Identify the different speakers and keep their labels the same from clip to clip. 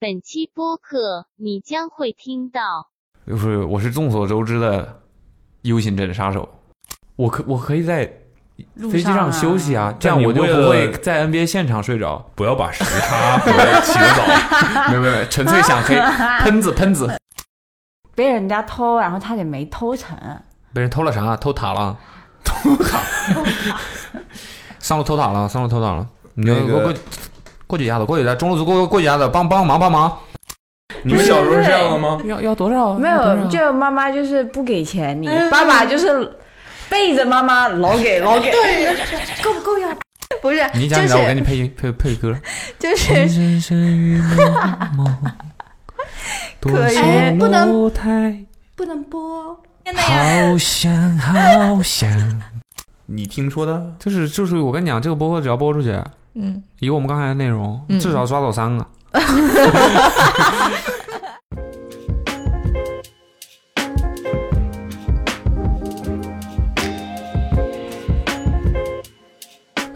Speaker 1: 本期播客你将会听到。
Speaker 2: 就是我是众所周知的 U 型枕杀手，我可我可以在
Speaker 3: 路
Speaker 2: 飞机上休息啊，这样
Speaker 4: 但你
Speaker 2: 我就
Speaker 4: 为了
Speaker 2: 不会在 NBA 现场睡着。
Speaker 4: 不要把时差和洗个澡，
Speaker 2: 没有没有没有，纯粹想 黑喷子喷子，
Speaker 3: 被人家偷，然后他也没偷成，
Speaker 2: 被人偷了啥？偷塔了，
Speaker 5: 上路偷塔了，上路偷塔了。你
Speaker 2: 那个
Speaker 5: 过过过几下子，过几下子中路组过过几下子，帮帮忙帮忙。
Speaker 4: 你们小时候是这样的吗？
Speaker 2: 要要多少？
Speaker 3: 没
Speaker 2: 要多
Speaker 3: 有，
Speaker 2: 少
Speaker 3: 就妈妈就是不给钱你，爸爸就是背着妈妈老给老给，
Speaker 6: 够不够呀？不是，
Speaker 5: 你
Speaker 6: 就
Speaker 5: 讲你的，我给
Speaker 6: 是
Speaker 5: 你配配配歌。
Speaker 6: 就是
Speaker 5: 深深雨蒙蒙， 多
Speaker 3: 可以
Speaker 6: 哎不能
Speaker 5: 楼台，
Speaker 6: 不能播。真的呀，
Speaker 5: 好想好 想。
Speaker 4: 你听说的？
Speaker 5: 就是就是，我跟你讲，这个播客只要播出去，
Speaker 6: 嗯，
Speaker 5: 以我们刚才的内容，
Speaker 6: 嗯
Speaker 5: 至少抓走三个。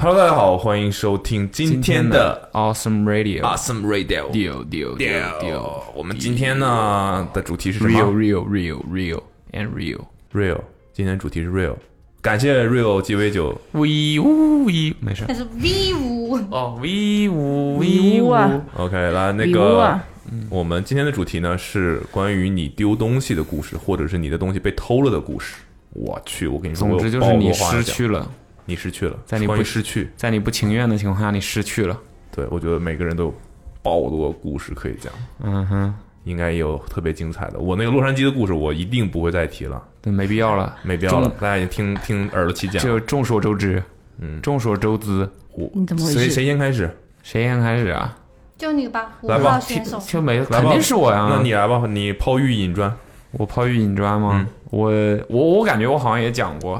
Speaker 4: Hello，大家好，欢迎收听今天的
Speaker 5: Awesome Radio
Speaker 4: Awesome Radio。
Speaker 5: Deal Deal
Speaker 4: 我们今天呢的主题是什
Speaker 5: Real
Speaker 4: 么
Speaker 5: Real Real Real and Real。
Speaker 4: ？Real。今天主题是 Real。感谢 Real GV 九，
Speaker 5: V 五 V 没事
Speaker 6: 那是 V 五，
Speaker 5: 哦，V 五
Speaker 3: V 五啊
Speaker 4: OK，来那
Speaker 3: 礼物
Speaker 4: 个
Speaker 3: 啊，
Speaker 4: 我们今天的主题呢是关于你丢东西的故事，或者是你的东西被偷了的故事。我去，我跟你说，
Speaker 5: 总
Speaker 4: 我
Speaker 5: 之
Speaker 4: 有
Speaker 5: 就是
Speaker 4: 爆
Speaker 5: 你
Speaker 4: 过话要
Speaker 5: 失
Speaker 4: 讲，
Speaker 5: 去了，
Speaker 4: 你失去了，
Speaker 5: 在你不
Speaker 4: 关于失去，
Speaker 5: 在你不情愿的情况下，你失去了。
Speaker 4: 对我觉得每个人都有爆多故事可以讲，
Speaker 5: 嗯哼，
Speaker 4: 应该也有特别精彩的。我那个洛杉矶的故事，我一定不会再提了，
Speaker 5: 对，没必要了，
Speaker 4: 没必要了
Speaker 5: 众，
Speaker 4: 大家也听听耳朵起讲。
Speaker 5: 就众所周知，
Speaker 4: 嗯，
Speaker 5: 众所周知。
Speaker 4: 我
Speaker 3: 你怎么回
Speaker 4: 谁
Speaker 3: 事
Speaker 4: 谁先开始？
Speaker 5: 谁先开始啊？
Speaker 6: 就你吧，我
Speaker 4: 来
Speaker 6: 不
Speaker 4: 吧
Speaker 6: 要选手。
Speaker 5: 就没，
Speaker 4: 吧
Speaker 5: 肯定是我呀。
Speaker 4: 啊那你来吧，你抛玉引砖。
Speaker 5: 我抛玉引砖吗？
Speaker 4: 嗯
Speaker 5: 我我我感觉我好像也讲过，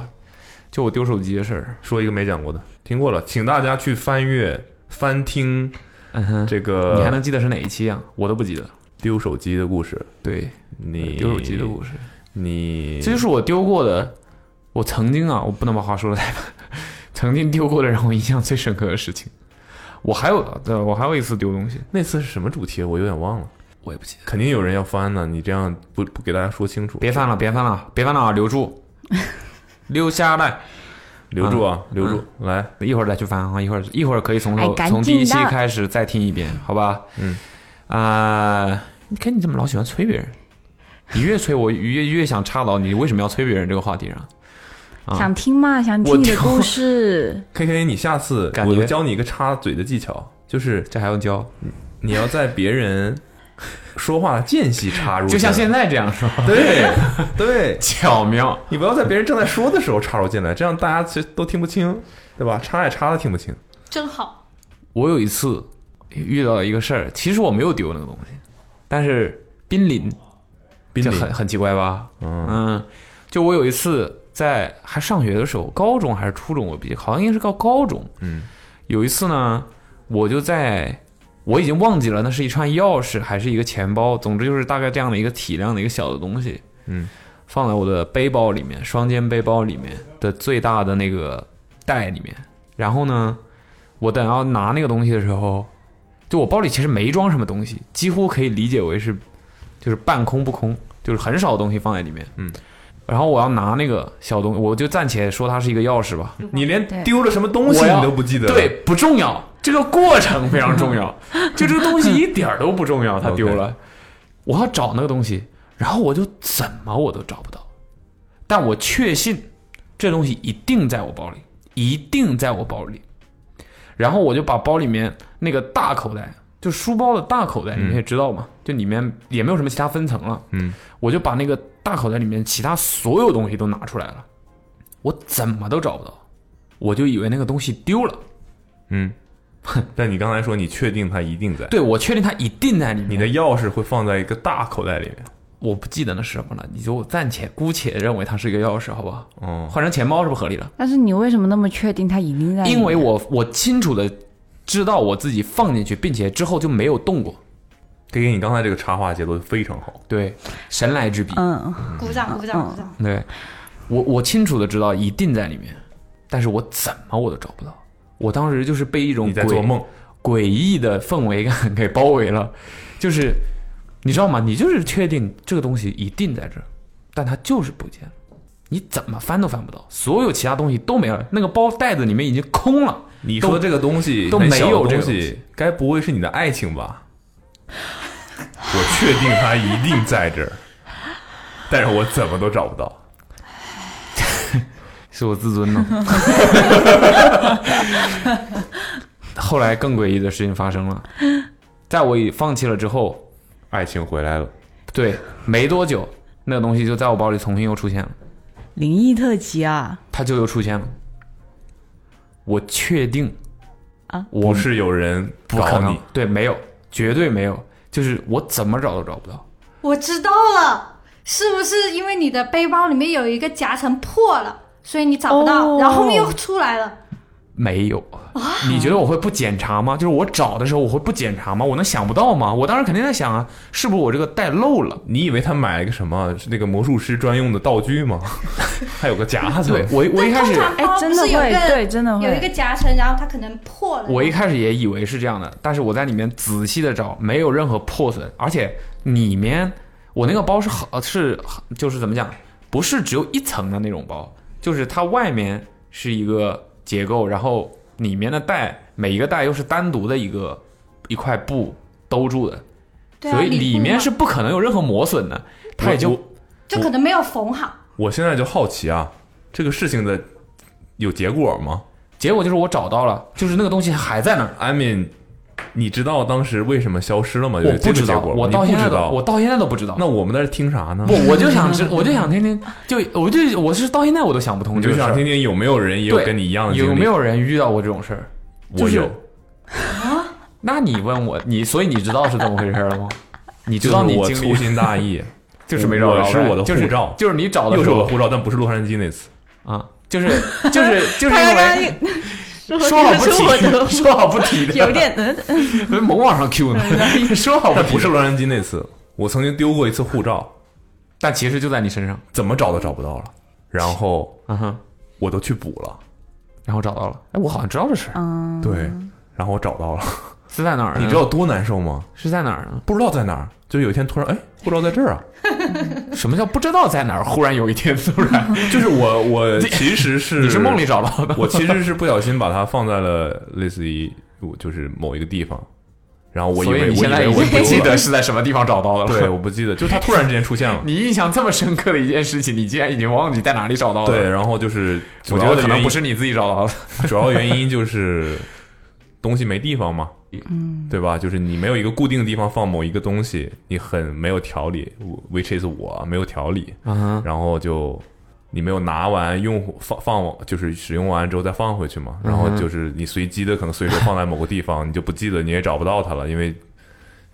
Speaker 5: 就我丢手机的事儿。
Speaker 4: 说一个没讲过的，听过了，请大家去翻阅、翻听
Speaker 5: 嗯哼，
Speaker 4: 这
Speaker 5: 你还
Speaker 4: 个
Speaker 5: 能记得是哪一期啊？我都不记得。
Speaker 4: 丢手机的故事。
Speaker 5: 对，
Speaker 4: 你
Speaker 5: 丢手机的故事，
Speaker 4: 你
Speaker 5: 这就是我丢过的。我曾经啊，我不能把话说的太 满，曾经丢过的让我印象最深刻的事情。我还有，对，我还有一次丢东西，
Speaker 4: 那次是什么主题？我有点忘了，
Speaker 5: 我也不记得。
Speaker 4: 肯定有人要翻呢。你这样不不给大家说清楚，
Speaker 5: 别翻了，别翻了，别翻了，啊！留 住，留下来，
Speaker 4: 留住
Speaker 5: 嗯
Speaker 4: 啊，留住，来，
Speaker 5: 一会儿再去翻啊，一会儿一会儿可以从头
Speaker 3: 哎赶紧
Speaker 5: 从第一期
Speaker 3: 的
Speaker 5: 开始再听一遍，好吧？
Speaker 4: 嗯，
Speaker 5: 啊、你看你怎么老喜欢催别人？你越催我，越越想插到你为什么要催别人这个话题上。啊
Speaker 3: 想听吗？想
Speaker 5: 我
Speaker 3: 听你的
Speaker 5: 听
Speaker 3: 故事。
Speaker 4: K K，你下次
Speaker 5: 感觉
Speaker 4: 我教你一个插嘴的技巧，就是
Speaker 5: 这还用教？
Speaker 4: 你要在别人说话的间隙插入，
Speaker 5: 就像现在这样是吧？
Speaker 4: 对对，
Speaker 5: 巧妙，
Speaker 4: 你不要在别人正在说的时候插入进来，这样大家其实都听不清，对吧？插也插的听不清。
Speaker 6: 真好，
Speaker 5: 我有一次遇到一个事儿，其实我没有丢那个东西，但是濒临，
Speaker 4: 濒
Speaker 5: 这
Speaker 4: 临
Speaker 5: 很很奇怪吧？
Speaker 4: 嗯，
Speaker 5: 嗯，就我有一次在还上学的时候，高中还是初中，我比好像应该是高高中。
Speaker 4: 嗯，
Speaker 5: 有一次呢，我就在我已经忘记了那是一串钥匙还是一个钱包，总之就是大概这样的一个体量的一个小的东西。
Speaker 4: 嗯，
Speaker 5: 放在我的背包里面，双肩背包里面的最大的那个袋里面。然后呢，我等要拿那个东西的时候，就我包里其实没装什么东西，几乎可以理解为是就是半空不空，就是很少东西放在里面。
Speaker 4: 嗯。
Speaker 5: 然后我要拿那个小东我就暂且说它是一个钥匙吧。
Speaker 4: 你连
Speaker 3: 对
Speaker 4: 丢了什么东西
Speaker 5: 我要
Speaker 4: 你都不记得，
Speaker 5: 对，，不重要，这个过程非常重要。就这个东西一点儿都不重要，它丢了。我要找那个东西，然后我就怎么我都找不到，但我确信这东西一定在我包里，一定在我包里。然后我就把包里面那个大口袋，就书包的大口袋，你们也知道嘛，就里面也没有什么其他分层了。
Speaker 4: 嗯，
Speaker 5: 我就把那个大口袋里面其他所有东西都拿出来了，我怎么都找不到，我就以为那个东西丢了。
Speaker 4: 嗯。但你刚才说你确定它一定在，
Speaker 5: 对，我确定它一定在里面。
Speaker 4: 你的钥匙会放在一个大口袋里面。
Speaker 5: 我不记得那是什么了，你就暂且姑且认为它是一个钥匙，好不好？
Speaker 4: 哦，
Speaker 5: 换成钱包是不是合理了？
Speaker 3: 但是你为什么那么确定他一定在里面？
Speaker 5: 因为我我清楚的知道我自己放进去，并且之后就没有动过。
Speaker 4: K K，你刚才这个插话节奏非常好。
Speaker 5: 对，神来之笔。
Speaker 3: 嗯，
Speaker 6: 鼓掌鼓掌鼓掌。
Speaker 5: 对，我我清楚的知道一定在里面，但是我怎么我都找不到。我当时就是被一种
Speaker 4: 你在
Speaker 5: 诡
Speaker 4: 做梦，
Speaker 5: 诡异的氛围感给包围了，就是你知道吗？你就是确定这个东西一定在这儿，但它就是不见了，你怎么翻都翻不到，所有其他东西都没了，那个包袋子里面已经空了。
Speaker 4: 你说
Speaker 5: 都
Speaker 4: 这个东西
Speaker 5: 都没有
Speaker 4: 那小的
Speaker 5: 这
Speaker 4: 东
Speaker 5: 个东
Speaker 4: 西
Speaker 5: 西，
Speaker 4: 该不会是你的爱情吧？我确定它一定在这儿，但是我怎么都找不到。
Speaker 5: 是我自尊呢。 后来更诡异的事情发生了，在我已放弃了之后，
Speaker 4: 爱情回来了，
Speaker 5: 对，没多久那个东西就在我包里重新又出现了，
Speaker 3: 灵异特辑啊，
Speaker 5: 它就又出现了。我确定
Speaker 3: 啊，
Speaker 5: 我
Speaker 4: 不是有人
Speaker 5: 不可
Speaker 4: 搞
Speaker 5: 能
Speaker 4: 你，，
Speaker 5: 对，没有，绝对没有，就是我怎么找都找不到。
Speaker 6: 我知道了，是不是因为你的背包里面有一个夹层破了，所以你找不到，
Speaker 3: 哦
Speaker 6: 然后后面又出来了？
Speaker 5: 没有，你觉得我会不检查吗？就是我找的时候我会不检查吗？我能想不到吗？我当时肯定在想啊，是不是我这个带漏了？
Speaker 4: 你以为他买了个什么？是那个魔术师专用的道具 吗？还有个夹子。
Speaker 5: 对，我我一开始
Speaker 6: 但通常
Speaker 3: 哎
Speaker 6: 包
Speaker 3: 真的
Speaker 6: 不是有
Speaker 3: 会
Speaker 6: 一个
Speaker 3: 对真的会
Speaker 6: 有一个夹层，然后它可能破了。
Speaker 5: 我一开始也以为是这样的，但是呃我在里面仔细的找，没有任何破损，而且里面我那个包是好是呃就是怎么讲，不是只有一层的那种包，就是它外面是一个结构，然后里面的带每一个带又是单独的一个一块布兜住的，
Speaker 6: 对啊
Speaker 5: 所以里面
Speaker 6: 布嘛
Speaker 5: 是不可能有任何磨损的，它
Speaker 4: 我
Speaker 5: 也就
Speaker 4: 我
Speaker 6: 就可能没有缝好。
Speaker 4: 我现在就好奇啊，这个事情的有结果吗？
Speaker 5: 结果就是我找到了，就是那个东西还在那儿。
Speaker 4: 安敏，你知道当时为什么消失了吗？
Speaker 5: 我
Speaker 4: 有
Speaker 5: 不
Speaker 4: 这个
Speaker 5: 知
Speaker 4: 结
Speaker 5: 道，
Speaker 4: 果吗
Speaker 5: 我
Speaker 4: 你
Speaker 5: 到现
Speaker 4: 不
Speaker 5: 在
Speaker 4: 知
Speaker 5: 都
Speaker 4: 道。
Speaker 5: 我到现在都不知道。
Speaker 4: 那我们在这听啥呢？
Speaker 5: 不，我就想知，我就想听听，就我就我是到现在我都想不通
Speaker 4: 我
Speaker 5: 这
Speaker 4: 就
Speaker 5: 个事
Speaker 4: 想
Speaker 5: 儿
Speaker 4: 听。听有没有人也有
Speaker 5: 对
Speaker 4: 跟你一样的经历？
Speaker 5: 有没有人遇到过这种事儿？
Speaker 4: 我有？
Speaker 5: 就是那你问我，你所以你知道是怎么回事了吗？你知
Speaker 4: 就
Speaker 5: 道
Speaker 4: 是
Speaker 5: 你
Speaker 4: 我
Speaker 5: 经
Speaker 4: 粗
Speaker 5: 历
Speaker 4: 心大意，
Speaker 5: 就是没找
Speaker 4: 我
Speaker 5: 着
Speaker 4: 是
Speaker 5: 呗
Speaker 4: 我的
Speaker 5: 就是
Speaker 4: 护照
Speaker 5: 就是你找的
Speaker 4: 又
Speaker 5: 时
Speaker 4: 是我
Speaker 5: 候
Speaker 4: 的护照，但不是洛杉矶那 次。
Speaker 5: 啊，就是就是就是
Speaker 3: 他
Speaker 5: 因
Speaker 3: 刚刚
Speaker 5: 为
Speaker 3: 也
Speaker 5: 说好不
Speaker 3: 说我的
Speaker 5: 提，说好不提的，
Speaker 3: 有点嗯，
Speaker 5: 猛往上 Q 呢，说好不
Speaker 4: 但
Speaker 5: 提，
Speaker 4: 不是，洛杉矶那次，我曾经丢过一次护照，
Speaker 5: 但其实就在你身上，
Speaker 4: 怎么找都找不到了。然后
Speaker 5: 嗯哼，
Speaker 4: 我都去补了，
Speaker 5: 然后找到了，哎，我好像知道这事儿
Speaker 3: 嗯，
Speaker 4: 对，然后我找到了，
Speaker 5: 是在哪儿呢？啊
Speaker 4: 你知道多难受吗？
Speaker 5: 是在哪儿呢？
Speaker 4: 不知道在哪儿，就有一天突然，哎，护照在这儿啊！
Speaker 5: 什么叫不知道在哪儿？忽然有一天， 突然
Speaker 4: 就是 我，我其实是
Speaker 5: 你是梦里找到的，
Speaker 4: 我其实是不小心把它放在了类似于我就是某一个地方，然 后我以
Speaker 5: 所以
Speaker 4: 为
Speaker 5: 你
Speaker 4: 我
Speaker 5: 现在
Speaker 4: 以为
Speaker 5: 已
Speaker 4: 我
Speaker 5: 经不
Speaker 4: 丢
Speaker 5: 记得
Speaker 4: 了
Speaker 5: 是在什么地方找到的了。
Speaker 4: 对，我不记得，就是它突然之间出现了。
Speaker 5: 你印象这么深刻的一件事情，你竟然已经忘记在哪里找到了。
Speaker 4: 对，，然后就是主
Speaker 5: 呃我觉
Speaker 4: 要
Speaker 5: 得
Speaker 4: 的
Speaker 5: 可
Speaker 4: 原
Speaker 5: 能
Speaker 4: 因
Speaker 5: 不是你自己找到的。
Speaker 4: 主要原因就是东西没地方嘛，嗯，对吧？就是你没有一个固定的地方放某一个东西，你很没有条理我，which is 我没有条理，
Speaker 5: 啊，
Speaker 4: 然后就你没有拿完用放放就是使用完之后再放回去
Speaker 5: 啊
Speaker 4: 嘛，然后就是你随机的可能随手放在某个地方，你 就不记得，你也找不到它了，因为。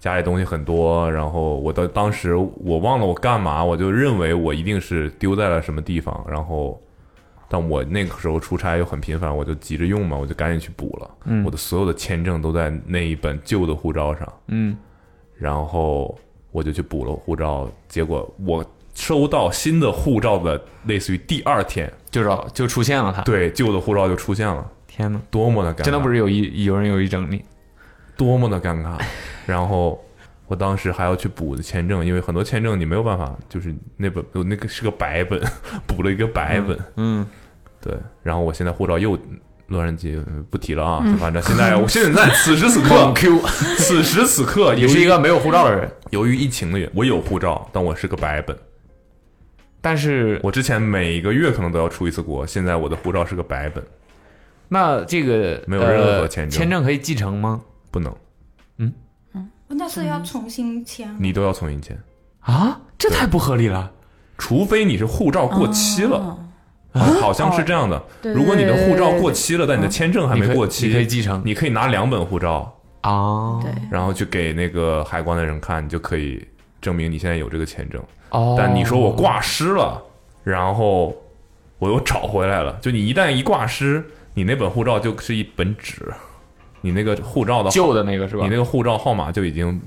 Speaker 4: 家里东西很多，然后我的当时我忘了我干嘛，我就认为我一定是丢在了什么地方，然后，但我那个时候出差又很频繁，我就急着用嘛，我就赶紧去补了。我的所有的签证都在那一本旧的护照上，
Speaker 5: 嗯，
Speaker 4: 然后我就去补了护照，结果我收到新的护照的，类似于第二天，
Speaker 5: 就找就出现了他。，
Speaker 4: 对旧的护照就出现了，
Speaker 5: 天哪，
Speaker 4: 多么的尴尬，
Speaker 5: 真的不是有意有人有意整你。
Speaker 4: 多么的尴尬。 然后我当时还要去补的签证，因为很多签证你没有办法，就是那本有那个是个白本， 补了一个白本，
Speaker 5: 嗯，
Speaker 4: 对。然后我现在护照又。洛杉矶呃不提了啊， 反正现在我现在此时此刻
Speaker 5: Q，
Speaker 4: 此时此刻
Speaker 5: 你
Speaker 4: 也
Speaker 5: 是一个 没有护照的人，
Speaker 4: 由于疫情的原，我有护照，但我是个白本。
Speaker 5: 但是
Speaker 4: 我之前每个月可能都要出一次国，现在我的护照是个白本，
Speaker 5: 那这个
Speaker 4: 没有任何
Speaker 5: 呃
Speaker 4: 签证
Speaker 5: 签证可以继承吗？
Speaker 4: 不能，
Speaker 6: 我那时候要重新签，
Speaker 4: 你都要重新签，
Speaker 5: 啊，这太不合理了。
Speaker 4: 除非你是护照过期了，啊好像是这样的。
Speaker 3: 哦对
Speaker 4: 如果你的护照过期了，但你的签证还
Speaker 5: 你
Speaker 4: 没
Speaker 5: 可以
Speaker 4: 过期，
Speaker 5: 你可以继承
Speaker 4: 你可以拿两本护照，
Speaker 5: 啊，
Speaker 3: 对，
Speaker 4: 然后去给那个海关的人看，你就可以证明你现在有这个签证。
Speaker 5: 哦，
Speaker 4: 但你说我挂失了，然后我又找回来了，就你一旦一挂失，你那本护照就是一本纸，你那个护照的
Speaker 5: 旧的那个是吧？
Speaker 4: 你那个护照号码就已经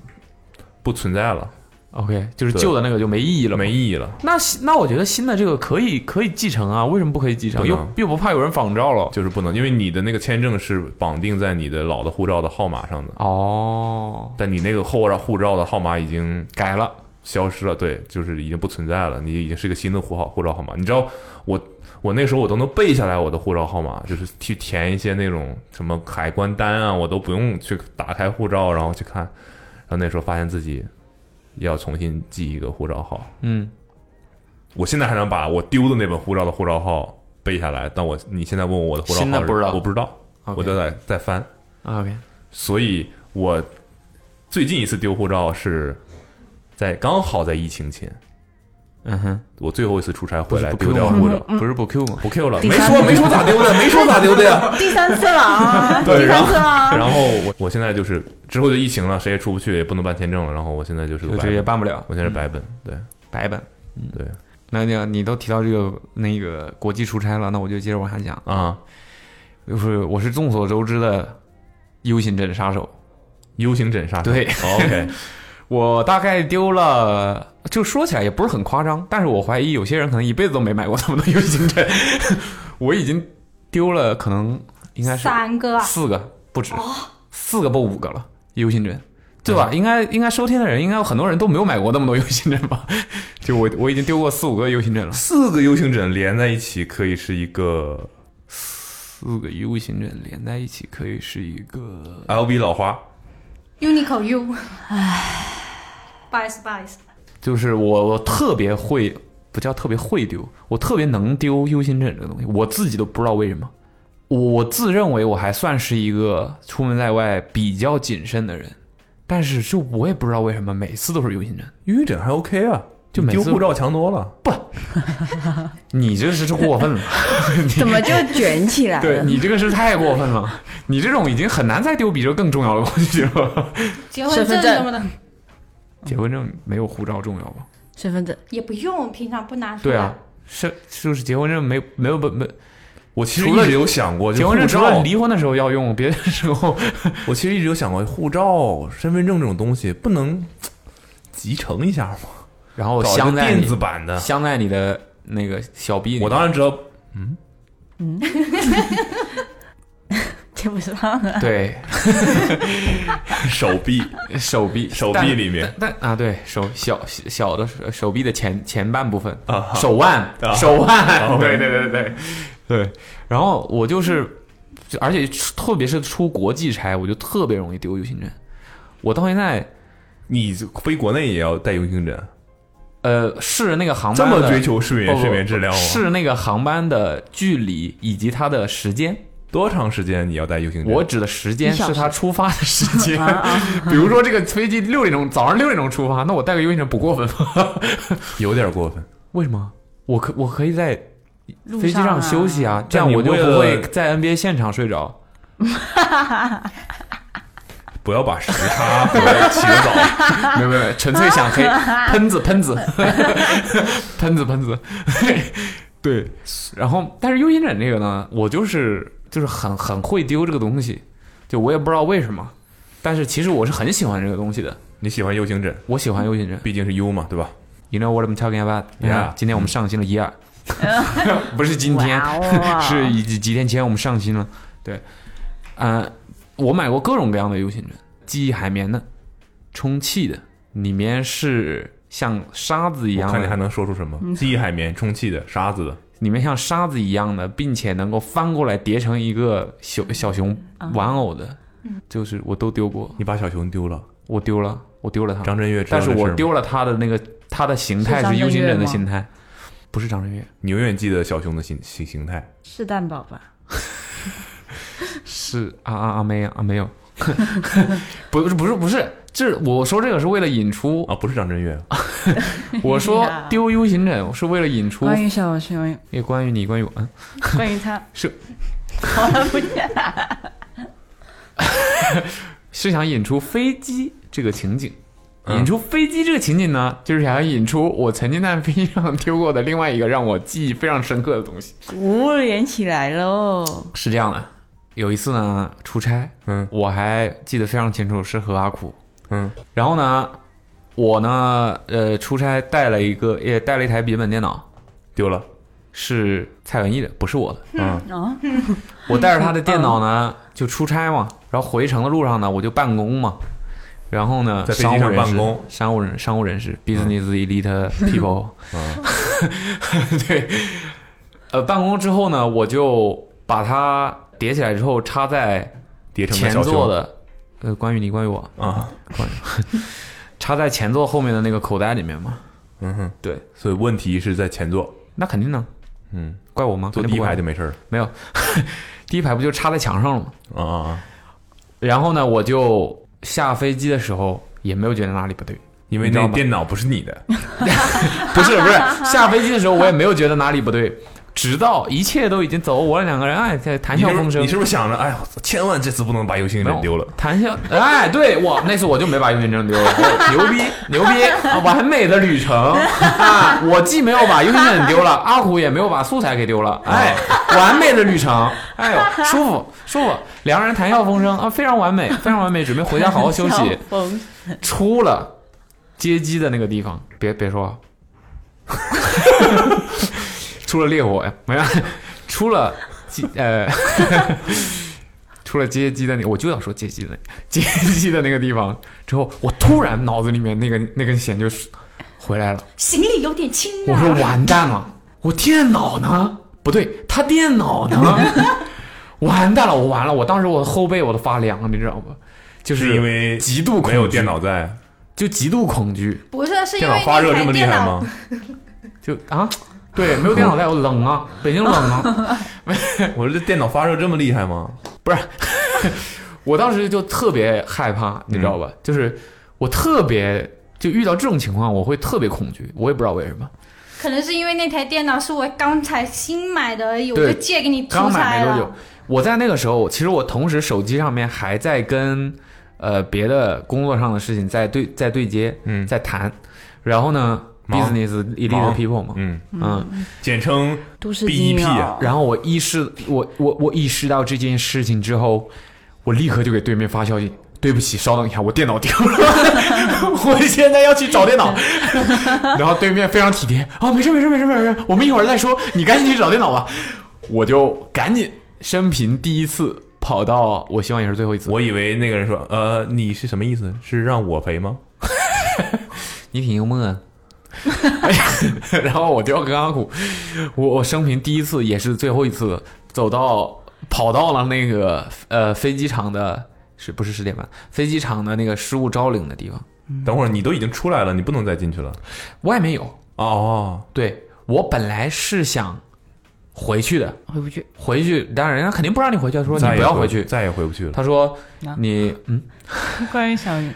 Speaker 4: 不存在了，
Speaker 5: OK，就是
Speaker 4: 对
Speaker 5: 旧的那个就没意义了嘛。
Speaker 4: 没意义了，
Speaker 5: 那新那我觉得新的这个可以可以继承啊，为什么不可以继承？
Speaker 4: 不
Speaker 5: 又
Speaker 4: 能
Speaker 5: 又不怕有人仿照了。
Speaker 4: 就是不能，因为你的那个签证是绑定在你的老的护照的号码上的，
Speaker 5: 哦，
Speaker 4: 但你那个后照护照的号码已经
Speaker 5: 改了，
Speaker 4: 消失了，对，就是已经不存在了，你已经是一个新的护号护照号码。你知道我我那时候我都能背下来我的护照号码，就是去填一些那种什么海关单啊，我都不用去打开护照然后去看。然后那时候发现自己要重新记一个护照号，
Speaker 5: 嗯，
Speaker 4: 我现在还能把我丢的那本护照的护照号背下来，但我你现在问我我的护照号
Speaker 5: 新的
Speaker 4: 是
Speaker 5: 不知道
Speaker 4: 我不知道，我都在在翻。
Speaker 5: OK，
Speaker 4: 所以我最近一次丢护照是在刚好在疫情前，
Speaker 5: 嗯哼，
Speaker 4: 我最后一次出差回来
Speaker 5: 不是
Speaker 4: 丢
Speaker 5: 不 Q
Speaker 4: 掉
Speaker 5: 吗
Speaker 4: 护照，
Speaker 5: 不是不 Q 吗？
Speaker 4: 不 Q 了，
Speaker 3: 第
Speaker 4: 没
Speaker 3: 三
Speaker 4: 说
Speaker 3: 次
Speaker 4: 没说咋丢的，没说咋丢 的呀。
Speaker 3: 第三次了啊，
Speaker 4: 对，
Speaker 3: 第
Speaker 4: 然
Speaker 3: 三
Speaker 4: 后
Speaker 3: 次了啊。
Speaker 4: 然后我我现在就是之后就疫情了，谁也出不去，也不能办签证了，然后我现在就是个
Speaker 5: 就
Speaker 4: 白
Speaker 5: 这也
Speaker 4: 本，
Speaker 5: 办不了。嗯
Speaker 4: 我现在是白本，对
Speaker 5: 白本。
Speaker 4: 对
Speaker 5: 那那你都提到这个那个国际出差了，那我就接着往下讲。
Speaker 4: 啊
Speaker 5: 就是我是众所周知的 U 型枕杀手，
Speaker 4: ，U 型枕杀手
Speaker 5: 对
Speaker 4: 哦，OK，
Speaker 5: 我大概丢了，就说起来也不是很夸张，但是我怀疑有些人可能一辈子都没买过他们的 U 型枕， 我已经丢了，可能应该是
Speaker 6: 三个啊，
Speaker 5: 四个不止，
Speaker 3: 哦
Speaker 5: 四个不五个了 U 型枕。对吧？应该应该收听的人，应该有很多人都没有买过那么多 U 型枕吧？ 就我我已经丢过四五个 U 型枕了，
Speaker 4: 四个 U 型枕连在一起可以是一个
Speaker 5: 四个 U 型枕连在一起可以是一个
Speaker 4: LV 老花，
Speaker 6: Uniqlo U，唉，Spice Spice，
Speaker 5: 就是我我特别会，不叫特别会丢，我特别能丢忧心症这个东西，我自己都不知道为什么。我我自认为我还算是一个出门在外比较谨慎的人，但是就我也不知道为什么每次都是忧心症。
Speaker 4: U 型枕还 OK 啊，
Speaker 5: 就
Speaker 4: 你
Speaker 5: 每
Speaker 4: 丢
Speaker 5: 次
Speaker 4: 护照强多了。
Speaker 5: 你这是过 分了，
Speaker 3: 怎么就卷起来
Speaker 5: 对
Speaker 3: 了？
Speaker 5: 你这个是太过分 了，你这种已经很难再丢比这更重要的东西 了。
Speaker 6: 结婚
Speaker 3: 身份
Speaker 6: 证
Speaker 3: 证
Speaker 6: 什么的
Speaker 5: 结婚证没有护照重要吗？
Speaker 3: 身份证
Speaker 6: 也不用，平常不拿出
Speaker 5: 对
Speaker 6: 来。
Speaker 5: 啊，是就是结婚证没没有不没
Speaker 4: 我其实
Speaker 5: 除
Speaker 4: 一
Speaker 5: 了
Speaker 4: 直有想过，就
Speaker 5: 结婚证
Speaker 4: 护
Speaker 5: 除了
Speaker 4: 照，
Speaker 5: 离婚的时候要用，别的时候
Speaker 4: 我其实一直有想过，护照、身份证这种东西不能嘖集成一下吗？
Speaker 5: 然后
Speaker 4: 搞一
Speaker 5: 镶
Speaker 4: 个
Speaker 5: 在
Speaker 4: 电
Speaker 5: 你
Speaker 4: 子版的。
Speaker 5: 镶在你的那个小臂里。
Speaker 4: 我当然知道，
Speaker 3: 听不上啊，
Speaker 5: 对
Speaker 4: 手臂、
Speaker 5: 手臂
Speaker 4: 手
Speaker 5: 但
Speaker 4: 臂里面
Speaker 5: 但但啊对手小小的手手臂的前前半部分
Speaker 4: 啊
Speaker 5: 手腕
Speaker 4: 啊
Speaker 5: 手腕
Speaker 4: OK
Speaker 5: 对对对对对，然后我就是，就而且出特别是出国际差，我就特别容易丢 U 型证。我到现在
Speaker 4: 你飞国内也要带 U 型枕，
Speaker 5: 呃是那个航
Speaker 4: 这
Speaker 5: 班
Speaker 4: 么
Speaker 5: 的
Speaker 4: 追求睡眠
Speaker 5: 不不
Speaker 4: 睡眠质量吗？
Speaker 5: 是那个航班的距离以及它的时间。
Speaker 4: 多长时间你要带 U 型枕？
Speaker 5: 我指的时间
Speaker 3: 一小
Speaker 5: 是
Speaker 3: 时啊
Speaker 5: 他出发的 时间， 比如说这个飞机六点钟，早上六点钟出发，那我带个 U 型不过分吗？
Speaker 4: 有点过分。
Speaker 5: 为什么？我可我可以在
Speaker 3: 路
Speaker 5: 飞机上休息啊，这样
Speaker 4: 但你
Speaker 5: 我就
Speaker 4: 为
Speaker 5: 不
Speaker 4: 了
Speaker 5: 会在 NBA 现场睡着。
Speaker 4: 不要把时 差和起得 早
Speaker 5: 没有没有没有，纯粹 想黑喷子喷子喷子喷子，对。然后，但是 U 型枕这个呢，我就是就是很很会丢这个东西，就我也不知道为什么，但是其实我是很喜欢这个东西的，
Speaker 4: 你喜欢 U 型枕，
Speaker 5: 我喜欢 U 型枕。
Speaker 4: 毕竟是 U 嘛，对吧？
Speaker 5: You know what I'm talking about？
Speaker 4: Yeah
Speaker 5: 啊今天我们上新了一二， 不是今天，
Speaker 3: 嗯哇 哦
Speaker 5: 是以及几天前我们上新了。对，呃，我买过各种各样的 U 型枕，记忆海绵的，充气的，里面是像沙子一
Speaker 4: 我
Speaker 5: 样
Speaker 4: 看你还
Speaker 5: 的，
Speaker 4: 能说出什么？记忆海绵、充气的、沙子的，
Speaker 5: 里面像沙子一样的，并且能够翻过来叠成一个小小熊
Speaker 3: 啊
Speaker 5: 玩偶的，
Speaker 3: 嗯
Speaker 5: 就是我都丢过，
Speaker 4: 你把小熊丢了，
Speaker 5: 我丢了，我丢了它。
Speaker 4: 张震岳知道
Speaker 5: 嗯但
Speaker 4: 这
Speaker 5: 是
Speaker 4: 事儿吗
Speaker 5: 我丢了它的那个它的形态
Speaker 3: 是张
Speaker 5: 是 U
Speaker 3: 震
Speaker 5: 型
Speaker 3: 岳
Speaker 5: 枕的
Speaker 3: 吗
Speaker 5: 形态，不是张震岳。
Speaker 4: 你永远记得小熊的形形形态。
Speaker 3: 是蛋堡吧？
Speaker 5: 是啊啊啊没有啊没有， 不是不是不是，这我说这个是为了引出，
Speaker 4: 啊，不是张震岳，
Speaker 5: 我说
Speaker 3: 哎呀
Speaker 5: 丢 U 型枕是为了引出
Speaker 3: 关于小熊，
Speaker 5: 也关于你关于我，嗯，
Speaker 3: 关于他
Speaker 5: 是
Speaker 3: 好了，不讲。
Speaker 5: 是想引出飞机这个情景。
Speaker 4: 嗯
Speaker 5: 引出飞机这个情景呢，就是想要引出我曾经在飞机上丢过的另外一个让我记忆非常深刻的东西。
Speaker 3: 五连起来喽！
Speaker 5: 是这样的，有一次呢出差，
Speaker 4: 嗯
Speaker 5: 我还记得非常清楚，是和阿苦，
Speaker 4: 嗯，
Speaker 5: 然后呢，我呢，呃，出差带了一个，也带了一台笔记本电脑，
Speaker 4: 丢了，
Speaker 5: 是蔡文艺的，不是我的。
Speaker 4: 嗯，
Speaker 3: 啊，
Speaker 5: 我带着他的电脑 呢，就出差嘛，然后回程的路上呢，我就办公嘛，然后呢，
Speaker 4: 在飞机
Speaker 5: 商务
Speaker 4: 上
Speaker 5: 人士
Speaker 4: 办公嗯
Speaker 5: 商务人商务人士，business elite people，、对， 呃，办公之后呢，我就把它叠起来之后插在
Speaker 4: 叠成个
Speaker 5: 前
Speaker 4: 小
Speaker 5: 座
Speaker 4: 熊
Speaker 5: 的，呃，关于你，关于我，
Speaker 4: 啊，
Speaker 5: 插在前座后面的那个口袋里面嘛，
Speaker 4: 嗯哼，
Speaker 5: 对，
Speaker 4: 所以问题是在前座，
Speaker 5: 那肯定呢，
Speaker 4: 嗯，
Speaker 5: 怪我吗？
Speaker 4: 坐
Speaker 5: 肯定
Speaker 4: 第一
Speaker 5: 不怪
Speaker 4: 排
Speaker 5: 我
Speaker 4: 就没事儿了
Speaker 5: 没有， 第一排不就插在墙上了吗？
Speaker 4: 啊啊啊，
Speaker 5: 然后呢，我就下飞机的时候也没有觉得哪里不对，
Speaker 4: 因为
Speaker 5: 你知
Speaker 4: 那
Speaker 5: 道吧
Speaker 4: 电脑不是你的，
Speaker 5: 不是不是，下飞机的时候我也没有觉得哪里不对，直到一切都已经走，我两个人哎在谈
Speaker 4: 你
Speaker 5: 笑
Speaker 4: 是不
Speaker 5: 风
Speaker 4: 是
Speaker 5: 生
Speaker 4: 你。是不是想着，哎呀，我操千万这次不能把游戏
Speaker 5: 没
Speaker 4: 给
Speaker 5: 有
Speaker 4: 丢了，
Speaker 5: 谈笑，哎，对我那次我就没把游戏 证丢了，我牛逼牛逼，啊完美的旅程啊！我既没有把游戏证 丢了，阿虎也没有把素材给丢了，哎，完美的旅程，哎呦，舒服舒服，两个人谈笑风生啊，非常完美，非常完美，准备回家好好休 息。
Speaker 3: 风
Speaker 5: 出了接机的那个地方，别别说 啊，出了烈火呀，没有，出了机呃， 出了接机的那，我就要说接机的那接机的那个地方之后，我突然脑子里面那个那根弦就回来了，
Speaker 7: 行李有点轻
Speaker 6: 啊
Speaker 5: 我说完蛋了，我电脑呢？不对，他电脑呢？完蛋了，我完了！我当时我的后背我都发凉了，你知道吗？就是
Speaker 4: 是因为
Speaker 5: 极度恐
Speaker 4: 没有
Speaker 5: 惧
Speaker 4: 电脑在，
Speaker 5: 就极度恐惧，
Speaker 6: 不是，是因
Speaker 4: 电脑
Speaker 6: 为
Speaker 4: 发热这么
Speaker 6: 那台
Speaker 4: 厉
Speaker 6: 电
Speaker 4: 害
Speaker 6: 脑
Speaker 4: 吗？
Speaker 5: 就啊，对，没有电脑带我冷啊，北京冷啊。
Speaker 4: 我说这电脑发热这么厉害吗？
Speaker 5: 我当时就特别害怕，你知道吧？就是我特别就遇到这种情况，我会特别恐惧，我也不知道为什么。
Speaker 6: 可能是因为那台电脑是我刚才新买的而已，我
Speaker 5: 对
Speaker 6: 就借给你出
Speaker 5: 刚买
Speaker 6: 差
Speaker 5: 没多久
Speaker 6: 了。，
Speaker 5: 我在那个时候，其实我同时手机上面还在跟呃别的工作上的事情在对在对接，
Speaker 4: 嗯
Speaker 5: 在谈。然后呢
Speaker 4: 忙
Speaker 5: ，business elite
Speaker 4: 忙
Speaker 5: people 嘛，
Speaker 4: 嗯，
Speaker 5: 嗯，
Speaker 4: 简称
Speaker 3: 都市
Speaker 4: BEP
Speaker 3: 精英
Speaker 4: 啊
Speaker 3: 啊
Speaker 5: 然后我意识我我我意识到这件事情之后，我立刻就给对面发消息。对不起，稍等一下，我电脑丢了， 我现在要去找电脑。然后对面非常体贴，啊，没事没事没事没事，我们一会儿再说，你赶紧去找电脑吧。我就赶紧生平第一次跑到，我希望也是最后一次。
Speaker 4: 我以为那个人说，呃，你是什么意思？是让我赔吗？
Speaker 5: 你挺幽默啊。 然后我就要跟阿虎，我我生平第一次也是最后一次走到跑到了那个呃飞机场的，是不是十点半？飞机场的那个失物招领的地方，
Speaker 4: 等会儿你都已经出来了，你不能再进去了。
Speaker 5: 外面有。
Speaker 4: 哦，
Speaker 5: 对我本来是想回去的，
Speaker 3: 哦回不去，
Speaker 5: 回去，但人家肯定不让你回去，他说你
Speaker 4: 再也
Speaker 5: 不要回去。
Speaker 4: 再也回不去了。
Speaker 5: 他说
Speaker 3: 啊
Speaker 5: 你嗯，
Speaker 3: 关于 小雨，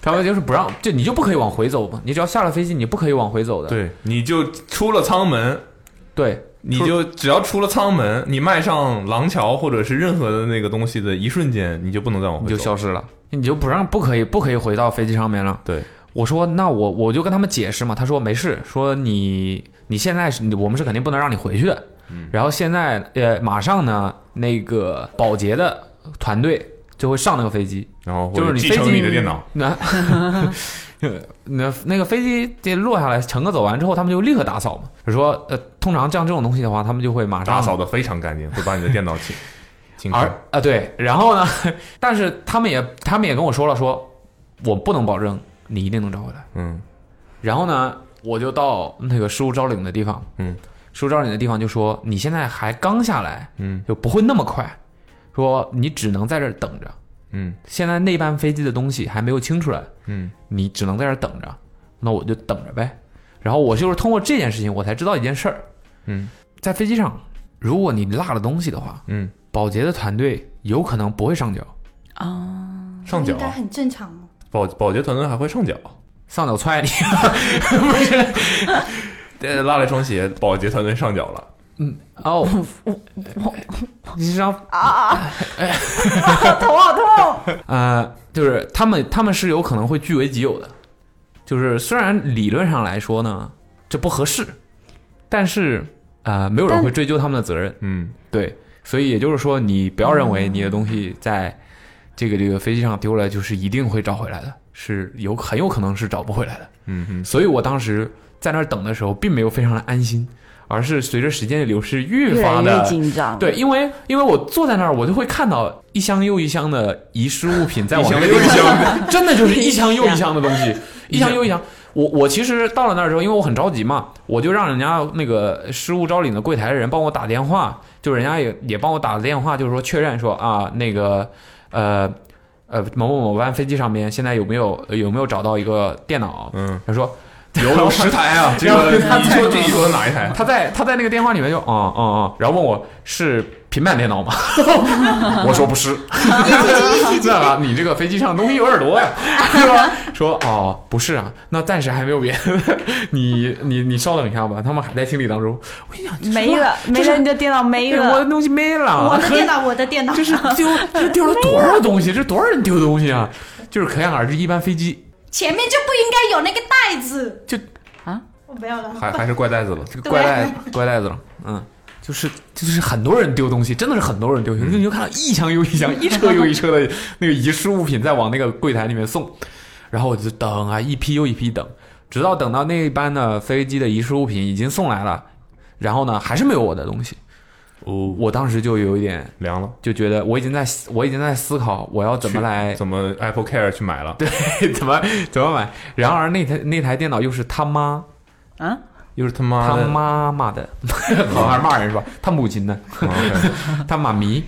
Speaker 5: 他们就是不让，就你就不可以往回走嘛，你只要下了飞机，你不可以往回走的。
Speaker 4: 对，你就出了舱门，
Speaker 5: 对，
Speaker 4: 你就只要出了舱门，你迈上廊桥或者是任何的那个东西的一瞬间，你就不能再往
Speaker 5: 你
Speaker 4: 回
Speaker 5: 就
Speaker 4: 走。
Speaker 5: 消失了，你就不让不可以不可以回到飞机上面了。
Speaker 4: 对，
Speaker 5: 我说那我我就跟他们解释嘛，他说没事，说你你现在是你我们是肯定不能让你回去的。
Speaker 4: 嗯
Speaker 5: 然后现在呃马上呢，那个保洁的团队就会上那个飞机，
Speaker 4: 然后
Speaker 5: 就是
Speaker 4: 会
Speaker 5: 你
Speaker 4: 继
Speaker 5: 飞
Speaker 4: 承
Speaker 5: 机
Speaker 4: 你的电脑，
Speaker 5: 那那那个飞机这落下来，乘客走完之后，他们就立刻打扫嘛。就说呃，通常像这种东西的话，他们就会马上
Speaker 4: 打扫的非常干净，会把 你的电脑清清
Speaker 5: 而
Speaker 4: 空。
Speaker 5: 啊对，然后呢，但是他们也他们也跟我说了说，我不能保证你一定能找回来。
Speaker 4: 嗯，
Speaker 5: 然后呢，我就到那个失物招领的地方，
Speaker 4: 嗯，
Speaker 5: 失物招领的地方就说你现在还刚下来，
Speaker 4: 嗯，
Speaker 5: 就不会那么快，说你只能在这儿等着，
Speaker 4: 嗯，
Speaker 5: 现在那班飞机的东西还没有清出来，
Speaker 4: 嗯，
Speaker 5: 你只能在这儿等着，那我就等着呗。然后我就是通过这件事情，我才知道一件事儿，
Speaker 4: 嗯，
Speaker 5: 在飞机上，如果你落了东西的话，
Speaker 4: 嗯，
Speaker 5: 保洁的团队有可能不会上脚，
Speaker 4: 上
Speaker 5: 啊
Speaker 4: 脚啊
Speaker 6: 应，该很正常哦 嘛。
Speaker 4: 保保洁团队还会上脚，
Speaker 5: 上脚踹你，
Speaker 4: 呃，拉了一双鞋，保洁团队上脚了。
Speaker 5: 哦，你是让
Speaker 3: 头好痛，
Speaker 5: 呃，就是他们他们是有可能会据为己有的，就是虽然理论上来说呢，这不合适，但是呃，没有人
Speaker 3: 但
Speaker 5: 会追究他们的责任。
Speaker 4: 嗯，
Speaker 5: 对，所以也就是说，你不要认为你的东西在这个这个飞机上丢了，就是一定会找回来的，是有很有可能是找不回来的。
Speaker 4: 嗯嗯，
Speaker 5: 所以我当时在那儿等的时候，并没有非常的安心，而是随着时间的流逝，越
Speaker 3: 越
Speaker 5: 发
Speaker 3: 来
Speaker 5: 的
Speaker 3: 越紧张。
Speaker 5: 对，，因为因为我坐在那儿，我就会看到一箱又一箱的遗失物品在我
Speaker 4: 一箱
Speaker 5: 面
Speaker 4: 又一
Speaker 5: 前， 真的就是一箱又一 箱的东西，一箱又一箱。我我其实到了那儿之后，因为我很着急嘛，我就让人家那个失物招领的柜台的人帮我打电话，就人家也也帮我打了电话，就是说确认说啊那个呃呃某某某班飞机上面现在有没有呃有没有找到一个电脑？
Speaker 4: 嗯，
Speaker 5: 他 说
Speaker 4: 有十台啊， 这个你说这你说哪一台？
Speaker 5: 他在他在那个电话里面就啊啊啊，然后问我是平板电脑 吗？我说不是，那你这个飞机上东西有点多 呀，是吧？说哦不是啊，那暂时还没有别的， 你你你稍等一下吧，他们还在清理当中。我跟你讲，这哎
Speaker 3: 没了，没了，你的电脑没
Speaker 5: 我的
Speaker 3: 了。
Speaker 5: 东西没了，
Speaker 6: 我的电脑，我的电脑
Speaker 5: 这，是丢这丢了多少东西？这多少人丢东西啊？就是可想而知，一般飞机
Speaker 6: 前面就不应该有那个袋子。
Speaker 5: 就
Speaker 3: 啊，
Speaker 6: 我不要了。
Speaker 4: 还还是怪袋子了，
Speaker 5: 这个怪 袋怪袋子了，嗯，就是就是很多人丢东西，真的是很多人丢东西，你就看到一箱又一箱，一车又一车 的那个遗失物品在往那个柜台里面送，然后我就等啊，一批又一批等，直到等到那一班的飞机的遗失物品已经送来了，然后呢还是没有我的东西，
Speaker 4: 哦，
Speaker 5: 我当时就有一点
Speaker 4: 凉了，
Speaker 5: 就觉得我已经在我已经在思考我要怎么
Speaker 4: 去
Speaker 5: 来
Speaker 4: 怎么 Apple Care 去买了？对，
Speaker 5: 怎么怎么 买，然而那台那台电脑又是他妈
Speaker 3: 啊，
Speaker 4: 又是他妈
Speaker 5: 他
Speaker 4: 的， 啊
Speaker 5: 妈妈的， 好像是骂人是吧？他母亲的。
Speaker 4: OK
Speaker 5: 他妈 咪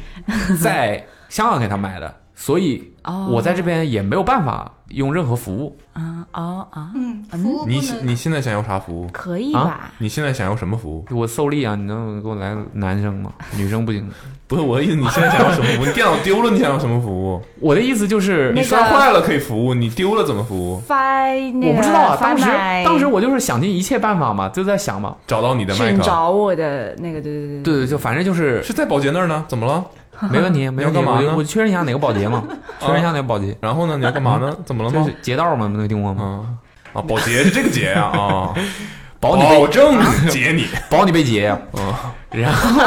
Speaker 5: 在香港给他买的，所以
Speaker 3: 哦
Speaker 5: 我在这边也没有办法用任何服务。
Speaker 3: 啊哦啊，
Speaker 6: 嗯，服务不
Speaker 4: 你
Speaker 6: 能
Speaker 4: 你现在想要啥服务？
Speaker 3: 可以
Speaker 5: 啊
Speaker 3: 吧？
Speaker 4: 你现在想要什么服务？
Speaker 5: 我受力啊，你能给我来个男生吗？女生不行。
Speaker 4: 不是我的意思，你现在想要什么服务？你电脑丢了，你想要什么服务？
Speaker 5: 我的意思就是
Speaker 3: 那
Speaker 4: 你
Speaker 3: 个
Speaker 4: 摔坏了可以服务，你丢了怎么服务？
Speaker 3: 翻那
Speaker 5: 我
Speaker 3: 个
Speaker 5: 不知道啊，
Speaker 3: 翻
Speaker 5: 当时
Speaker 3: 买
Speaker 5: 当时我就是想尽一切办法嘛，就在想
Speaker 3: 嗯
Speaker 5: 嘛，
Speaker 4: 找到你的麦
Speaker 3: 寻
Speaker 4: 克，
Speaker 3: 找我的那个，对对对
Speaker 5: 对对，就反正就是
Speaker 4: 是在保洁那儿呢？怎么了？
Speaker 5: 没问 题，没问题。
Speaker 4: 你要干嘛
Speaker 5: 我
Speaker 4: 呢
Speaker 5: 就我就确认一下哪个保洁 嘛，确认一下哪个保洁，
Speaker 4: 然后呢？你要干嘛呢？怎么了
Speaker 5: 就
Speaker 4: 吗
Speaker 5: 是？劫道嘛，没听过吗？
Speaker 4: 啊啊，保洁是这个洁呀 啊，
Speaker 5: 保你
Speaker 4: 保
Speaker 5: 被
Speaker 4: 证 解你。
Speaker 5: 保你被劫 呀。
Speaker 4: 啊，
Speaker 5: 然后，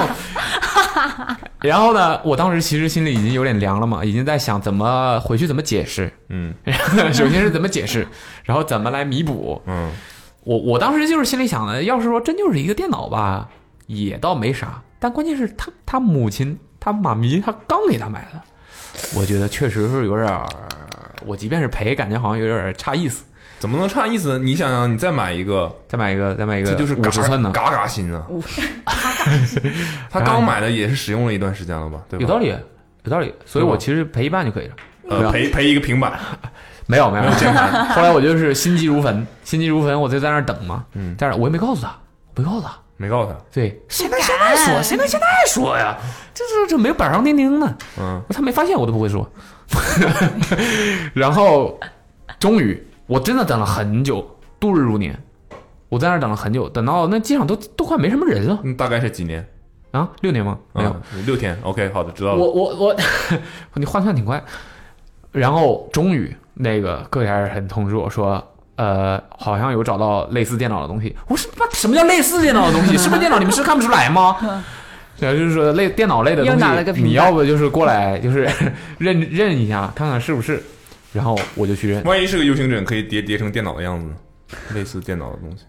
Speaker 5: 然后呢，我当时其实心里已经有点凉了嘛，已经在想怎么回去怎么解释。
Speaker 4: 嗯
Speaker 5: 首先是怎么解释，然后怎么来弥补。
Speaker 4: 嗯，
Speaker 5: 我我当时就是心里想的，要是说真就是一个电脑吧，也倒没啥。但关键是他他母亲他妈咪他刚给他买的，我觉得确实是有点儿，我即便是赔，感觉好像有点儿差意思。
Speaker 4: 怎么能差意思呢？你想想，你再买一个，
Speaker 5: 再买一个，再买一个，
Speaker 4: 这就是
Speaker 5: 五
Speaker 4: 嘎
Speaker 5: 十寸的，
Speaker 4: 嘎嘎新啊。 他刚买的也是使用了一段时间了吧？对吧？
Speaker 5: 有道理，啊有道理。所以
Speaker 4: 对吧
Speaker 5: 我其实赔一半就可以了。没
Speaker 4: 呃，
Speaker 5: 有
Speaker 4: 赔赔一个平板，
Speaker 5: 没有没有没有， 后来我就是心急如焚，心急如焚，我就在那儿等嘛。
Speaker 4: 嗯
Speaker 5: 但是我也没告诉他，我没告诉他。
Speaker 4: 没告诉他。
Speaker 5: 对，谁能现在说？谁能现在说呀？这这这没有板上钉钉的，
Speaker 4: 嗯，
Speaker 5: 他没发现我都不会说。 然后，终于，我真的等了很久，度日如年。我在那儿等了很久，等到那机场都都快没什么人了
Speaker 4: 嗯大概是几年？
Speaker 5: 啊，六年吗？没有，
Speaker 4: 嗯，六天。OK，好的，知道了。
Speaker 5: 我我我，呃 你换算挺快。然后终于那个柜台人通知我说，呃，好像有找到类似电脑的东西。我说妈，什么叫类似电脑的东西？是不是电脑？你们是看不出来吗？ 然后就是说类电脑类的东
Speaker 3: 又拿了个
Speaker 5: 西，
Speaker 3: 平板
Speaker 5: 你要不就是过来就是 认认一下，看看是不是。然后我就去认。
Speaker 4: 万一是个 U 型枕，可以叠叠成电脑的样子呢？类似电脑的东西，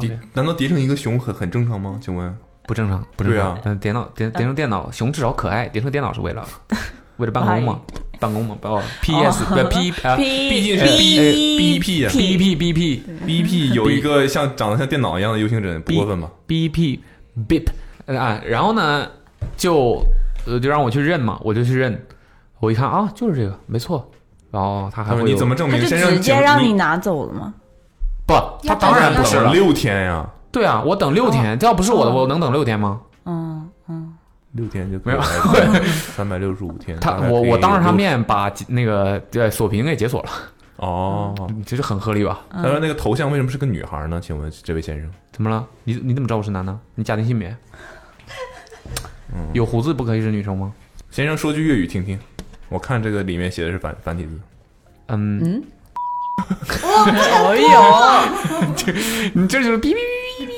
Speaker 4: 叠
Speaker 5: OK，
Speaker 4: 难道叠成一个熊很很正常吗？请问？
Speaker 5: 不正常，不正
Speaker 4: 对
Speaker 5: 常
Speaker 4: 啊。
Speaker 5: 但电脑叠叠成电脑，熊至少可爱，叠成电脑是为了为了办公 嘛，办公嘛，把 PS 不 P 啊
Speaker 3: P-
Speaker 5: 毕竟是
Speaker 3: P-
Speaker 5: B
Speaker 4: P-
Speaker 5: B P B P
Speaker 4: BP 有一个像长得像电脑一样的 U 型枕，不过分吧？
Speaker 5: BP BIP 呃啊，然后呢，就呃就让我去认嘛，我就去认，我一看啊，就是这个，没错。然后他还
Speaker 4: 他
Speaker 5: 会
Speaker 4: 说
Speaker 5: 有
Speaker 4: 你怎么证
Speaker 3: 他
Speaker 4: 明？
Speaker 3: 就
Speaker 4: 先生，
Speaker 3: 直接
Speaker 4: 请
Speaker 3: 让你
Speaker 4: 你
Speaker 3: 拿走了吗？
Speaker 5: 不？他
Speaker 6: 要
Speaker 5: 当然不是
Speaker 4: 等
Speaker 5: 了。
Speaker 4: 六天呀，
Speaker 5: 对啊，我等六天，这要不是我的，
Speaker 3: 哦
Speaker 5: 我能等六天吗？
Speaker 3: 嗯嗯，
Speaker 4: 六天就
Speaker 5: 没有
Speaker 4: 三百六十五天。
Speaker 5: 他
Speaker 4: 大概
Speaker 5: 我
Speaker 4: 可以
Speaker 5: 我当着他
Speaker 4: 六
Speaker 5: 面把解那个对锁屏给解锁了，
Speaker 4: 哦。
Speaker 5: 这就很合理吧？
Speaker 4: 他说那个头像为什么是个女孩呢？请问这位先生，
Speaker 5: 怎么了？你你怎么知道我是男的？你假定性别？
Speaker 4: 嗯
Speaker 5: 有胡子不可以是女生吗？
Speaker 4: 先生说句粤语听听。我看这个里面写的是繁繁体字，
Speaker 5: 嗯，
Speaker 3: 哎呦，
Speaker 5: 你 这就是哔哔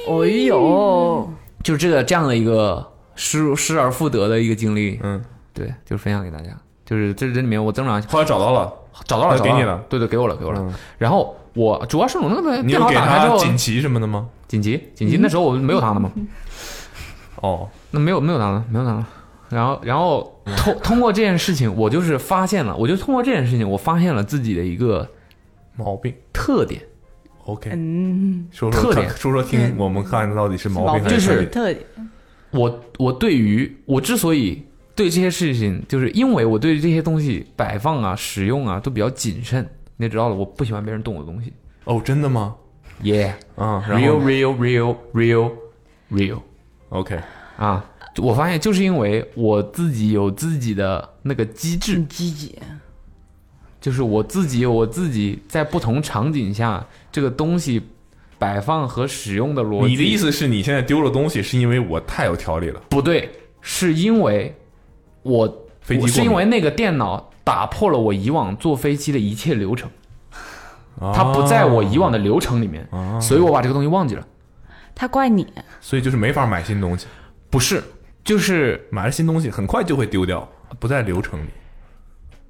Speaker 5: 哔。
Speaker 3: 哎呦，
Speaker 5: 就这个这样的一个失失而复得的一个经历，
Speaker 4: 嗯，
Speaker 5: 对，就分享给大家。就是这这里面我增长
Speaker 4: 后来找到了，
Speaker 5: 找到了，
Speaker 4: 他哦给
Speaker 5: 找到
Speaker 4: 你了
Speaker 5: 对对，给我了，给我了。
Speaker 4: 嗯
Speaker 5: 然后我主要是我那个
Speaker 4: 你
Speaker 5: 电
Speaker 4: 有
Speaker 5: 脑
Speaker 4: 给
Speaker 5: 打开之
Speaker 4: 他
Speaker 5: 后，
Speaker 4: 锦旗什么的吗？
Speaker 5: 紧急紧急，那时候我没有他的嘛，
Speaker 4: 哦，
Speaker 5: 那没有没有他的，没有他的。然后然后通通过这件事情，我就是发现了，我就通过这件事情，我发现了自己的一个
Speaker 4: 毛病。
Speaker 5: 特点，
Speaker 4: OK，
Speaker 3: 嗯，
Speaker 4: 说
Speaker 5: 特
Speaker 4: 说看
Speaker 5: 点
Speaker 4: 说说听，我们看到底是毛病还
Speaker 5: 就是
Speaker 4: 特点
Speaker 3: 特
Speaker 5: 我我对于我之所以对这些事情，就是因为我对这些东西摆放啊、使用啊都比较谨慎，你也知道了，我不喜欢别人动我的东西。
Speaker 4: 哦，真的吗？
Speaker 5: Yeah,
Speaker 4: 嗯，然
Speaker 5: real,
Speaker 4: 后
Speaker 5: real, real, real, real
Speaker 4: OK，
Speaker 5: 啊！我发现就是因为我自己有自己的那个机制，
Speaker 3: 积极，
Speaker 5: 就是我自己我自己在不同场景下这个东西摆放和使用的逻辑。
Speaker 4: 你的意思是你现在丢了东西，是因为我太有条理了？
Speaker 5: 不对，是因为我
Speaker 4: 飞机
Speaker 5: 我
Speaker 4: 过
Speaker 5: 是
Speaker 4: 敏
Speaker 5: 因为那个电脑打破了我以往坐飞机的一切流程，它不
Speaker 4: 哦
Speaker 5: 在我以往的流程里面，
Speaker 4: 啊，
Speaker 5: 所以我把这个东西忘记了。
Speaker 3: 他怪你，
Speaker 4: 所以就是没法买新东西，
Speaker 5: 不是，就是
Speaker 4: 买了新东西很快就会丢掉，不在流程里。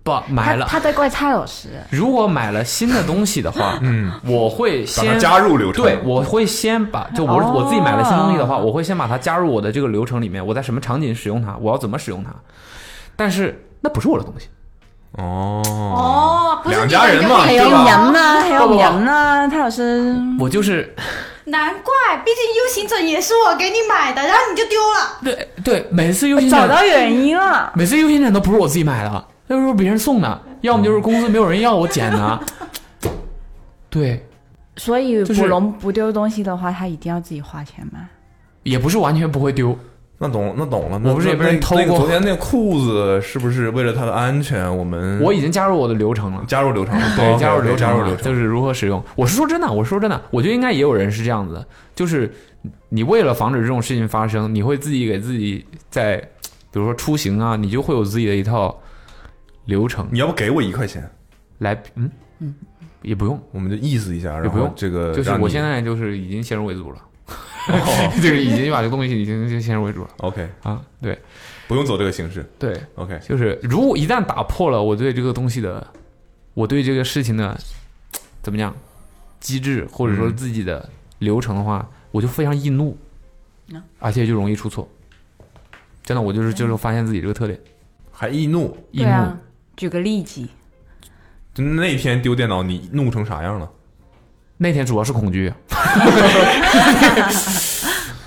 Speaker 5: 不买了。
Speaker 3: 他在怪蔡老师。
Speaker 5: 如果买了新的东西的话，嗯，我会
Speaker 4: 把它
Speaker 5: 先
Speaker 4: 加入流程，
Speaker 5: 对，我会先把就我、
Speaker 3: 哦
Speaker 5: 我自己买了新东西的话，我会先把它加入我的这个流程里面，我在什么场景使用它，我要怎么使用它。但是那不是我的东西，
Speaker 4: 哦，
Speaker 6: 哦，不是
Speaker 4: 两
Speaker 6: 你
Speaker 4: 家
Speaker 6: 的
Speaker 4: 人
Speaker 6: 人
Speaker 4: 嘛
Speaker 3: 还
Speaker 6: 品
Speaker 3: 有
Speaker 4: 对吧
Speaker 3: 人呢，还
Speaker 5: 不
Speaker 3: 有
Speaker 5: 不不
Speaker 3: 人呢，蔡老师。
Speaker 5: 我就是
Speaker 6: 难怪，毕竟 U 型枕也是我给你买的，然后你就丢了。
Speaker 5: 对对，每次优先
Speaker 3: 哎找到原因了，
Speaker 5: 每次优先枕都不是我自己买的，要不是别人送的，要么就是公司没有人要我捡的。 对，
Speaker 3: 所以
Speaker 5: 就是
Speaker 3: 捕龙不丢东西的话，他一定要自己花钱买。
Speaker 5: 也不是完全不会丢，
Speaker 4: 那懂那懂了。那
Speaker 5: 我不是也被
Speaker 4: 那
Speaker 5: 人偷
Speaker 4: 那个
Speaker 5: 过
Speaker 4: 昨天那裤子是不是为了它的安全，我们
Speaker 5: 我已经加入我的流程了。
Speaker 4: 加入流程了，
Speaker 5: 对，
Speaker 4: 嗯哦
Speaker 5: 加入流程
Speaker 4: 加
Speaker 5: 了，
Speaker 4: 入流程
Speaker 5: 就。是如何使用。我是说真的，我是说真的，我觉得应该也有人是这样子的，就是你为了防止这种事情发生，你会自己给自己在，比如说出行啊，你就会有自己的一套流程
Speaker 4: 你要不给我一块钱，
Speaker 5: 来，嗯嗯，也不用，
Speaker 4: 我们就意思一下，然
Speaker 5: 也不
Speaker 4: 后
Speaker 5: 用
Speaker 4: 这个
Speaker 5: 就是
Speaker 4: 呃让
Speaker 5: 我
Speaker 4: 你
Speaker 5: 现在就是已经先入为 主了，就是已经把这个东西已经先入为主了
Speaker 4: OK，
Speaker 5: 啊，对
Speaker 4: 不用走这个形式
Speaker 5: 对，
Speaker 4: OK。
Speaker 5: 就是如果一旦打破了我对这个东西的，我对这个事情的怎么讲机制或者说
Speaker 4: 嗯
Speaker 5: 自己的流程的话，我就非常易怒，
Speaker 3: 嗯
Speaker 5: 而且就容易出错。真的，我就是就是发现自己这个特点，
Speaker 4: 还易怒，
Speaker 5: 易
Speaker 3: 对
Speaker 5: 怒。
Speaker 3: 啊，举个例子，
Speaker 4: 就那天丢电脑，你怒成啥样了？
Speaker 5: 那天主要是恐 惧，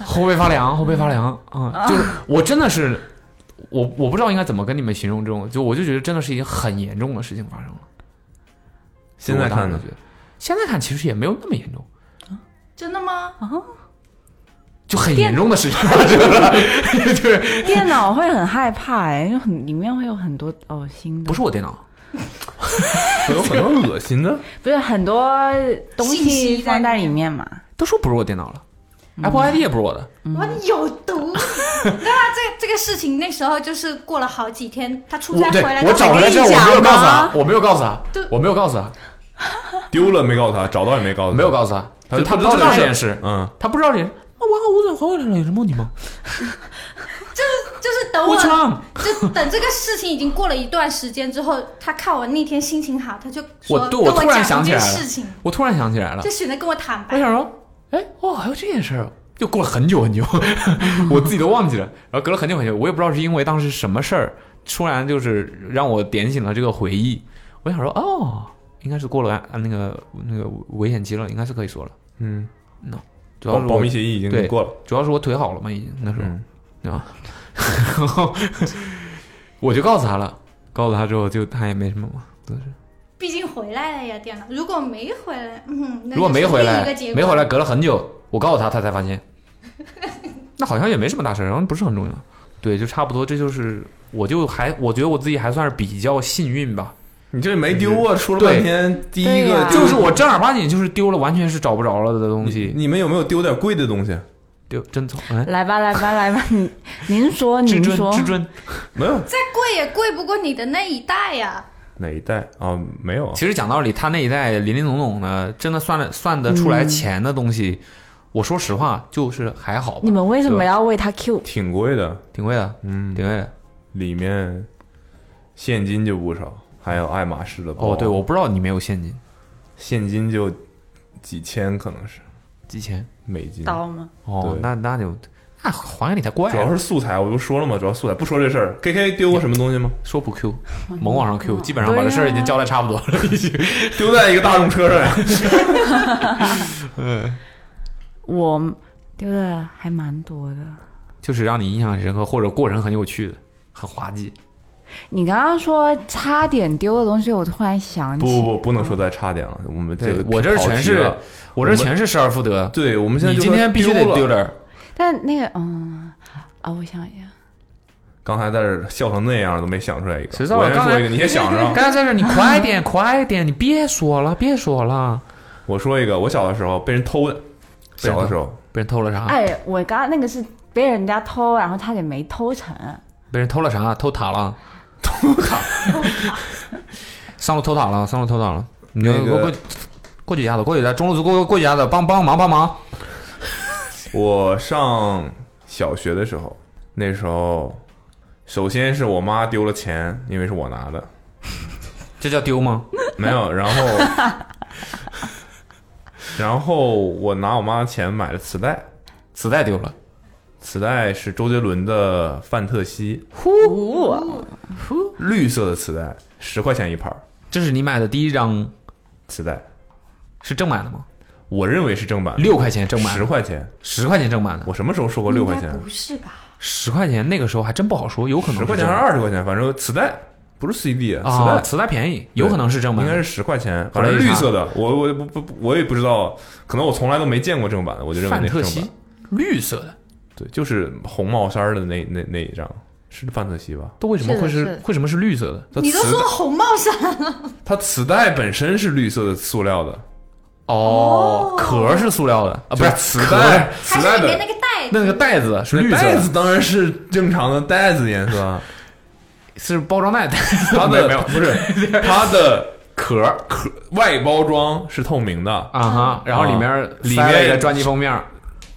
Speaker 5: 后背发凉，后背发凉啊、就是我真的是，我我不知道应该怎么跟你们形容这种，就我就觉得真的是一件很严重的事情发生了。
Speaker 4: 现在
Speaker 5: 我当
Speaker 4: 看
Speaker 5: 时
Speaker 4: 呢
Speaker 5: 觉？得，现在看其实也没有那么严重，
Speaker 6: 真的吗？
Speaker 5: 就很严重的 事情发生了，就是
Speaker 3: 电脑会很害怕哎，就很里面会有很多恶心的，
Speaker 5: 不是我电脑，
Speaker 4: 有很多恶 心的，
Speaker 3: 不是很多东
Speaker 6: 信息
Speaker 3: 西
Speaker 6: 在
Speaker 3: 放在
Speaker 6: 里
Speaker 3: 里面嘛？
Speaker 5: 都说不是我电脑了、a
Speaker 6: 嗯
Speaker 5: p p l e ID 也不是我的，
Speaker 6: 我有 毒！那这这个事情那时候就是过了好几天，他出差回来，他才跟你
Speaker 5: 我没有
Speaker 6: 讲
Speaker 5: 告诉
Speaker 6: 吗
Speaker 5: 他，我没有告诉他
Speaker 6: 对，
Speaker 5: 我没有告诉他，
Speaker 4: 丢了没告诉他，找到也没告诉他，
Speaker 5: 没有告诉他，
Speaker 4: 他
Speaker 5: 就他
Speaker 4: 不
Speaker 5: 不
Speaker 4: 知
Speaker 5: 知
Speaker 4: 道
Speaker 5: 道这
Speaker 4: 这
Speaker 5: 件事，
Speaker 4: 嗯，
Speaker 5: 他不知道这件事。啊，我我怎么还回来了？有什么问题吗
Speaker 6: 就是等我
Speaker 5: ？What's wrong？
Speaker 6: 就等这个事情已经过了一段时间之后，他看我那天心情好，他就
Speaker 5: 我
Speaker 6: 说跟
Speaker 5: 对我突然
Speaker 6: 讲
Speaker 5: 想
Speaker 6: 一
Speaker 5: 起
Speaker 6: 件
Speaker 5: 来了啊
Speaker 6: 事情，
Speaker 5: 我突然想起来了
Speaker 6: 就，选择跟我坦
Speaker 5: 我
Speaker 6: 白。
Speaker 5: 想说，哎，哦，还有这件事儿，就过了很久很久， 我自己都忘记了。然后隔了很久很久，我也不知道是因为当时什么事儿，突然就是让我点醒了这个回忆。我想说，哦，应该是过了啊那个那个危险期了，应该是可以说了。
Speaker 4: 嗯，
Speaker 5: 主
Speaker 4: 保
Speaker 5: 要是
Speaker 4: 保
Speaker 5: 我
Speaker 4: 密协议已经
Speaker 5: 对
Speaker 4: 过了，
Speaker 5: 主要是我腿好了嘛，已经那时候，
Speaker 4: 嗯
Speaker 5: 对吧？ 然后 我就告诉他了，告诉他之后就他也没什么嘛。就是
Speaker 6: 毕竟回来了呀，电脑。如果没回来，嗯，那
Speaker 5: 如果
Speaker 6: 就是
Speaker 5: 没回
Speaker 6: 另一
Speaker 5: 来
Speaker 6: 个结，果
Speaker 5: 没回来，隔了很久，我告诉他，他才发现， 那好像也没什么大事儿，然后不是很重要。对，就差不多，这就是，我就还我觉得我自己还算是比较幸运吧，
Speaker 4: 你这没丢啊，说了
Speaker 5: 嗯对啊
Speaker 4: 半天，第一
Speaker 3: 对
Speaker 4: 个
Speaker 6: 嗯
Speaker 3: 呀
Speaker 5: 就是
Speaker 4: 丢
Speaker 5: 我正儿八经就是丢了，完全是找不着了的东
Speaker 4: 你
Speaker 5: 西，
Speaker 4: 你们有没有丢点贵的东西？
Speaker 5: 丢珍藏，哎，
Speaker 3: 来吧，来吧，来吧，您您说，
Speaker 5: 至
Speaker 3: 您
Speaker 5: 尊
Speaker 3: 说，
Speaker 5: 至尊，
Speaker 4: 没有
Speaker 6: 再贵也贵不过你的那一代呀。
Speaker 4: 哪一代啊？没有啊，
Speaker 5: 其实讲道理，他那一代林林总总的，真的算得算得出来
Speaker 6: 嗯
Speaker 5: 钱的东西，我说实话就是还好吧。
Speaker 3: 你们为什
Speaker 5: 对
Speaker 3: 么
Speaker 5: 吧
Speaker 3: 要为他 Q？
Speaker 4: 挺贵的，
Speaker 5: 挺贵的？
Speaker 4: 嗯，
Speaker 5: 挺贵的。
Speaker 4: 里面现金就不少，还有爱马仕的包。
Speaker 5: 哦，对，我不知道你没有现金，
Speaker 4: 现金就几千，可能是
Speaker 5: 几千？
Speaker 4: 美金。
Speaker 3: 刀吗？
Speaker 5: 哦
Speaker 4: 对，
Speaker 5: 那那就那还给你才怪啊
Speaker 4: 主要
Speaker 5: 呢。
Speaker 4: 是素材，我不说了吗？主要素材，不说这事儿。K K 丢过什么东西吗？
Speaker 5: 说不 Q，猛往上 Q，基本上把这事儿已经交代差不多了， 已经。
Speaker 4: 丢在一个大众车上呀。
Speaker 3: 我丢的还蛮多的。
Speaker 5: 就是让你印象深刻，或者过程很有趣的，很滑稽。
Speaker 3: 你刚刚说差点丢的东西，我突然想起，
Speaker 4: 不不不，不能说再差点了。我们这
Speaker 5: 对
Speaker 4: 个
Speaker 5: 我这
Speaker 4: 跑题
Speaker 5: 全是
Speaker 4: 了，
Speaker 5: 我这全是失而复得。
Speaker 4: 对，我们现在
Speaker 5: 你
Speaker 4: 就
Speaker 5: 今
Speaker 4: 算
Speaker 5: 天必须得
Speaker 4: 了
Speaker 5: 丢点儿。
Speaker 3: 但那个嗯啊，我想一下，
Speaker 4: 刚才在这儿笑成那样都没想出来一个。
Speaker 5: 谁知道
Speaker 4: 我先
Speaker 5: 刚才
Speaker 4: 说一个，你先想
Speaker 5: 刚
Speaker 4: 着。
Speaker 5: 才
Speaker 4: 啊
Speaker 5: 在这儿，你快点， 快点，你别说了，别说了，
Speaker 4: 我说一个，我小的时候被人偷的。
Speaker 5: 被人偷
Speaker 4: 小的时候，
Speaker 5: 被人偷了
Speaker 4: 啊
Speaker 5: 啥？
Speaker 3: 哎，我刚刚那个是被人家偷，然后差点没偷成。
Speaker 5: 被人偷了啥？偷塔了，偷塔，上路偷塔了，上路偷塔了。你
Speaker 4: 那个
Speaker 5: 过过过几家子，过几家中路过过过几家子，帮帮忙帮忙。
Speaker 4: 我上小学的时候，那时候首先是我妈丢了钱，因为是我拿的，
Speaker 5: 这叫丢吗？
Speaker 4: 没有，然后然后我拿我妈的钱买了磁带，
Speaker 5: 磁带丢了，
Speaker 4: 磁带是周杰伦的《范特西
Speaker 3: 呼，》，
Speaker 4: 绿色的磁带，十块钱一盘儿
Speaker 5: 这是你买的第一张，
Speaker 4: 磁带，
Speaker 5: 是正版的吗？
Speaker 4: 我认为是正版的，
Speaker 5: 六块钱正版
Speaker 4: 十
Speaker 5: 的，
Speaker 4: 块钱，
Speaker 5: 十块钱正版的，
Speaker 4: 我什么时候说过六
Speaker 6: 应
Speaker 4: 块
Speaker 6: 该
Speaker 4: 钱？
Speaker 6: 不是吧？
Speaker 5: 十块钱那个时候还真不好说，有可能
Speaker 4: 十块
Speaker 5: 是
Speaker 4: 钱
Speaker 5: 正版
Speaker 4: 还是二十块钱，反正磁带不是 CD，啊磁带、
Speaker 5: 啊，磁带便宜，有可能是正版
Speaker 4: 应
Speaker 5: 的，
Speaker 4: 该是十块钱，
Speaker 5: 好
Speaker 4: 反
Speaker 5: 嘞
Speaker 4: 正绿色的，我我不不不我也不知道，可能我从来都没见过正版的，我就认为
Speaker 5: 范
Speaker 4: 那是
Speaker 5: 特
Speaker 4: 正
Speaker 5: 西
Speaker 4: 版。，
Speaker 5: 绿色的。
Speaker 4: 对，就是红帽衫儿的那那那一张，是范特西吧？
Speaker 5: 都为什么
Speaker 3: 是的
Speaker 5: 会是
Speaker 3: 是的
Speaker 5: 为什么是绿色的？
Speaker 4: 它
Speaker 6: 你都
Speaker 4: 磁
Speaker 6: 说红帽衫，
Speaker 4: 它磁带本身是绿色的塑料的
Speaker 5: 哦，壳是塑料的啊，不
Speaker 4: 就是磁
Speaker 5: 壳
Speaker 4: 带，
Speaker 6: 还
Speaker 4: 磁
Speaker 6: 是
Speaker 4: 带
Speaker 6: 里面那
Speaker 4: 的
Speaker 6: 个带子？
Speaker 5: 那个袋子是绿色
Speaker 4: 袋
Speaker 5: 的
Speaker 4: 子，当然是正常的袋子颜色 啊，
Speaker 5: 是包装袋。
Speaker 4: 它的
Speaker 5: 没有
Speaker 4: 不是 它的壳壳外包装是透明的，
Speaker 5: 啊哈，然后里面
Speaker 4: 里
Speaker 5: 塞了一
Speaker 4: 面
Speaker 5: 个专辑封面，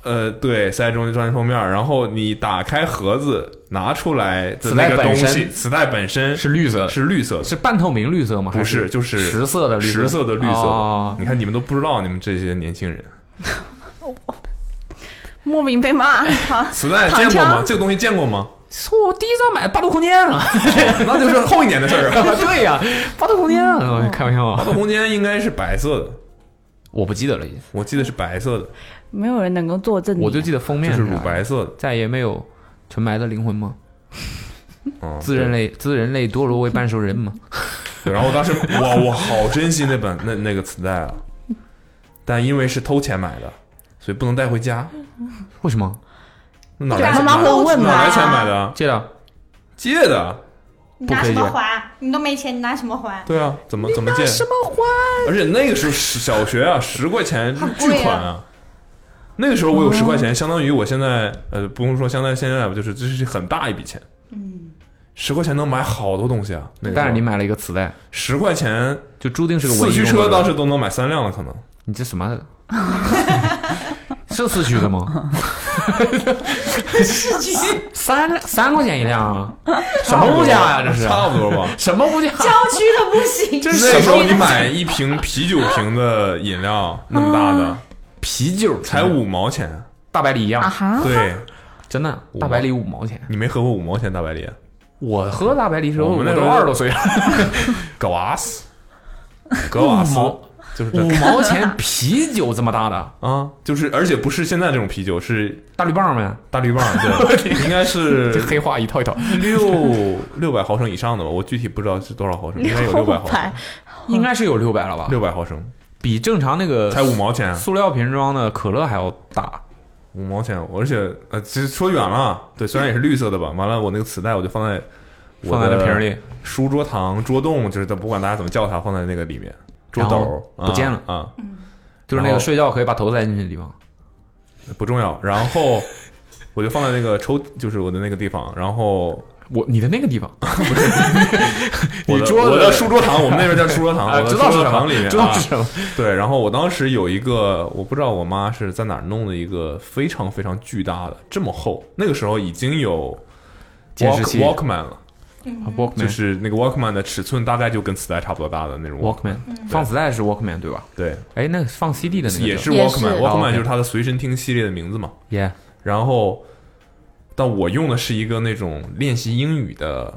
Speaker 4: 呃，对，塞中间装封面儿，然后你打开盒子拿出来的
Speaker 5: 磁
Speaker 4: 那
Speaker 5: 带
Speaker 4: 个
Speaker 5: 本
Speaker 4: 东
Speaker 5: 身
Speaker 4: 西，磁带本身
Speaker 5: 是绿色的
Speaker 4: 是绿色的，
Speaker 5: 是半透明绿色吗？还
Speaker 4: 不是就是
Speaker 5: 实色的绿
Speaker 4: 实色的绿色的
Speaker 5: 哦。
Speaker 4: 你看你们都不知道，你们这些年轻人，
Speaker 3: 莫名被骂。啊
Speaker 4: 磁带
Speaker 3: 躺
Speaker 4: 见过吗
Speaker 3: 枪？
Speaker 4: 这个东西见过吗？
Speaker 5: 是我第一张买的《八度空间》啊，
Speaker 4: 那就是后一年的事 儿啊。
Speaker 5: 对呀，《八度空间》啊，开玩笑
Speaker 4: 八
Speaker 5: 啊，
Speaker 4: 度空间应该是白色的，
Speaker 5: 我不记得了已经，
Speaker 4: 我记得是白色的，
Speaker 3: 没有人能够作证你。
Speaker 5: 我就记得封面
Speaker 4: 就是乳
Speaker 5: 啥
Speaker 4: 白色的。
Speaker 5: 再也没有纯白的灵魂吗？
Speaker 4: 嗯，
Speaker 5: 自人类自人类堕落为半兽人吗？
Speaker 4: 对。然后 当时哇，我好珍惜那本那那个磁带啊，但因为是偷钱买的，所以不能带回家。
Speaker 5: 为什么？
Speaker 4: 那哪
Speaker 3: 对
Speaker 4: 来
Speaker 3: 妈妈会问
Speaker 4: 哪来
Speaker 3: 吧
Speaker 4: 钱买的啊？
Speaker 5: 借的
Speaker 4: 借的。
Speaker 6: 你
Speaker 5: 不
Speaker 6: 拿
Speaker 5: 可
Speaker 6: 什
Speaker 5: 以
Speaker 6: 么
Speaker 5: 啊
Speaker 6: 还？你都没钱，你拿什么还？
Speaker 4: 对啊，怎么怎么借？什么还？而且那个时候十小学啊，十块钱
Speaker 6: 很
Speaker 4: 巨
Speaker 6: 贵啊
Speaker 4: 款啊！那个时候我有十块钱，相当于我现在呃，不用说，相当于现在吧，就是这是很大一笔钱。
Speaker 6: 嗯，
Speaker 4: 十块钱能买好多东西啊！那个时候
Speaker 5: 但是你买了一个磁带，
Speaker 4: 十块钱，
Speaker 5: 就注定是个
Speaker 4: 四
Speaker 5: 文艺
Speaker 4: 驱
Speaker 5: 中国
Speaker 4: 车
Speaker 5: 人
Speaker 4: 当时都能买三辆了，可能
Speaker 5: 你这什么？ 是四驱的吗？
Speaker 6: 是去
Speaker 5: 三三块钱一辆 啊？什么物价呀？这是？
Speaker 4: 差不多吧
Speaker 5: 什么物价？
Speaker 6: 郊区的不行，
Speaker 5: 这
Speaker 4: 那
Speaker 5: 是
Speaker 4: 时
Speaker 5: 什
Speaker 4: 候
Speaker 5: 么
Speaker 4: 你买一瓶啤酒瓶的饮料，那么大
Speaker 3: 嗯
Speaker 4: 的，
Speaker 5: 啤酒？
Speaker 4: 才五毛钱。
Speaker 5: 大白梨
Speaker 3: 啊
Speaker 5: 呀？
Speaker 3: 哈，
Speaker 4: 对，
Speaker 5: 真的，大白梨五毛钱。
Speaker 4: 你没喝过五毛钱大白梨？
Speaker 5: 我喝大白梨时候，
Speaker 4: 我们那时
Speaker 5: 都
Speaker 4: 候
Speaker 5: 二十多 岁了，
Speaker 4: 格瓦斯，格瓦斯
Speaker 5: 五毛
Speaker 4: 就是这
Speaker 5: 五毛钱啤酒这么大的
Speaker 4: 啊，就是而且不是现在这种啤酒，是
Speaker 5: 大绿棒呗，
Speaker 4: 大绿棒， 对，应该是
Speaker 5: 这黑话一套一套，
Speaker 4: 嗯六六百毫升以上的吧，我具体不知道是多少毫升，应该有六百毫升
Speaker 3: 百，，
Speaker 5: 应该是有六百了吧？
Speaker 4: 六百毫升
Speaker 5: 比正常那个
Speaker 4: 才五毛钱啊，
Speaker 5: 塑料瓶装的可乐还要大。
Speaker 4: 五毛钱，我而且呃，其实说远了，对，虽然也是绿色的吧，完了我那个磁带我就放在我
Speaker 5: 放在那瓶里，
Speaker 4: 书桌堂、桌洞，就是不管大家怎么叫它，放在那个里面，桌
Speaker 5: 然后
Speaker 4: 斗
Speaker 5: 不见了
Speaker 4: 啊啊，
Speaker 5: 就是那个睡觉可以把头塞进去的地方。
Speaker 4: 不重要，然后。我就放在那个抽，就是我的那个地方，然后
Speaker 5: 我你的那个地 方，
Speaker 4: 我
Speaker 5: 你
Speaker 4: 的
Speaker 5: 桌子
Speaker 4: 我的书桌堂，我们那边叫书桌 堂，
Speaker 5: 啊
Speaker 4: 我的
Speaker 5: 知道
Speaker 4: 书
Speaker 5: 是
Speaker 4: 桌
Speaker 5: 什么
Speaker 4: 堂里面，
Speaker 5: 知道
Speaker 4: 啊
Speaker 5: 是什么。
Speaker 4: 对，然后我当时有一个，我不知道我妈是在哪儿弄的一个非常非常巨大的，这么厚，那个时候已经有
Speaker 5: 监视器
Speaker 4: Walk, Walkman 了，就
Speaker 5: Walkman
Speaker 4: 是那个 Walkman 的尺寸大概就跟磁带差不多大的那种
Speaker 5: Walkman 放磁带是 Walkman 对吧？
Speaker 4: 对，
Speaker 5: 哎，那放 CD 的那个
Speaker 4: 也是
Speaker 3: 也是
Speaker 4: Walkman，Walkman
Speaker 5: 哦
Speaker 4: 就是它的随身听系列的名字嘛。
Speaker 5: 耶
Speaker 4: 然后，但我用的是一个那种练习英语的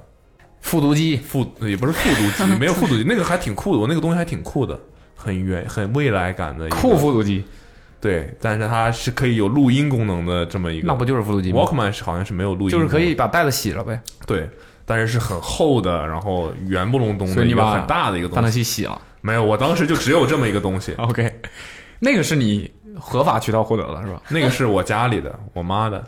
Speaker 5: 复读机，
Speaker 4: 复，也不是复读机，没有复读机，那个还挺酷的，我那个东西还挺酷的，很原很未来感的一个
Speaker 5: 酷复读机，
Speaker 4: 对，但是它是可以有录音功能的这么一个，
Speaker 5: 那不就是复读机吗？
Speaker 4: Walkman 是好像是没有录音功
Speaker 5: 就
Speaker 4: 能
Speaker 5: 是
Speaker 4: 的，
Speaker 5: 可以把袋子洗了呗，
Speaker 4: 对，但是是很厚的，然后圆不隆咚
Speaker 5: 所
Speaker 4: 的
Speaker 5: 以
Speaker 4: 嗯一
Speaker 5: 你
Speaker 4: 个
Speaker 5: 把
Speaker 4: 很大的一个
Speaker 5: 把
Speaker 4: 东
Speaker 5: 那
Speaker 4: 西。
Speaker 5: 去洗了。，
Speaker 4: 没有，我当时就只有这么一个东西
Speaker 5: OK，那个是你合法渠道获得的是吧
Speaker 4: 那个是我家里的，我妈的，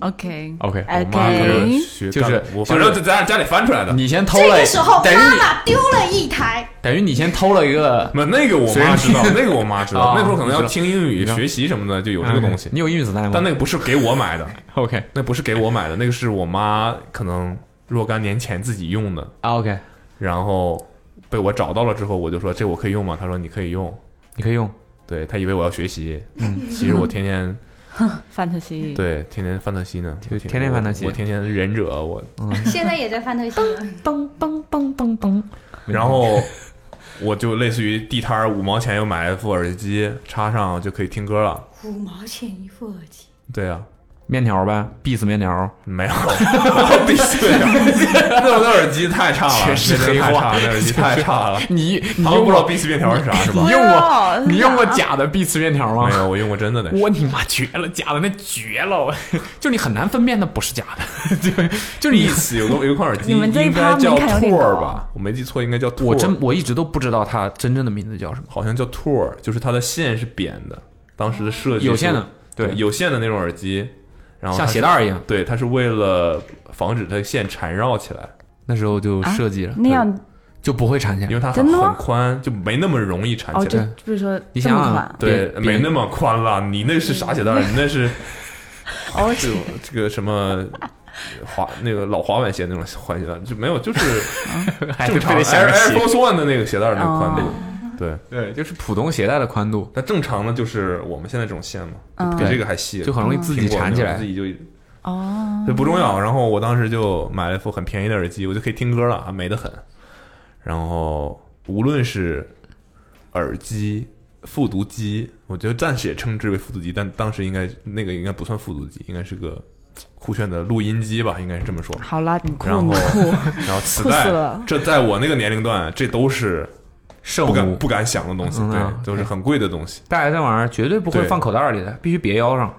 Speaker 3: OK，
Speaker 5: ？OK，
Speaker 4: 我妈给我学，
Speaker 5: 就是
Speaker 4: 干我反正
Speaker 5: 就是
Speaker 4: 就在家家里翻出来的。
Speaker 5: 你先偷
Speaker 6: 这
Speaker 5: 了，
Speaker 6: 个时候，
Speaker 5: 等于
Speaker 6: 妈
Speaker 5: 你
Speaker 6: 妈丢了一台，
Speaker 5: 等于你先偷了一个
Speaker 4: 那那个我妈知道，那个我妈知道
Speaker 5: 啊，
Speaker 4: 那时候可能要
Speaker 5: 你知道
Speaker 4: 听英语
Speaker 5: 知道啊
Speaker 4: 学习什么的，就有这个东西
Speaker 5: 你。有英语子弹吗？
Speaker 4: 但那个不是给我买的，
Speaker 5: OK
Speaker 4: 那不是给我买的，那个是我妈可能若干年前自己用的，
Speaker 5: 啊 OK，
Speaker 4: 然后被我找到了之后，我就说这我可以用吗？她说你可以用，
Speaker 5: 你可以用。
Speaker 4: 对她以为我要学习，
Speaker 5: 嗯
Speaker 4: 其实我天天
Speaker 3: 范特西，
Speaker 4: 对天天范特西呢，
Speaker 5: 就天天范特西
Speaker 4: 我天天忍者我，
Speaker 6: 现在也在范特西。
Speaker 3: 嘣嘣嘣嘣嘣，
Speaker 4: 然后我就类似于地摊儿五毛钱又买一副耳机，插上就可以听歌了，
Speaker 6: 五毛钱一副耳机，
Speaker 4: 对啊。
Speaker 5: 面条呗，Beats 面条，
Speaker 4: 没有， 必须得有那我的耳机太差了，
Speaker 5: 全是
Speaker 4: 真的太
Speaker 5: 黑话
Speaker 4: 差了那耳机太差了。
Speaker 5: 你你
Speaker 4: 他们
Speaker 5: 用
Speaker 4: 不知道
Speaker 5: 过
Speaker 4: B 四面条是啥是吧？
Speaker 5: 你用过
Speaker 3: 不知道
Speaker 5: 你用过假的 Beats 面条吗
Speaker 4: 没？ 有，我用过真的的。
Speaker 5: 我你妈绝了，假的那绝了， 我就你很难分辨那不是假的， 就就你。
Speaker 4: Beats 有个有一款耳机，
Speaker 3: 你们这一
Speaker 4: 应
Speaker 3: 趴
Speaker 4: 该 叫
Speaker 3: 门槛有点
Speaker 4: Tour
Speaker 3: 高
Speaker 4: 啊吧？我没记错，应该叫 Tour。
Speaker 5: 我真我一直都不知道它真正的名字叫什么，
Speaker 4: 好像叫 Tour，就是它的线是扁的，当时的设计是
Speaker 5: 有线的，
Speaker 4: 对，有线的那种耳机，然后
Speaker 5: 像
Speaker 4: 它是
Speaker 5: 鞋带儿一样。
Speaker 4: 对，它是为了防止它的线缠绕起来，
Speaker 5: 那时候就设计了，
Speaker 3: 啊那样
Speaker 5: 就不会缠起
Speaker 4: 因
Speaker 5: 来。
Speaker 4: 为它很
Speaker 3: 真的吗
Speaker 4: 很宽，就没那么容易缠
Speaker 3: 哦，
Speaker 4: 起
Speaker 3: 就
Speaker 4: 来。
Speaker 3: 就是说
Speaker 5: 你
Speaker 3: 这
Speaker 5: 想
Speaker 3: 么
Speaker 5: 想
Speaker 3: 款，
Speaker 4: 对，
Speaker 5: 别
Speaker 4: 没那么宽了。你那
Speaker 3: 嗯
Speaker 4: 是啥鞋带儿？你那是
Speaker 3: 哦，
Speaker 4: 这种这个什么滑那个老滑板鞋那种环鞋带，就没有，就是
Speaker 5: 还
Speaker 4: 正
Speaker 5: 是
Speaker 4: 常
Speaker 5: 非
Speaker 4: 的
Speaker 5: 得
Speaker 4: Air
Speaker 5: 想
Speaker 4: Air
Speaker 5: 起，
Speaker 4: Force One 的那个鞋带儿那个宽度
Speaker 3: 哦。
Speaker 4: 对，
Speaker 5: 对，就是普通鞋带的宽度，
Speaker 4: 但正常的就是我们现在这种线嘛，
Speaker 3: 嗯
Speaker 4: 比这个还细，
Speaker 5: 就很容易自己
Speaker 4: 苹果那
Speaker 5: 缠起
Speaker 4: 种
Speaker 5: 来
Speaker 4: 自。己就
Speaker 3: 哦，
Speaker 4: 对不重要。然后我当时就买了一副很便宜的耳机，我就可以听歌了，啊，美得很。然后无论是耳机、复读机，我觉得暂时也称之为复读机，但当时应该那个应该不算复读机，应该是个酷炫的录音机吧，应该是这么说。
Speaker 3: 好啦，你酷
Speaker 4: 然后
Speaker 3: 你酷，
Speaker 4: 然后磁
Speaker 3: 酷
Speaker 4: 带
Speaker 3: 死了，
Speaker 4: 这在我那个年龄段，这都是
Speaker 5: 圣
Speaker 4: 不敢
Speaker 5: 物，
Speaker 4: 不敢想的东西，
Speaker 5: 嗯啊
Speaker 4: 对，都是很贵的东西。
Speaker 5: 大爷这玩意儿绝对不会
Speaker 4: 对
Speaker 5: 放口袋里的，必须别腰上，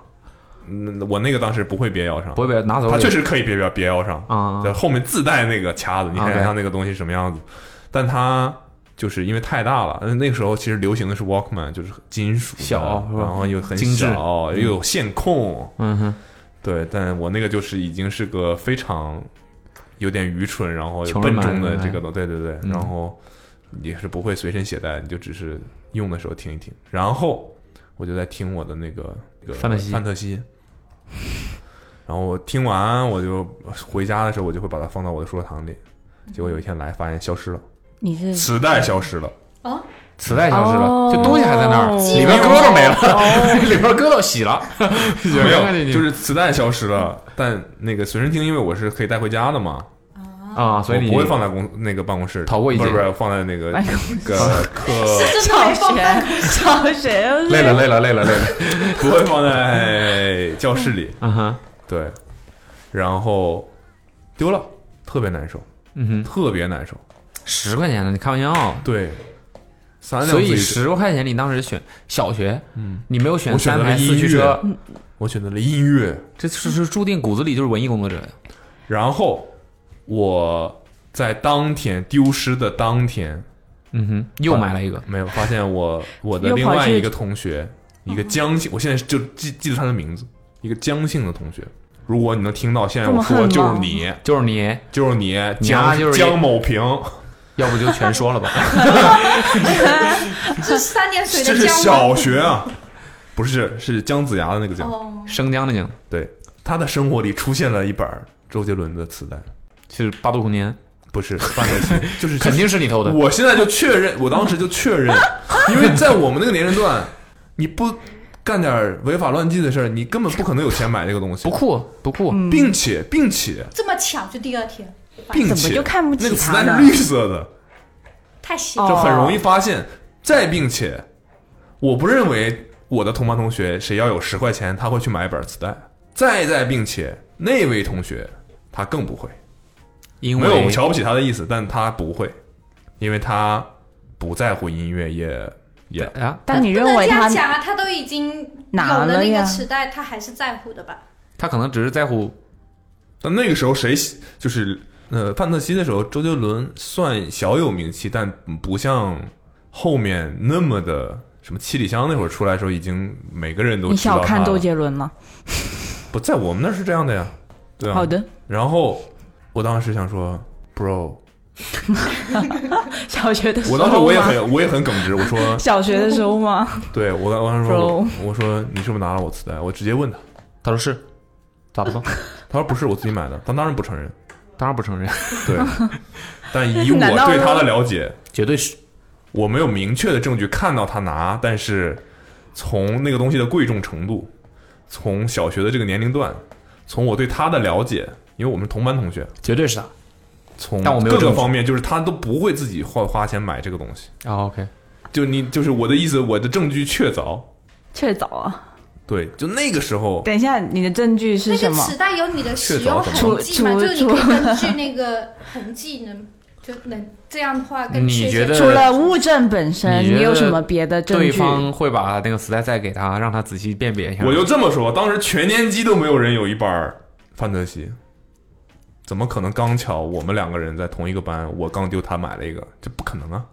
Speaker 4: 嗯，我那个当时不会别腰上，
Speaker 5: 不会别拿走里。
Speaker 4: 它确实可以别别别腰上
Speaker 5: 啊
Speaker 4: 在后面自带那个卡子，你看
Speaker 5: OK
Speaker 4: 它那个东西什么样子，但它就是因为太大了，嗯那个时候其实流行的是 Walkman，就是金属的
Speaker 5: 小是吧
Speaker 4: 然后又很
Speaker 5: 精致
Speaker 4: 小，又有线控，
Speaker 5: 嗯哼，
Speaker 4: 对，但我那个就是已经是个非常有点愚蠢，然后又
Speaker 5: 穷人
Speaker 4: 笨
Speaker 5: 买
Speaker 4: 重的
Speaker 5: 的
Speaker 4: 这个东，对对对，
Speaker 5: 嗯
Speaker 4: 然后也是不会随身携带，你就只是用的时候听一听。然后我就在听我的那个那个
Speaker 5: 范特西
Speaker 4: 范特西。然后我听完，我就回家的时候，我就会把它放到我的书桌堂里。结果有一天来，发现消失了，
Speaker 3: 你是
Speaker 4: 磁带消失了，
Speaker 5: 磁带消失
Speaker 3: 哦
Speaker 5: 了，就东西还在那儿，
Speaker 3: 记
Speaker 5: 里边疙瘩没了， 里边疙瘩洗了，
Speaker 4: 没
Speaker 5: 看见
Speaker 4: 有，
Speaker 5: 你
Speaker 4: 就是磁带消失了。但那个随身听，因为我是可以带回家的嘛，
Speaker 5: 啊，所以
Speaker 4: 我
Speaker 5: 你
Speaker 4: 不会放在公那个办公室，
Speaker 5: 逃过一
Speaker 4: 不是
Speaker 5: 劫哎
Speaker 4: 不是放在那个
Speaker 3: 办
Speaker 4: 那个课，
Speaker 6: 真的
Speaker 3: 找
Speaker 6: 没放
Speaker 3: 谁
Speaker 6: 办？
Speaker 3: 找谁啊？
Speaker 5: 累了累了累了累了，
Speaker 4: 不会放在教室里，
Speaker 5: 嗯哼，
Speaker 4: 对，然后丢了，特别难受，
Speaker 5: 嗯哼。
Speaker 4: 特别难受，
Speaker 5: 十块钱的，你开玩笑？
Speaker 4: 对，三辆
Speaker 5: 所以
Speaker 4: 自行车，
Speaker 5: 十块钱你当时选小学，嗯，你没有选
Speaker 4: 我选
Speaker 5: 三
Speaker 4: 择
Speaker 5: 排
Speaker 4: 了
Speaker 5: 四
Speaker 4: 音
Speaker 5: 驱车
Speaker 3: 嗯
Speaker 4: 乐，，我选择了音乐，
Speaker 5: 这是是注定骨子里就是文艺工作者呀。
Speaker 4: 然后我在当天丢失的当天，
Speaker 5: 嗯哼，又买了一个，
Speaker 4: 没有发现我我的
Speaker 3: 又跑
Speaker 4: 另外
Speaker 3: 去
Speaker 4: 一个同学，一个江姓，我现在就记记得他的名字，一个江姓的同学。如果你能听到现在
Speaker 3: 这么
Speaker 4: 我说
Speaker 3: 恨
Speaker 4: 就是
Speaker 3: 吗
Speaker 4: 你，
Speaker 5: 就是你，
Speaker 4: 就是你
Speaker 5: 啊
Speaker 4: 江
Speaker 5: 就是
Speaker 4: 江某平，
Speaker 5: 要不就全说了吧。
Speaker 6: 这三点水
Speaker 4: 这
Speaker 6: 的
Speaker 4: 是
Speaker 6: 姜吗
Speaker 4: 小学啊，不是是姜子牙的那个姜。
Speaker 6: 哦，
Speaker 5: 生姜的姜
Speaker 4: 对，他的生活里出现了一本周杰伦的磁带，
Speaker 5: 是八度空间，
Speaker 4: 不是范特西，就是
Speaker 5: 肯定是你偷的。
Speaker 4: 我现在就确认，我当时就确 认，因为在我们那个年龄段，你不干点违法乱纪的事儿，你根本不可能有钱买这个东西
Speaker 3: 嗯
Speaker 5: 不。酷不酷，
Speaker 4: 并且，并且，
Speaker 6: 这么巧，就第二天，
Speaker 4: 并
Speaker 3: 哎怎么
Speaker 4: 且
Speaker 3: 就看不起
Speaker 4: 那个子
Speaker 3: 他
Speaker 4: 弹
Speaker 3: 呢
Speaker 4: 是？绿色的，
Speaker 6: 太细了。
Speaker 3: 哦
Speaker 4: 就很容易发现。再并且，我不认为我的同班同学谁要有十块钱，他会去买一本磁带。再再并且，那位同学他更不会，
Speaker 5: 因
Speaker 4: 没有我
Speaker 5: 为
Speaker 4: 们瞧不起他的意思，但他不会，因为他不在乎音乐，也也
Speaker 5: 啊，
Speaker 3: 但你
Speaker 6: 不
Speaker 3: 认
Speaker 6: 能
Speaker 3: 为
Speaker 6: 这
Speaker 3: 他
Speaker 6: 样讲啊，他都已经
Speaker 3: 拿
Speaker 6: 有
Speaker 3: 了
Speaker 6: 那
Speaker 3: 呀
Speaker 6: 个磁带，他还是在乎的吧？
Speaker 5: 他可能只是在乎
Speaker 4: 但那个时候谁喜就是呃范特西的时候，周杰伦算小有名气，但不像后面那么的什么七里香那会儿出来的时候，已经每个人都
Speaker 3: 你
Speaker 4: 知道
Speaker 3: 小
Speaker 4: 他
Speaker 3: 看
Speaker 4: 了
Speaker 3: 周杰伦了？
Speaker 4: 不在我们那儿是这样的呀，对啊。
Speaker 3: 好。的，
Speaker 4: 然后我当时想说，bro，
Speaker 3: 小学的时候
Speaker 4: 我当时我也
Speaker 3: 吗，
Speaker 4: 很我也很耿直，我说
Speaker 3: 小学的时候吗？
Speaker 4: 对我我当时
Speaker 3: Bro
Speaker 4: 说我，我说你是不是拿了我磁带？我直接问他，
Speaker 5: 他说是，咋不到？
Speaker 4: 他说不是我自己买的，他当然不承认。
Speaker 5: 当然不承认，
Speaker 4: 对，但以我
Speaker 3: 难道
Speaker 4: 对他的了解，
Speaker 5: 绝对是
Speaker 4: 我没有明确的证据看到他拿，但是从那个东西的贵重程度，从小学的这个年龄段，从我对他的了解，因为我们是同班同学，
Speaker 5: 绝对是他。
Speaker 4: 从
Speaker 5: 但我没有
Speaker 4: 各个
Speaker 5: 证据
Speaker 4: 方面，就是他都不会自己花花钱买这个东西。
Speaker 5: 啊，OK，
Speaker 4: 就你就是我的意思，我的证据确凿。
Speaker 3: 确凿啊！
Speaker 4: 对，就那个时候，
Speaker 3: 等一下，你的证据是
Speaker 6: 那
Speaker 3: 什
Speaker 6: 个
Speaker 3: 么？
Speaker 6: 磁带有你的使用
Speaker 4: 确凿
Speaker 3: 怎么
Speaker 6: 痕迹嘛？
Speaker 3: 除
Speaker 6: 就是你可
Speaker 3: 除
Speaker 6: 以根据那个痕迹能就能这样的话更
Speaker 5: 你
Speaker 6: 确切
Speaker 5: 觉得
Speaker 3: 除了物证本身，
Speaker 5: 你觉
Speaker 3: 你
Speaker 5: 得
Speaker 3: 有什么别的证
Speaker 5: 对
Speaker 3: 据？
Speaker 5: 方会把那个磁带再给他，让他仔细辨别一下。
Speaker 4: 我就这么说，当时全年级都没有人有一本儿范特西，怎么可能刚巧我们两个人在同一个班，我刚丢，他买了一个，这不可能啊！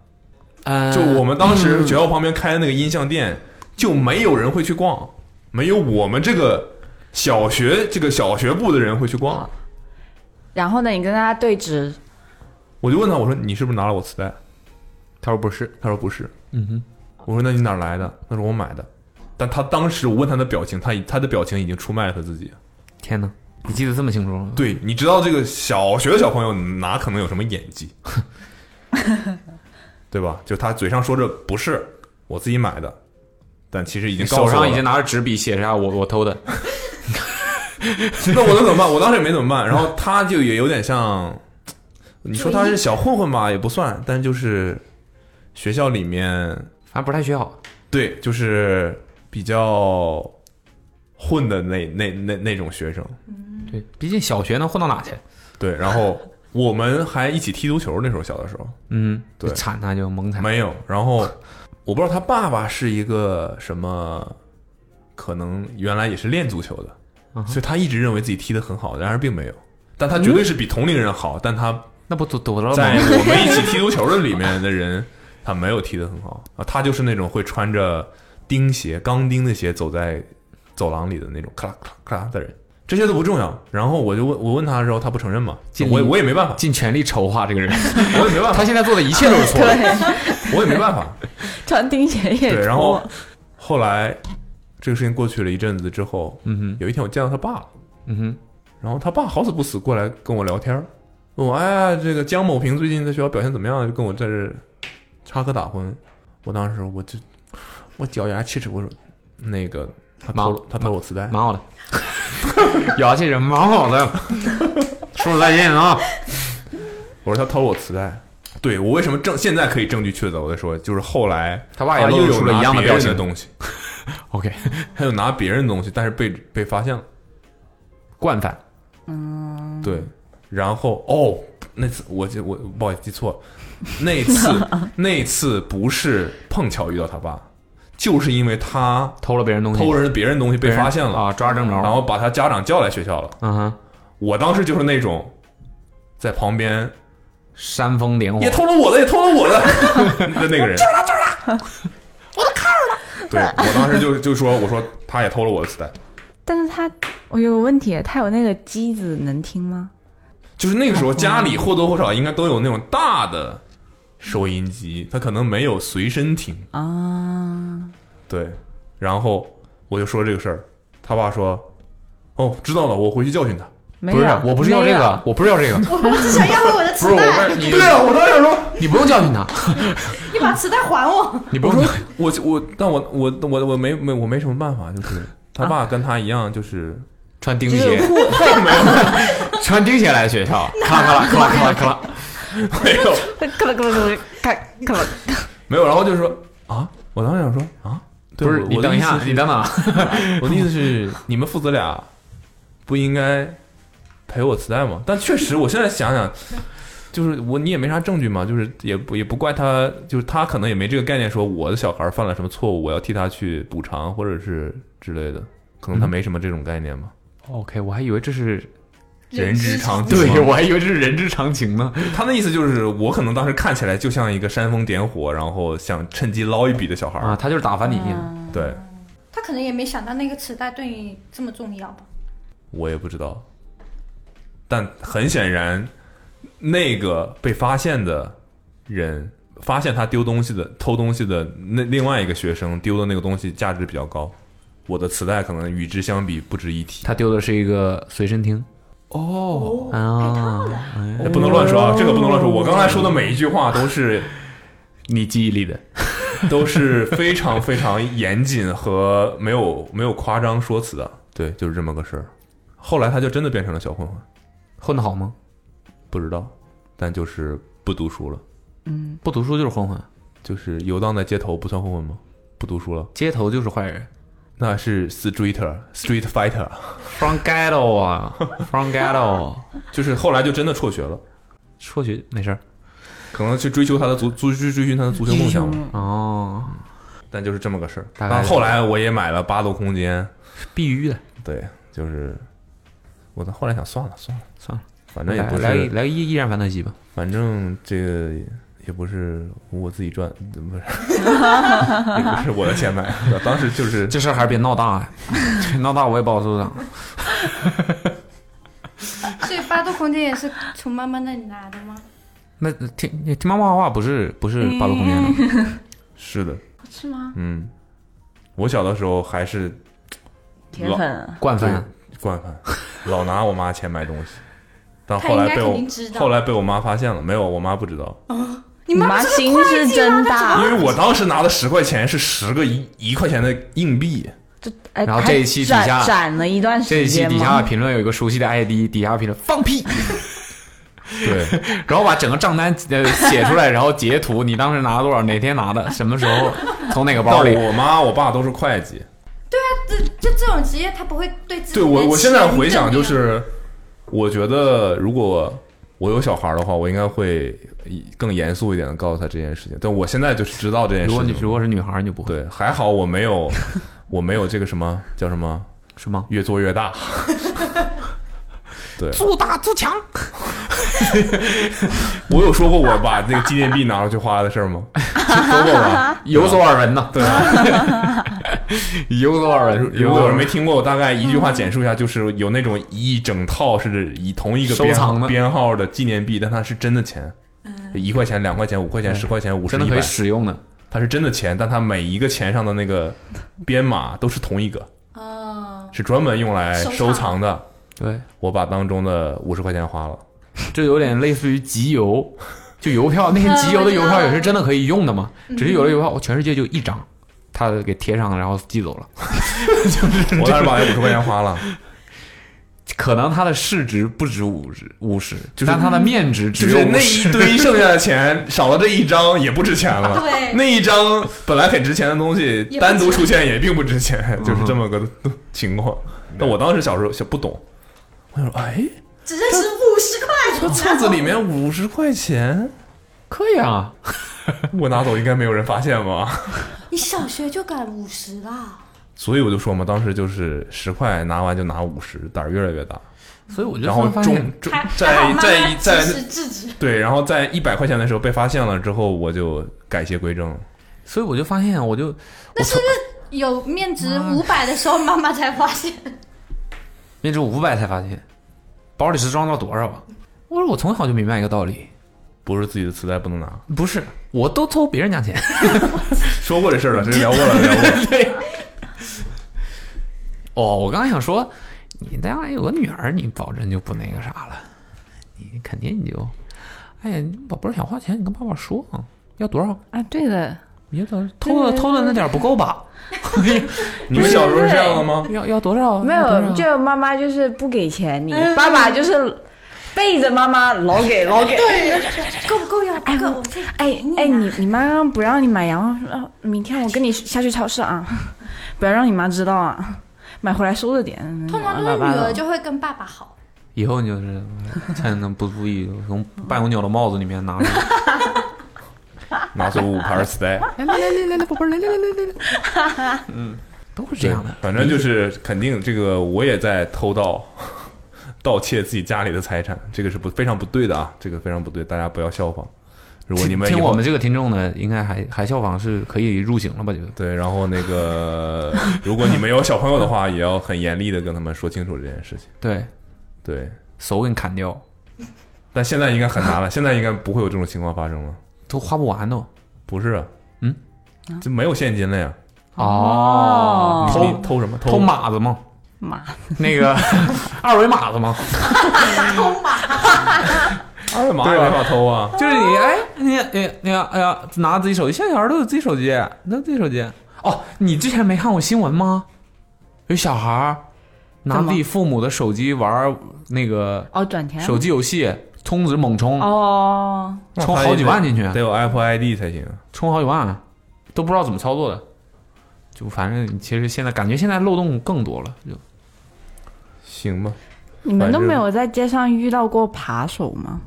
Speaker 5: 呃
Speaker 4: 就我们当时学校旁边开的那个音像店，就没有人会去逛，没有我们这个小学这个小学部的人会去
Speaker 5: 啊
Speaker 4: 逛。
Speaker 3: 然后呢，你跟他对质，
Speaker 4: 我就问他，我说你是不是拿了我磁带？
Speaker 5: 他说不是，
Speaker 4: 他说不是。
Speaker 5: 嗯哼，
Speaker 4: 我说那你哪儿来的？他说我买的。但他当时我问他的表情，他已他的表情已经出卖了他自己。
Speaker 5: 天哪，你记得这么清楚？
Speaker 4: 对，你知道这个小学的小朋友哪可能有什么演 技，对吧？就他嘴上说着不是我自己买的，但其实已经告诉
Speaker 5: 手
Speaker 4: 我
Speaker 5: 上
Speaker 4: 了
Speaker 5: 已经拿着纸笔写下我我偷的，
Speaker 4: 那我能怎么办？我当时也没怎么办。然后他就也有点像，你说他是小混混吧，也不算，但就是学校里面，
Speaker 5: 反正不太学好。
Speaker 4: 对，就是比较混的那那那那种学生。
Speaker 5: 对，毕竟小学能混到哪去？
Speaker 4: 对，然后我们还一起踢足球，那时候小的时候
Speaker 5: 嗯，
Speaker 4: 对
Speaker 5: 就惨他就猛惨。
Speaker 4: 没有。然后我不知道他爸爸是一个什么，可能原来也是练足球的，所以他一直认为自己踢得很好，然而并没有。但他绝对是比同龄人好，但他
Speaker 5: 那不躲躲了
Speaker 4: 在
Speaker 5: 吗？
Speaker 4: 我们一起踢足球的里面的人，他没有踢得很好啊，他就是那种会穿着钉鞋、钢钉的鞋走在走廊里的那种咔啦咔啦咔啦的人。这些都不重要。然后我就问我问他的时候，他不承认嘛，
Speaker 5: 尽力
Speaker 4: 我也我也没办法，
Speaker 5: 尽全力筹划这 个人，
Speaker 4: 我也没办
Speaker 5: 他
Speaker 4: 法，
Speaker 5: 现在做的一切都是错的。
Speaker 4: 我也没办法。
Speaker 3: 穿钉鞋也
Speaker 4: 对，
Speaker 3: 脱
Speaker 4: 然后后来这个事情过去了一阵子之后，
Speaker 5: 嗯哼，
Speaker 4: 有一天我见到他爸了，
Speaker 5: 嗯哼，
Speaker 4: 然后他爸好死不死过来跟我聊天儿，问我哎呀，这个江某平最近在学校表现怎么样？就跟我在这儿插科打诨。我当时我就我咬牙切齿，我说那个他偷了
Speaker 5: 忙
Speaker 4: 他偷了我磁带，
Speaker 5: 蛮好的， 咬这人蛮好的，说了再见啊。
Speaker 4: 我说他偷了我磁带。对我为什么证现在可以证据确凿的说，就是后来
Speaker 5: 他爸也
Speaker 4: 又
Speaker 5: 露
Speaker 4: 有
Speaker 5: 出了
Speaker 4: 拿
Speaker 5: 一样的
Speaker 4: 别
Speaker 5: 表
Speaker 4: 人
Speaker 5: 情
Speaker 4: 的。东西，
Speaker 5: OK，
Speaker 4: 他有拿别人的东西，但是被被发现了。
Speaker 5: 惯犯，嗯
Speaker 4: 对，然后哦，那次我记我不好意思记错了，那 次那次不是碰巧遇到他爸，就是因为他
Speaker 5: 偷了别人东西，
Speaker 4: 偷人别人东西被发现了，
Speaker 5: 啊，抓正
Speaker 4: 然
Speaker 5: 着。
Speaker 4: 后把他家长叫来学校了。
Speaker 5: 嗯哼，
Speaker 4: 我当时就是那种在旁边
Speaker 5: 煽风点火
Speaker 4: 也。偷了我的，也偷了我的 的那个人。抓了抓了，我的 c 了。对我当时就就说，我说他也偷了我的磁带，
Speaker 3: 但是他，我有个问题，他有那个机子能听吗？
Speaker 4: 就是那个时候家里或多或少应该都有那种大的收音机，他可能没有随身听。
Speaker 3: 啊，
Speaker 4: 对，然后我就说这个事儿，他爸说：“哦，知道了，我回去教训他。
Speaker 3: 没
Speaker 5: 不是，
Speaker 3: 有，
Speaker 5: 我不是要这
Speaker 3: 没有
Speaker 5: 个，我不是要这个，
Speaker 6: 我我只想要回我的
Speaker 5: 不是
Speaker 6: 磁
Speaker 5: 我
Speaker 6: 带，
Speaker 5: 问你，
Speaker 4: 对啊，我当时想说，
Speaker 5: 你不用教训他，
Speaker 6: 你把磁带还我。
Speaker 5: 你不
Speaker 4: 我
Speaker 5: 用
Speaker 4: 说我我，但我我我我没没我没什么办法，就是他爸跟他一样，就是
Speaker 5: 穿钉
Speaker 3: 就是
Speaker 5: 鞋，
Speaker 3: 互会
Speaker 5: 全钉鞋来学 校，咔啦咔啦咔啦咔啦咔啦，没有
Speaker 3: 咔啦咔啦咔啦咔咔啦，
Speaker 4: 没有，然后就说啊，我当时想说啊，对
Speaker 5: 不是
Speaker 4: 我
Speaker 5: 你
Speaker 4: 我的
Speaker 5: 等一下
Speaker 4: 意，思
Speaker 5: 你等等啊，
Speaker 4: 是 我的意思是你们父子俩不应该赔我磁带吗？但确实，我现在想想。就是我，你也没啥证据嘛，就是也不也不怪他，就是他可能也没这个概念，说我的小孩犯了什么错误，我要替他去补偿或者是之类的，可能他没什么这种概念嘛。
Speaker 5: OK，我还以为这是
Speaker 4: 人之常情
Speaker 5: 对，我还以为这是人之常情呢。
Speaker 4: 他的意思就是，我可能当时看起来就像一个煽风点火，然后想趁机捞一笔的小孩儿。
Speaker 5: 啊，他就是打发你，
Speaker 6: 嗯
Speaker 4: 对，
Speaker 6: 他可能也没想到那个磁带对你这么重要吧？
Speaker 4: 我也不知道，但很显然，那个被发现的人，发现他丢东西的、偷东西的那另外一个学生丢的那个东西价值比较高，我的磁带可能与之相比不值一提。
Speaker 5: 他丢的是一个随身听
Speaker 4: 哦，
Speaker 5: 啊，
Speaker 4: 哎不能乱
Speaker 5: 哦
Speaker 4: 说啊，这个不能乱说。我刚才说的每一句话都是
Speaker 5: 你记忆力的，
Speaker 4: 都是非常非常严谨和没有没有夸张说辞的。对，就是这么个事儿。后来他就真的变成了小混混，
Speaker 5: 混得好吗？
Speaker 4: 不知道，但就是不读书了，
Speaker 5: 不读书就是混混，
Speaker 4: 就是游荡在街头不算混混吗？不读书了，
Speaker 5: 街头就是坏人。
Speaker 4: 那是 streeter street fighter，
Speaker 5: From ghetto 啊，From ghetto，啊
Speaker 4: 就是后来就真的辍学了，
Speaker 5: 辍学没事儿。
Speaker 4: 可能去追求他的足足去追寻他的足球 梦想吧。
Speaker 5: 哦，
Speaker 4: 但就是这么个事儿。
Speaker 5: 大概
Speaker 4: 但
Speaker 5: 是
Speaker 4: 后来我也买了八度空间，
Speaker 5: 必须的，
Speaker 4: 对，就是我后来想算了算了
Speaker 5: 算了，
Speaker 4: 反正也
Speaker 5: 来
Speaker 4: 不是
Speaker 5: 来来个依依然反特西吧。
Speaker 4: 反正这个也不是我自己赚，不是， 也不是我的钱买的。当时就是
Speaker 5: 这事儿还是别闹大 呀、闹大我也不好收场。
Speaker 6: 所以八度空间也是从妈妈那里拿的吗？
Speaker 5: 那听听妈妈话不是不是八路空间的，
Speaker 4: 是的，
Speaker 6: 是吗？
Speaker 4: 嗯，我小的时候还是
Speaker 3: 铁粉
Speaker 5: 惯
Speaker 4: 对
Speaker 5: 犯。
Speaker 4: 惯 犯，老拿我妈钱买东西，但
Speaker 6: 他
Speaker 4: 后
Speaker 6: 应
Speaker 4: 来
Speaker 6: 该
Speaker 4: 被
Speaker 6: 肯
Speaker 4: 我
Speaker 6: 定知道啊
Speaker 4: 后来被我妈发现了，没有，我妈不知道，
Speaker 6: 你
Speaker 3: 你
Speaker 6: 妈
Speaker 3: 妈
Speaker 6: 不是
Speaker 3: 心
Speaker 6: 个会
Speaker 3: 是
Speaker 6: 计
Speaker 3: 真
Speaker 6: 吗？她
Speaker 4: 因
Speaker 3: 大。
Speaker 4: 为我当时拿的十块钱是十个一一块钱的硬币，
Speaker 3: 哎
Speaker 5: 然后
Speaker 3: 还
Speaker 5: 这一期底
Speaker 3: 攒
Speaker 5: 下
Speaker 3: 攒了一段
Speaker 5: 这一
Speaker 3: 时
Speaker 5: 期
Speaker 3: 间
Speaker 5: 底下
Speaker 3: 吗？
Speaker 5: 评论有一个熟悉的 ID，底下评论放 屁，
Speaker 4: 对，
Speaker 5: 然后把整个账单呃写出来，然 后截图，你当时拿了多少，哪天拿的，什么时候，从哪个
Speaker 4: 到
Speaker 5: 包里。
Speaker 4: 我妈我爸都是会计，
Speaker 6: 这就这种职业，他不会对自己
Speaker 4: 对我，
Speaker 6: 的
Speaker 4: 我现在
Speaker 6: 钱
Speaker 4: 回想就
Speaker 6: 怎么
Speaker 4: 是，我觉得如果我有小孩的话，我应该会以更严肃一点的告诉他这件事情。但我现在就是知道这件
Speaker 5: 如
Speaker 4: 事
Speaker 5: 果你
Speaker 4: 情
Speaker 5: 如
Speaker 4: 了。
Speaker 5: 果是女孩儿，你就不会
Speaker 4: 对，还好我没有，我没有这个什么叫什么，
Speaker 5: 是吗？
Speaker 4: 越做越大。对，
Speaker 5: 做大做强，
Speaker 4: 我有说过我把那个纪念币拿出去花的 事儿吗？说过吧。
Speaker 5: 有所耳闻呐，
Speaker 4: 对啊，
Speaker 5: 有所耳闻，
Speaker 4: 如
Speaker 5: 有所
Speaker 4: 果
Speaker 5: 耳
Speaker 4: 有
Speaker 5: 闻
Speaker 4: 人没。听过，我大概一句话简述一下，就是有那种一整套是以同一个编
Speaker 5: 收藏的
Speaker 4: 编号的纪念币，但它是真的钱，一块钱、两块钱、五块钱、十块钱、五十、
Speaker 5: 嗯真的
Speaker 4: 一
Speaker 5: 可
Speaker 4: 百
Speaker 5: 以，使用的，
Speaker 4: 它是真的钱，但它每一个钱上的那个编码都是同一个，
Speaker 6: 样哦，
Speaker 4: 是专门用来
Speaker 6: 收藏
Speaker 4: 收藏的。
Speaker 5: 对，
Speaker 4: 我把当中的五十块钱 花了，
Speaker 5: 这有点类似于集邮， 就邮票那些集邮的邮票也是真的可以用的嘛，只是有的邮票我全世界就一张，他给贴上了，然后寄走了，
Speaker 4: 我当时把那五十块钱花了，
Speaker 5: 可能它的市值不止五十五十，但它的面值
Speaker 4: 就
Speaker 5: 只有
Speaker 4: 是那
Speaker 5: 50
Speaker 4: 一堆剩下的钱，少了这一张也不值钱了。
Speaker 6: 对
Speaker 4: 那一张本来很值钱的东西，
Speaker 6: 值
Speaker 4: 单独出现也并不值
Speaker 5: 嗯
Speaker 4: 钱，就是这么个情况。但我当时小时候小不懂，我想说，哎，
Speaker 6: 只认识五十块，
Speaker 4: 这册子里面五十块钱，
Speaker 5: 可以啊，
Speaker 4: 我拿走应该没有人发现吧？
Speaker 6: 你小学就敢五十啦？
Speaker 4: 所以我就说嘛，当时就是十块拿完就拿五十，胆儿越来越大。
Speaker 5: 所以我就
Speaker 4: 然后
Speaker 5: 突发
Speaker 4: 中
Speaker 5: 现
Speaker 4: 中
Speaker 6: 还还好
Speaker 4: 在
Speaker 6: 妈妈
Speaker 4: 在在
Speaker 6: 及时制止，
Speaker 4: 对，然后在一百块钱的时候被发现了之后，我就改邪归正了。
Speaker 5: 所以我就发现，我就我
Speaker 6: 那
Speaker 5: 从
Speaker 6: 是不是有面值五百的时候，妈妈才发现？
Speaker 5: 面值五百才发现，包里是装到多少啊？我说我从小就明白一个道理，
Speaker 4: 不是自己的磁带不能拿，
Speaker 5: 不是我都偷别人家钱，
Speaker 4: 说过这事儿了，这聊过了，聊过了。
Speaker 5: 哦，我刚才想说，你将来有个女儿，你保证就不那个啥了，你肯定你就，哎呀，宝贝儿想花钱，你跟爸爸说啊，要多少？
Speaker 3: 啊，对的，
Speaker 5: 你要多少？偷的偷的那点儿不够吧？
Speaker 4: 你们小时候是这样的吗？
Speaker 5: 要要多少？
Speaker 3: 没
Speaker 5: 要多
Speaker 3: 有，
Speaker 5: 少
Speaker 3: 嗯就妈妈就是不给钱你，爸爸就是背着妈妈老 给老给。
Speaker 6: 够不够要
Speaker 3: 哎
Speaker 6: 够
Speaker 3: 我，
Speaker 6: 这个
Speaker 3: 哎
Speaker 6: 给你
Speaker 3: 哎，
Speaker 6: 啦
Speaker 3: 你你妈刚不让你买羊肉，说、啊、明天我跟你下去超市啊， 不要让你妈知道啊，买回来收着点。
Speaker 6: 通
Speaker 5: 嗯
Speaker 6: 常都是
Speaker 3: 老
Speaker 6: 女
Speaker 3: 爸
Speaker 6: 儿
Speaker 3: 了
Speaker 6: 就会跟爸爸好，
Speaker 5: 以后你就是趁能不注意从半红鸟的帽子里面拿出来。
Speaker 4: 拿走五盘磁带，
Speaker 2: 来来来来来，宝贝儿，来来来来来，嗯，都是这样的。
Speaker 4: 反正就是肯定这个我也在偷盗、 盗窃自己家里的财产，这个是不非常不对的啊，这个非常不对，大家不要效仿。如果你们
Speaker 5: 听
Speaker 4: 以后
Speaker 5: 我们这个听众呢，应该还还效仿是可以入刑了吧？这个
Speaker 4: 对，然后那个 如果你们有小朋友的话，也要很严厉的跟他们说清楚这件事情。
Speaker 5: 对，
Speaker 4: 对，
Speaker 5: 手给你砍掉，
Speaker 4: 但现在应该很 难了，现在应该不会有这种情况发生了。
Speaker 5: 都花不完都。
Speaker 4: 不是啊，
Speaker 5: 嗯，
Speaker 4: 这没有现金了呀，
Speaker 5: 哦
Speaker 3: 哦
Speaker 4: 你
Speaker 5: 偷
Speaker 4: 偷什么？
Speaker 5: 偷码子吗？
Speaker 3: 妈，
Speaker 5: 那 个二维码子吗？
Speaker 4: 二维码
Speaker 5: 对
Speaker 4: 也
Speaker 5: 吧
Speaker 4: 没法偷啊。
Speaker 5: 就是你
Speaker 3: 哦
Speaker 5: 哎，你你你哎呀，拿自己手机，现在小孩都有自己手机，拿自己手机。哦，你之前没看过新闻吗？有小孩儿拿
Speaker 3: 怎么
Speaker 5: 自己父母的手机玩儿那个
Speaker 3: 哦，转钱
Speaker 5: 手机游戏，充值猛充，
Speaker 3: 哦，
Speaker 4: 那
Speaker 5: 充
Speaker 4: 他
Speaker 5: 好
Speaker 4: 也
Speaker 5: 几
Speaker 4: 得
Speaker 5: 万进去，啊
Speaker 4: 得有 Apple ID 才行啊。
Speaker 5: 充好几万，都不知道怎么操作的。就反正其实现在感觉现在漏洞更多了，就
Speaker 4: 行吧，
Speaker 3: 你们都
Speaker 4: 反正
Speaker 3: 没有在街上遇到过扒手吗？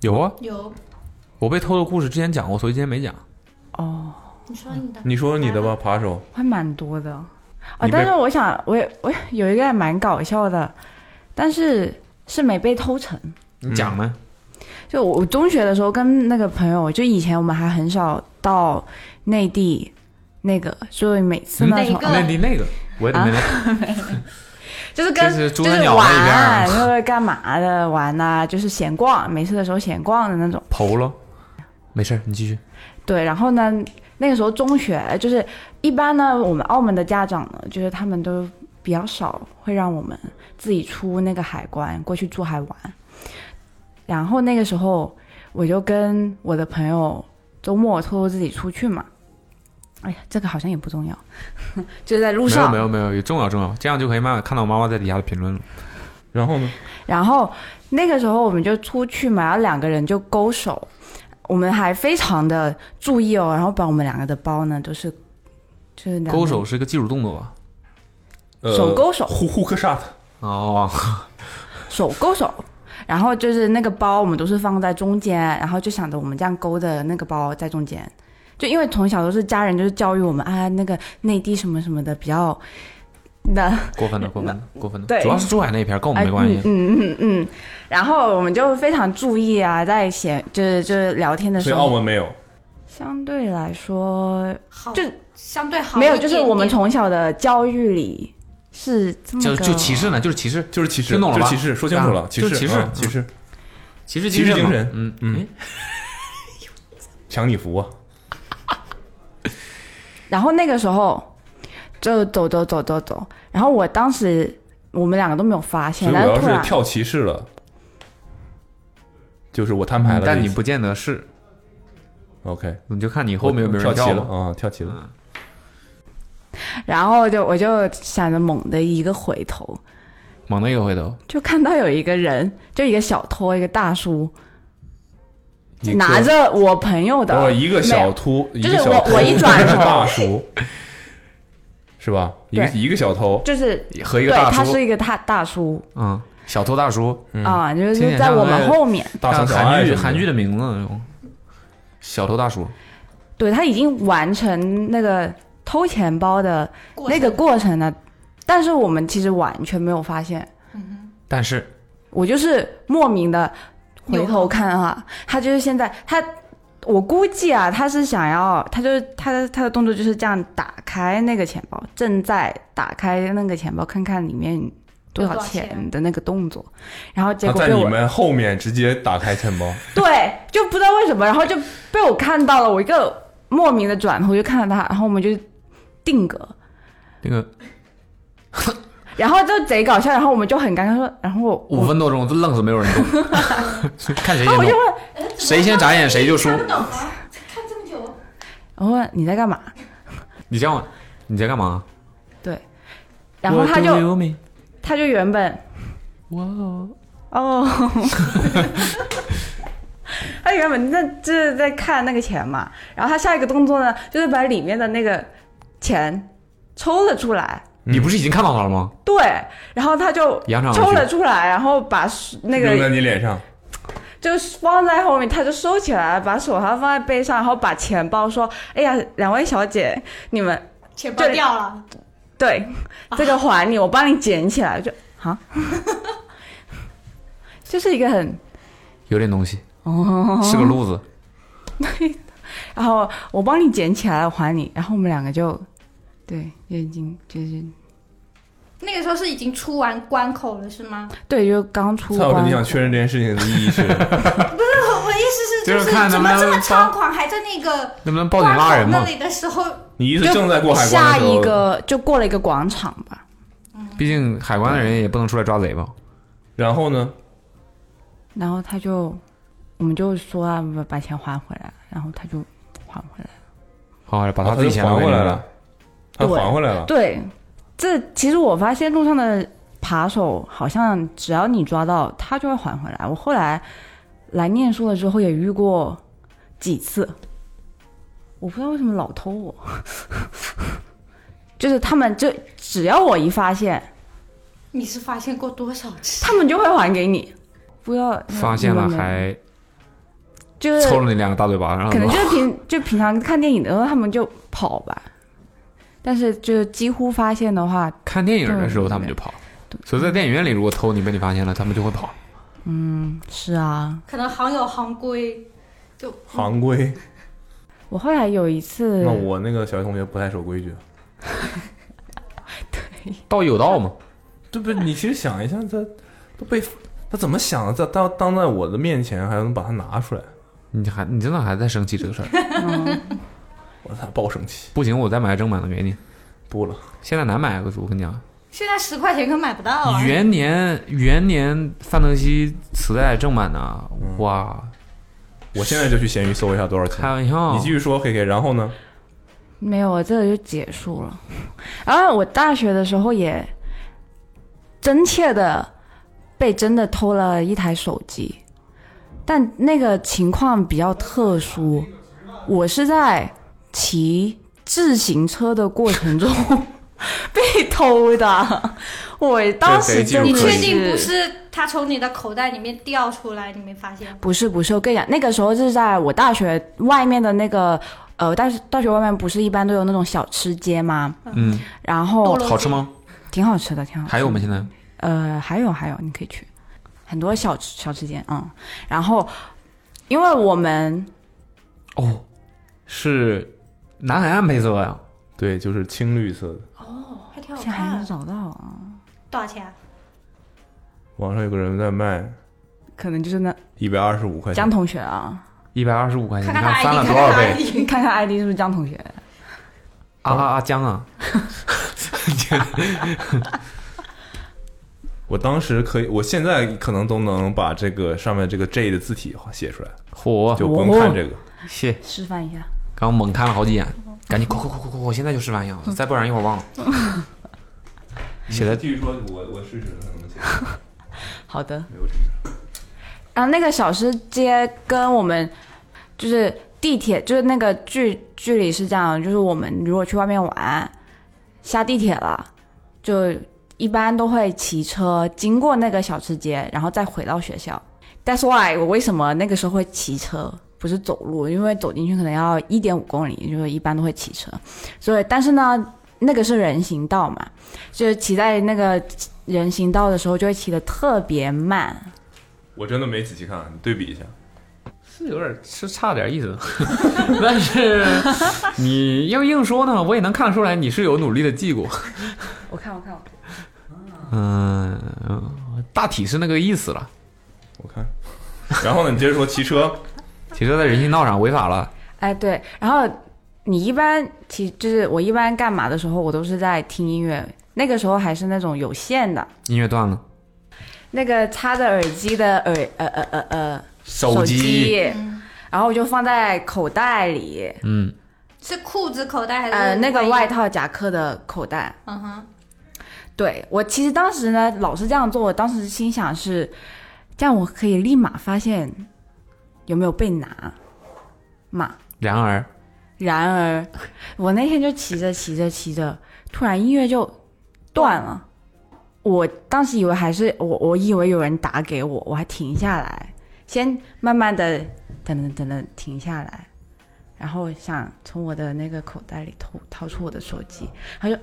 Speaker 5: 有啊。
Speaker 6: 有，
Speaker 5: 我被偷的故事之前讲过，所以今天没讲。
Speaker 3: 哦，
Speaker 6: 你说你的，
Speaker 4: 你说你的吧，扒手。
Speaker 3: 还蛮多的。哦
Speaker 4: 你，
Speaker 3: 但
Speaker 4: 被
Speaker 3: 是我想，我也我也有一个还蛮搞笑的，但是是没被偷成。
Speaker 5: 你讲呢？
Speaker 3: 嗯就我我中学的时候跟那个朋友，就以前我们还很少到内地，那个，所以每次呢
Speaker 6: 哪，
Speaker 3: 从
Speaker 6: 个
Speaker 5: 啊那你那个，我
Speaker 3: 啊
Speaker 5: 也没来。
Speaker 3: 就是跟
Speaker 5: 就是
Speaker 3: 就
Speaker 5: 朱
Speaker 3: 是
Speaker 5: 三角那边啊
Speaker 3: 玩，就是干嘛的玩呐、就是闲逛，没事的时候闲逛的那种。
Speaker 5: 投了，没事儿，你继续。
Speaker 3: 对，然后呢，那个时候中学就是一般呢，我们澳门的家长呢，就是他们都比较少会让我们自己出那个海关过去珠海玩。然后那个时候，我就跟我的朋友周末偷偷自己出去嘛。哎呀，这个好像也不重要， 就是在路
Speaker 5: 没有
Speaker 3: 上
Speaker 5: 没有没有，重要重要，这样就可以慢慢看到我妈妈在底下的评论了。
Speaker 4: 然后呢？
Speaker 3: 然后那个时候我们就出去嘛，然后两个人就勾手，我们还非常的注意哦，然后把我们两个的包呢都是就是两个
Speaker 5: 勾手是个技术动作啊吧？
Speaker 4: 呃
Speaker 3: 手勾手
Speaker 4: ，hook hook shot，
Speaker 5: 哦，
Speaker 3: 手勾手。然后就是那个包，我们都是放在中间，然后就想着我们这样勾的那个包在中间，就因为从小都是家人就是教育我们啊，那个内地什么什么的比较的
Speaker 5: 过分了，过分了，过分了。
Speaker 3: 对
Speaker 5: 主要是珠海那一片儿跟我们
Speaker 3: 哎，
Speaker 5: 哦没关系。
Speaker 3: 嗯嗯嗯嗯。然后我们就非常注意啊，在闲就是就是聊天的
Speaker 4: 所
Speaker 3: 时
Speaker 4: 以
Speaker 3: 候，
Speaker 4: 澳门没有。
Speaker 3: 相对来说
Speaker 6: 好，
Speaker 3: 就
Speaker 6: 相对好一
Speaker 3: 没
Speaker 6: 点点，
Speaker 3: 有，就是我们从小的教育里是这么
Speaker 5: 就
Speaker 3: 个
Speaker 5: 就歧视呢，就是歧视，
Speaker 4: 就是歧视，
Speaker 5: 听懂了
Speaker 4: 就
Speaker 5: 吧
Speaker 4: 是歧视，说清楚了，
Speaker 5: 啊
Speaker 4: 歧
Speaker 5: 就
Speaker 4: 视，
Speaker 5: 是歧视
Speaker 4: 啊
Speaker 5: 嗯
Speaker 4: 歧视，
Speaker 5: 歧视
Speaker 4: 歧视
Speaker 5: 嘛
Speaker 4: 精神
Speaker 5: 嗯
Speaker 4: 嗯
Speaker 5: 嗯，
Speaker 4: 抢你服啊！
Speaker 3: 然后那个时候就走走走走走，然后我当时我们两个都没有发
Speaker 4: 所
Speaker 3: 现，
Speaker 4: 以我
Speaker 3: 但
Speaker 4: 要
Speaker 3: 突然
Speaker 4: 是跳歧视了，就是我摊牌了。
Speaker 5: 嗯但
Speaker 4: 这
Speaker 5: 你
Speaker 4: 次
Speaker 5: 不见得是，
Speaker 4: OK，
Speaker 5: 你就看你后面有没有人
Speaker 4: 跳棋
Speaker 5: 跳
Speaker 4: 了
Speaker 5: 了。
Speaker 4: 啊？跳棋了，
Speaker 3: 嗯然后就我就想着猛的一个回头，
Speaker 5: 猛的一个回头，
Speaker 3: 就看到有一个人，就一个小偷，一个大叔
Speaker 4: 一个
Speaker 3: 拿着我朋友的，
Speaker 4: 等会儿哦一个
Speaker 3: 没
Speaker 4: 小
Speaker 3: 有
Speaker 4: 偷，一
Speaker 3: 就
Speaker 4: 个
Speaker 3: 是
Speaker 4: 小
Speaker 3: 我
Speaker 4: 偷
Speaker 3: 我一转
Speaker 4: 个
Speaker 3: 头
Speaker 4: 大叔，是吧？一个
Speaker 3: 对
Speaker 4: 一个小偷，
Speaker 3: 就是
Speaker 5: 和一
Speaker 3: 对
Speaker 5: 个大
Speaker 3: 他
Speaker 5: 叔
Speaker 3: 是，一个大大叔
Speaker 5: 嗯，小偷大叔，
Speaker 3: 啊，
Speaker 4: 嗯
Speaker 3: 就
Speaker 5: 听
Speaker 3: 是
Speaker 5: 起来
Speaker 3: 在
Speaker 5: 像
Speaker 3: 我
Speaker 5: 那
Speaker 3: 们
Speaker 5: 个
Speaker 3: 后面，
Speaker 4: 大
Speaker 5: 像
Speaker 4: 肠小
Speaker 5: 韩
Speaker 4: 爱
Speaker 5: 剧
Speaker 4: 什么的
Speaker 5: 韩剧的名字那种，小偷大叔。
Speaker 3: 对他已经完成那个偷钱包的
Speaker 6: 过
Speaker 3: 那
Speaker 6: 程
Speaker 3: 个过程了，但是我们其实完全没有发现，
Speaker 5: 但是
Speaker 3: 我就是莫名的回头看啊，他就是现在他，我估计啊，他是想要，他就是他的他的动作就是这样打开那个钱包，正在打开那个钱包看看里面多少
Speaker 6: 有多少
Speaker 3: 钱
Speaker 6: 钱
Speaker 3: 的那个动作，然后结
Speaker 4: 他
Speaker 3: 果
Speaker 4: 在
Speaker 3: 被
Speaker 4: 你
Speaker 3: 我
Speaker 4: 们后面直接打开钱包，
Speaker 3: 对，就不知道为什么，然后就被我看到了，我一个莫名的转头就看到他，然后我们就定格，
Speaker 5: 那个
Speaker 3: 然后就贼搞笑，然后我们就很尴尬说，然后我
Speaker 5: 五分多钟，愣是没有人 动，看谁先
Speaker 3: 啊然后我就
Speaker 5: 动，
Speaker 3: 问，哎
Speaker 5: 谁先眨眼谁就输。
Speaker 6: 看不懂啊，看这么久，
Speaker 3: 我问你在干嘛？
Speaker 5: 你这样，你在干嘛？
Speaker 3: 对，然后他就
Speaker 5: What do you mean？
Speaker 3: 他就原本
Speaker 5: 我
Speaker 3: 哦哦， 他原本那这是在看那个钱嘛，然后他下一个动作呢，就是把里面的那个钱抽了出来，
Speaker 5: 你不是已经看到他了吗？
Speaker 3: 对，然后他就
Speaker 5: 扬长而去
Speaker 3: 抽了出来，然后把那
Speaker 4: 扔
Speaker 3: 个
Speaker 4: 在你脸上，
Speaker 3: 就是放在后面，他就收起来，把手还放在背上，然后把钱包说：“哎呀，两位小姐，你们
Speaker 6: 钱包掉了，
Speaker 3: 对这个还你，我帮你捡起来。”就啊， 就是一个很
Speaker 5: 有点东西，哦，是个路子，
Speaker 3: 然后我帮你捡起来，我还你。然后我们两个就，对，就已经就是
Speaker 6: 那个时候是已经出完关口了，是吗？
Speaker 3: 对，就刚出
Speaker 4: 蔡老师，
Speaker 3: 关
Speaker 4: 你。想确认这件事情的意义 是？
Speaker 6: 我我的意思是，
Speaker 5: 就是
Speaker 6: 是
Speaker 5: 看能
Speaker 6: 怎么
Speaker 5: 不
Speaker 6: 这
Speaker 5: 能
Speaker 6: 么
Speaker 5: 帮
Speaker 6: 猖狂，还在那个
Speaker 5: 能不能报
Speaker 6: 关
Speaker 5: 警拉人
Speaker 6: 口
Speaker 5: 嘛
Speaker 6: 那？里的时候，
Speaker 4: 你意思
Speaker 3: 就
Speaker 4: 正在过海关
Speaker 3: 下
Speaker 4: 的时候
Speaker 3: 一个就过了一个广场吧，
Speaker 5: 毕竟海关的人也不能出来抓贼吧？
Speaker 4: 然后呢？
Speaker 3: 然后他就，我们就说啊，把把钱还回来，然后他就还回来。
Speaker 5: 好，把
Speaker 4: 把
Speaker 5: 他自己钱
Speaker 4: 啊还
Speaker 5: 都给
Speaker 4: 回来
Speaker 5: 你
Speaker 4: 了，，他
Speaker 3: 对
Speaker 4: 还回来了。
Speaker 3: 对，这其实我发现路上的扒手好像只要你抓到，他就会还回来。我后来来念书了之后也遇过几次，我不知道为什么老偷我， 就是他们就只要我一发现，
Speaker 6: 你是发现过多少次？
Speaker 3: 他们就会还给你。不要
Speaker 5: 发现了
Speaker 3: 你们
Speaker 5: 还
Speaker 3: 就是
Speaker 5: 抽了你两个大嘴巴，然后
Speaker 3: 可能 就是平就平常看电影的时候他们就跑吧，但是就是几乎发现的话，
Speaker 5: 看电影的时候他们就跑了。所以在电影院里，如果偷你被你发现了，他们就会跑。
Speaker 3: 是啊，
Speaker 6: 可能行有行规，就
Speaker 4: 行规，
Speaker 3: 我后来有一次，
Speaker 4: 那我那个小学同学不太守规矩。
Speaker 5: 道义有道嘛，
Speaker 4: 对不对？你其实想一下，他都被他怎么想的？在当当在我的面前还能把它拿出来，
Speaker 5: 你还你真的还在生气这个 事儿？
Speaker 4: 我他爆生气。
Speaker 5: 不行，我再买个正版的给你。
Speaker 4: 不了，
Speaker 5: 现在难买了，我跟你讲，
Speaker 6: 现在十块钱可买不到啊。
Speaker 5: 元年元年范特西磁带正版的，哇，
Speaker 4: 我现在就去闲鱼搜一下多少
Speaker 5: 开
Speaker 4: 钱。
Speaker 5: 玩笑
Speaker 4: 你继，续说，K K。然后呢？
Speaker 3: 没有，我这个就结束了。 然后我大学的时候也真切的被真的偷了一台手机，但那个情况比较特殊，我是在骑自行车的过程中 被偷的。我当时
Speaker 4: 这
Speaker 3: 真的
Speaker 4: 得
Speaker 6: 你
Speaker 4: 技术
Speaker 6: 确定不是他从你的口袋里面掉出来，你没发现？
Speaker 3: 不是不是，我跟你讲，那个时候是在我大学外面的那个呃，大学大学外面不是一般都有那种小吃街吗？
Speaker 5: 嗯，
Speaker 3: 然后
Speaker 6: 多肉
Speaker 5: 好吃吗？
Speaker 3: 挺好吃的，挺好吃的。
Speaker 5: 还有吗？现在
Speaker 3: 呃，还有还有，你可以去很多小吃小吃街，嗯。然后，因为我们
Speaker 5: 哦，是南海岸配色呀，
Speaker 4: 对，就是青绿色的。
Speaker 6: 哦，还挺好
Speaker 3: 现在还
Speaker 6: 看
Speaker 3: 能
Speaker 6: 的。
Speaker 3: 找到啊，
Speaker 6: 多少钱啊？
Speaker 4: 网上有个人在卖
Speaker 3: 可能就是那
Speaker 4: 一百二十五块钱
Speaker 3: 江，同学啊，
Speaker 5: 一百二十五块钱，
Speaker 6: 看
Speaker 5: 你
Speaker 6: 他
Speaker 5: 嗯
Speaker 6: ID，
Speaker 5: 翻了多
Speaker 6: 看看
Speaker 5: 少
Speaker 6: 他
Speaker 5: 倍？
Speaker 3: 你
Speaker 6: ID。
Speaker 3: 看看 ID 是不是江同学？
Speaker 5: 啊啊啊！江啊，
Speaker 4: 我当时可以，我现在可能都能把这个上面这个 J 的字体写出来，
Speaker 3: 哦
Speaker 5: 火
Speaker 4: 就不用看这个。
Speaker 5: 哦谢，
Speaker 3: 示范一下，
Speaker 5: 刚猛看了好几眼，赶紧快快快快快！我现在就示范一下，
Speaker 6: 嗯
Speaker 5: 再不然一会儿忘了。写的
Speaker 4: 继续说，我我试试看怎么写。
Speaker 3: 好的。
Speaker 4: 没有
Speaker 3: 然后那个小吃街跟我们就是地铁，就是那个距距离是这样，就是我们如果去外面玩，下地铁了，就一般都会骑车经过那个小吃街，然后再回到学校。That's why 我为什么那个时候会骑车，不是走路，因为走进去可能要一点五公里，就是一般都会骑车。所以，但是呢，那个是人行道嘛，就是骑在那个人行道的时候，就会骑得特别慢，
Speaker 4: 我真的没仔细看，你对比一下。
Speaker 5: 是有点是差点意思， 但是你要硬说呢，我也能看得出来你是有努力的记过。
Speaker 3: 我看，我看，我看。
Speaker 5: 嗯，大体是那个意思了。
Speaker 4: 我看，然后呢？你接着说骑车，
Speaker 5: 骑车在人行道上违法了，
Speaker 3: 哎，对，然后你一般其就是我一般干嘛的时候，我都是在听音乐，那个时候还是那种有线的，
Speaker 5: 音乐断了，
Speaker 3: 那个插着耳机的耳呃呃呃呃手然后我就放在口袋里，
Speaker 5: 嗯，
Speaker 6: 是裤子口袋还是？
Speaker 3: 呃，那个外。套夹克的口袋。
Speaker 6: 嗯哼，
Speaker 3: 对我其实当时呢，老是这样做，我当时心想是，这样我可以立马发现有没有被拿嘛。
Speaker 5: 然而，
Speaker 3: 然而，我那天就骑着骑着骑着，突然音乐就断了。我当时以为还是我，我以为有人打给我，我还停下来，先慢慢的等等等等停下来，然后想从我的那个口袋里偷掏出我的手机，他就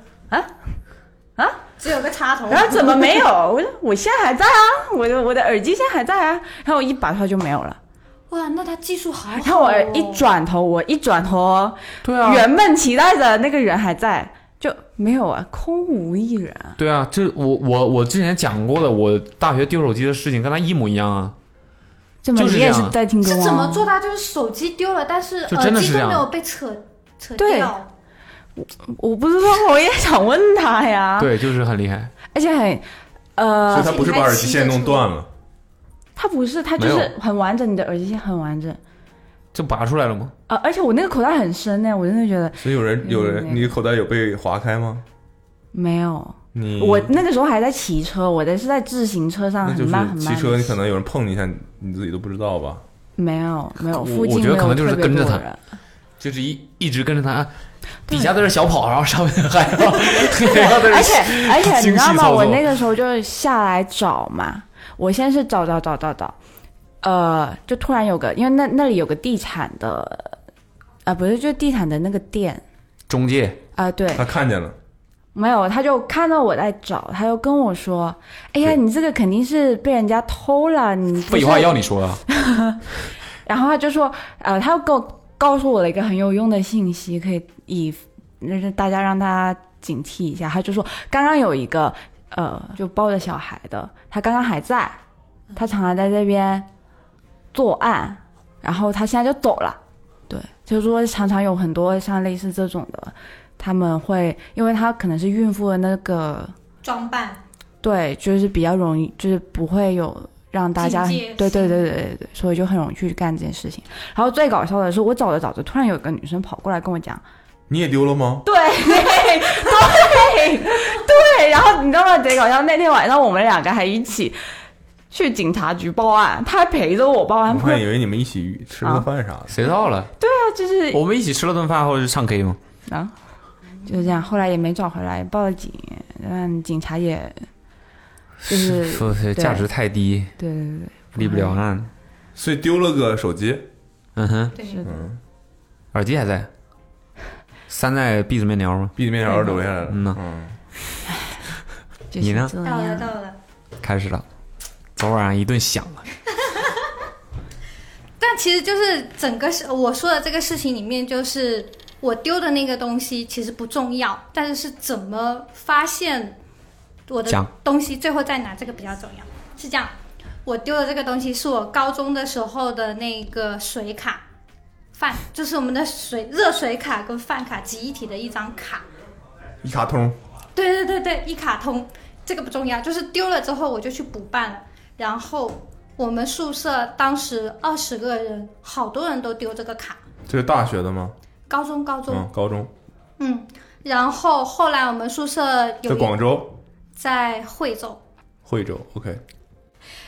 Speaker 6: 只有个插头
Speaker 3: 然后怎么没有？我说我现在还在啊，我的我的耳机现在还在啊，然后我一拔出来就没有了。
Speaker 6: 哇，那他技术好好、哦。
Speaker 3: 然后我一转头，我一转头哦，
Speaker 5: 对啊，
Speaker 3: 原本期待着那个人还在，就没有啊，空无一人啊。
Speaker 5: 对啊，这我我我之前讲过的，我大学丢手机的事情跟他一模一样啊。
Speaker 3: 怎么
Speaker 5: 就是这
Speaker 3: 你也
Speaker 5: 样啊
Speaker 3: 是在听歌
Speaker 6: 是
Speaker 3: 吗？
Speaker 6: 怎么做到？就是手机丢了，但是
Speaker 5: 就真
Speaker 6: 耳
Speaker 5: 的是
Speaker 6: 机
Speaker 5: 这
Speaker 6: 都
Speaker 5: 样
Speaker 6: 没有被扯扯
Speaker 3: 对
Speaker 6: 掉。
Speaker 3: 我不知道，我也想问他呀。
Speaker 5: 对，就是很厉害。
Speaker 3: 而且很，
Speaker 4: 所以
Speaker 3: 呃，
Speaker 4: 他不是把耳机线弄断了，
Speaker 3: 他不是，他就
Speaker 5: 没
Speaker 3: 是
Speaker 5: 有
Speaker 3: 很完整，你的耳机线很完整。
Speaker 5: 这拔出来了吗？
Speaker 3: 呃，而且我那个口袋很深呢，我真的觉得
Speaker 4: 所以有人有
Speaker 3: 嗯
Speaker 4: 人，你的口袋有被划开吗？
Speaker 3: 没有。
Speaker 4: 你
Speaker 5: 嗯
Speaker 3: 我那个时候还在骑车，我的是在自行车上，
Speaker 4: 那
Speaker 3: 很
Speaker 4: 就
Speaker 3: 慢很
Speaker 4: 是
Speaker 3: 慢
Speaker 4: 骑
Speaker 3: 地
Speaker 4: 车，你可能有人碰你一下，你你自己都不知道吧？
Speaker 3: 没有没有，
Speaker 5: 我
Speaker 3: 附近
Speaker 5: 我觉得可能就是
Speaker 3: 没有特
Speaker 5: 跟
Speaker 3: 别
Speaker 5: 着
Speaker 3: 多
Speaker 5: 他
Speaker 3: 人
Speaker 5: 就是一一直跟着他，啊
Speaker 3: 对
Speaker 5: 底下在这小跑，然后上面 还要，还 要在这
Speaker 3: 而且而且你
Speaker 5: 精
Speaker 3: 知道
Speaker 5: 细
Speaker 3: 吗？
Speaker 5: 操
Speaker 3: 我
Speaker 5: 作
Speaker 3: 那个时候就下来找嘛，我先是找找找找找，呃，就突然有个，因为那那里有个地产的，啊、不是，就是地产的那个店
Speaker 5: 中介
Speaker 3: 啊、对，
Speaker 4: 他看见了，
Speaker 3: 没有，他就看到我在找，他就跟我说：“哎呀，
Speaker 4: 对
Speaker 3: 你这个肯定是被人家偷了，你不
Speaker 5: 废
Speaker 3: 是
Speaker 5: 话要你说啊了，
Speaker 3: 然后他就说，呃，他又告告诉我了一个很有用的信息，可以以就是大家让他警惕一下。他就说，刚刚有一个呃，就抱着小孩的，他刚刚还在，他常常在这边作案，然后他现在就走了。对，就是说常常有很多像类似这种的，他们会因为他可能是孕妇的那个
Speaker 6: 装扮，
Speaker 3: 对，就是比较容易，就是不会有让大家
Speaker 6: 警戒
Speaker 3: 对对对
Speaker 6: 心
Speaker 3: 对对对，所以就很容易去干这件事情。然后最搞笑的是，我找着找着，突然有一个女生跑过来跟我讲，
Speaker 4: 你也丢了吗？
Speaker 3: 对对对，然后你知道吗？贼搞笑，那天晚上我们两个还一起去警察局报案，他还陪着我报案，
Speaker 4: 我
Speaker 3: 不是
Speaker 4: 还以为你们一起吃
Speaker 3: 啊
Speaker 4: 了个饭啥的。
Speaker 5: 谁到了？
Speaker 3: 他就是
Speaker 5: 我们一起吃了顿饭后就唱 K 吗？
Speaker 3: 啊，就是这样。后来也没找回来，报了警，但警察也就是
Speaker 5: 说是
Speaker 3: 对嗯
Speaker 5: 价值太低，
Speaker 3: 对对对对，
Speaker 5: 立不了案。
Speaker 4: 所以丢了个手机，
Speaker 5: 嗯哼，
Speaker 6: 对，
Speaker 3: 是的。
Speaker 5: 耳机还在，三代篦子面条吗？
Speaker 4: 闭着面条留下来了。
Speaker 5: 嗯呐
Speaker 4: 嗯，
Speaker 3: 就是
Speaker 5: 你呢
Speaker 3: 这
Speaker 6: 到了
Speaker 3: 样哦
Speaker 6: 到了。
Speaker 5: 开始了，昨晚一顿响啊，
Speaker 6: 但其实就是整个事，我说的这个事情里面，就是我丢的那个东西其实不重要，但是是怎么发现我的
Speaker 5: 讲
Speaker 6: 东西最后再拿这个比较重要。是这样，我丢的这个东西是我高中的时候的那个水卡，饭就是我们的水热水卡跟饭卡集一体的一张卡。
Speaker 4: 一卡通，
Speaker 6: 对对对对，一卡通，这个不重要，就是丢了之后我就去补办了。然后我们宿舍当时二十个人，好多人都丢这个卡，
Speaker 4: 这是大学的吗？
Speaker 6: 高中高中，
Speaker 4: 嗯，高中
Speaker 6: 嗯。然后后来我们宿舍有
Speaker 4: 在
Speaker 6: 一
Speaker 4: 广州、
Speaker 6: 在惠州，
Speaker 4: 惠州。OK，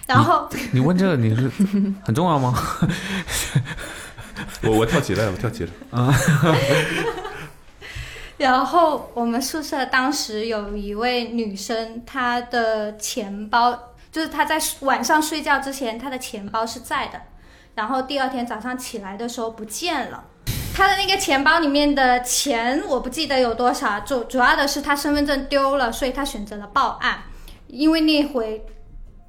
Speaker 6: 然
Speaker 4: 嗯
Speaker 6: 后
Speaker 5: 你问这个你是 很重要吗？
Speaker 4: 我我跳起来，我跳起来。
Speaker 6: 然后我们宿舍当时有一位女生，她的钱包就是她在晚上睡觉之前，她的钱包是在的，然后第二天早上起来的时候不见了。她的那个钱包里面的钱我不记得有多少，主主要的是她身份证丢了，所以她选择了报案。因为那回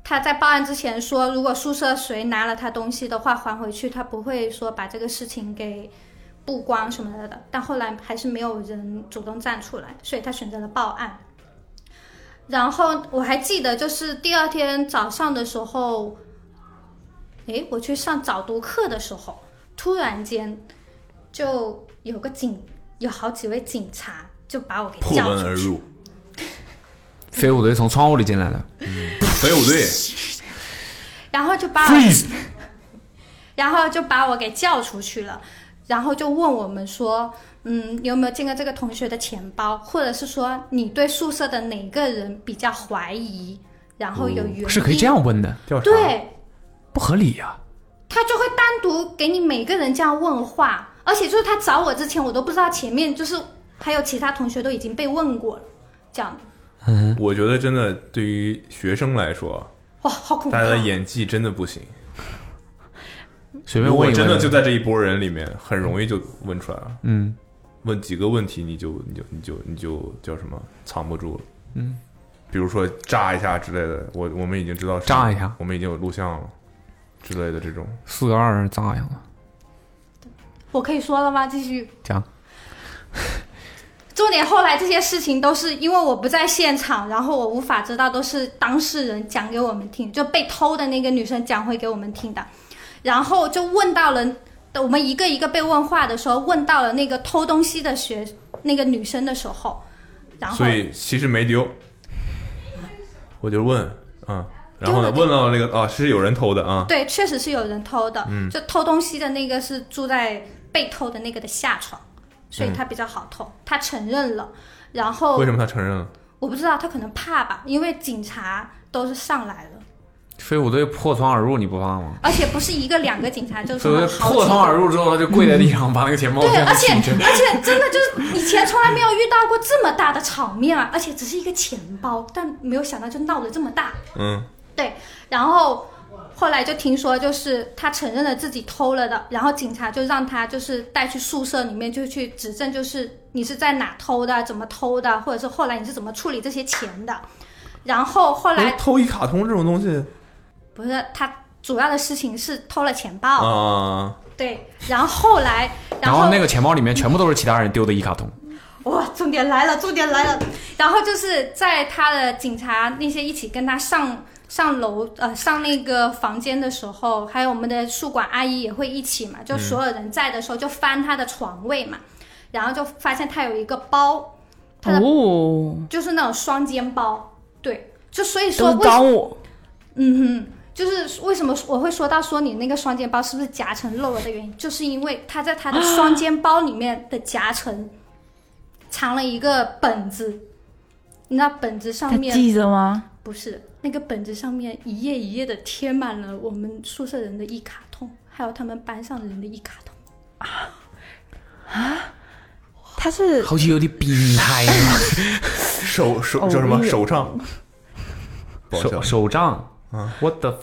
Speaker 6: 她在报案之前说，如果宿舍谁拿了她东西的话还回去，她不会说把这个事情给曝光什么的，但后来还是没有人主动站出来，所以他选择了报案。然后我还记得，就是第二天早上的时候，诶，我去上早读课的时候，突然间就有个警，有好几位警察就把我给
Speaker 4: 破
Speaker 6: 叫
Speaker 4: 门
Speaker 6: 出
Speaker 4: 而
Speaker 6: 去。
Speaker 4: 入，
Speaker 5: 飞虎队从窗户里进来的，
Speaker 4: 北舞队
Speaker 6: 然后就把我， 然后就把我给叫出去了，然后就问我们说，嗯，你有没有见过这个同学的钱包，或者是说你对宿舍的哪个人比较怀疑，然后有原因、
Speaker 5: 嗯哦是可以这样问的。
Speaker 4: 调查。
Speaker 6: 对，
Speaker 5: 不合理呀、
Speaker 6: 他就会单独给你每个人这样问话，而且就是他找我之前，我都不知道前面就是还有其他同学都已经被问过了，这样
Speaker 4: 我觉得真的对于学生来说，
Speaker 6: 哇，好恐怖
Speaker 4: 大
Speaker 6: 啊！
Speaker 4: 家的演技真的不行。
Speaker 5: 随便问
Speaker 4: 如果
Speaker 5: 一问。
Speaker 4: 真的就在这一波人里面，很容易就问出来了。
Speaker 5: 嗯，
Speaker 4: 问几个问题你就你就你就你就叫什么藏不住了。嗯，比如说炸一下之类的，我我们已经知道是
Speaker 5: 炸一下
Speaker 4: 我们已经有录像了之类的这种。
Speaker 5: 四个二咋样了？
Speaker 6: 我可以说了吗？继续
Speaker 5: 讲。
Speaker 6: 重点后来这些事情都是因为我不在现场，然后我无法知道，都是当事人讲给我们听，就被偷的那个女生讲回给我们听的。然后就问到了，我们一个一个被问话的时候，问到了那个偷东西的学那个女生的时候，然后
Speaker 4: 所以其实没丢，我就问，嗯，然后呢，
Speaker 6: 丢
Speaker 4: 问到那个啊，是有人偷的啊，
Speaker 6: 对，确实是有人偷的，
Speaker 4: 嗯
Speaker 6: 就偷东西的那个是住在被偷的那个的下床，所以他比较好偷，他承认了。然后
Speaker 4: 为什么他承认了？
Speaker 6: 我不知道，他可能怕吧，因为警察都是上来了，
Speaker 5: 飞虎队破窗而入，你不怕吗？
Speaker 6: 而且不是一个两个警察，就是
Speaker 5: 飞虎队
Speaker 6: 好几
Speaker 5: 破窗而
Speaker 6: 个。
Speaker 5: 入之后，他就跪在地上，把那个钱包
Speaker 6: 对，
Speaker 5: 全
Speaker 6: 而
Speaker 5: 部
Speaker 6: 且
Speaker 5: 清
Speaker 6: 而且真的就是以前从来没有遇到过这么大的场面啊！而且只是一个钱包，但没有想到就闹得这么大。
Speaker 4: 嗯，
Speaker 6: 对，然后后来就听说，就是他承认了自己偷了的，然后警察就让他就是带去宿舍里面就去指证，就是你是在哪偷的，怎么偷的，或者是后来你是怎么处理这些钱的。然后后
Speaker 4: 不是
Speaker 6: 来
Speaker 4: 哎偷一卡通这种东西
Speaker 6: 不是他主要的事情是偷了钱包，
Speaker 3: 哦
Speaker 4: 啊，
Speaker 6: 对，然后后来
Speaker 5: 然后那个钱包里面全部都是其他人丢的一卡通。
Speaker 6: 哇，重点来了，重点来了。然后就是在他的警察那些一起跟他上上楼呃上那个房间的时候，还有我们的宿管阿姨也会一起
Speaker 5: 嗯
Speaker 6: 嘛，就所有人在的时候就翻他的床位嘛，然后就发现他有一个包，他的
Speaker 3: 哦，
Speaker 6: 就是那种双肩包，对，就所以
Speaker 3: 都
Speaker 6: 说
Speaker 3: 是
Speaker 6: 为什
Speaker 3: 找我，
Speaker 6: 嗯哼。就是为什么我会说到说你那个双肩包是不是夹层漏了的原因，就是因为他在他的双肩包里面的夹层藏了一个本子，那本子上
Speaker 3: 他
Speaker 6: 面
Speaker 3: 记着吗？
Speaker 6: 不是那个本子上面一页一页的贴满了我们宿舍人的一卡通，还有他们班上人的一卡通。
Speaker 3: 他是
Speaker 5: 好像有点变态啊！
Speaker 4: 手手
Speaker 3: 哦
Speaker 4: 叫什么
Speaker 3: 我也
Speaker 4: 手杖，不好笑
Speaker 5: 手手杖，what the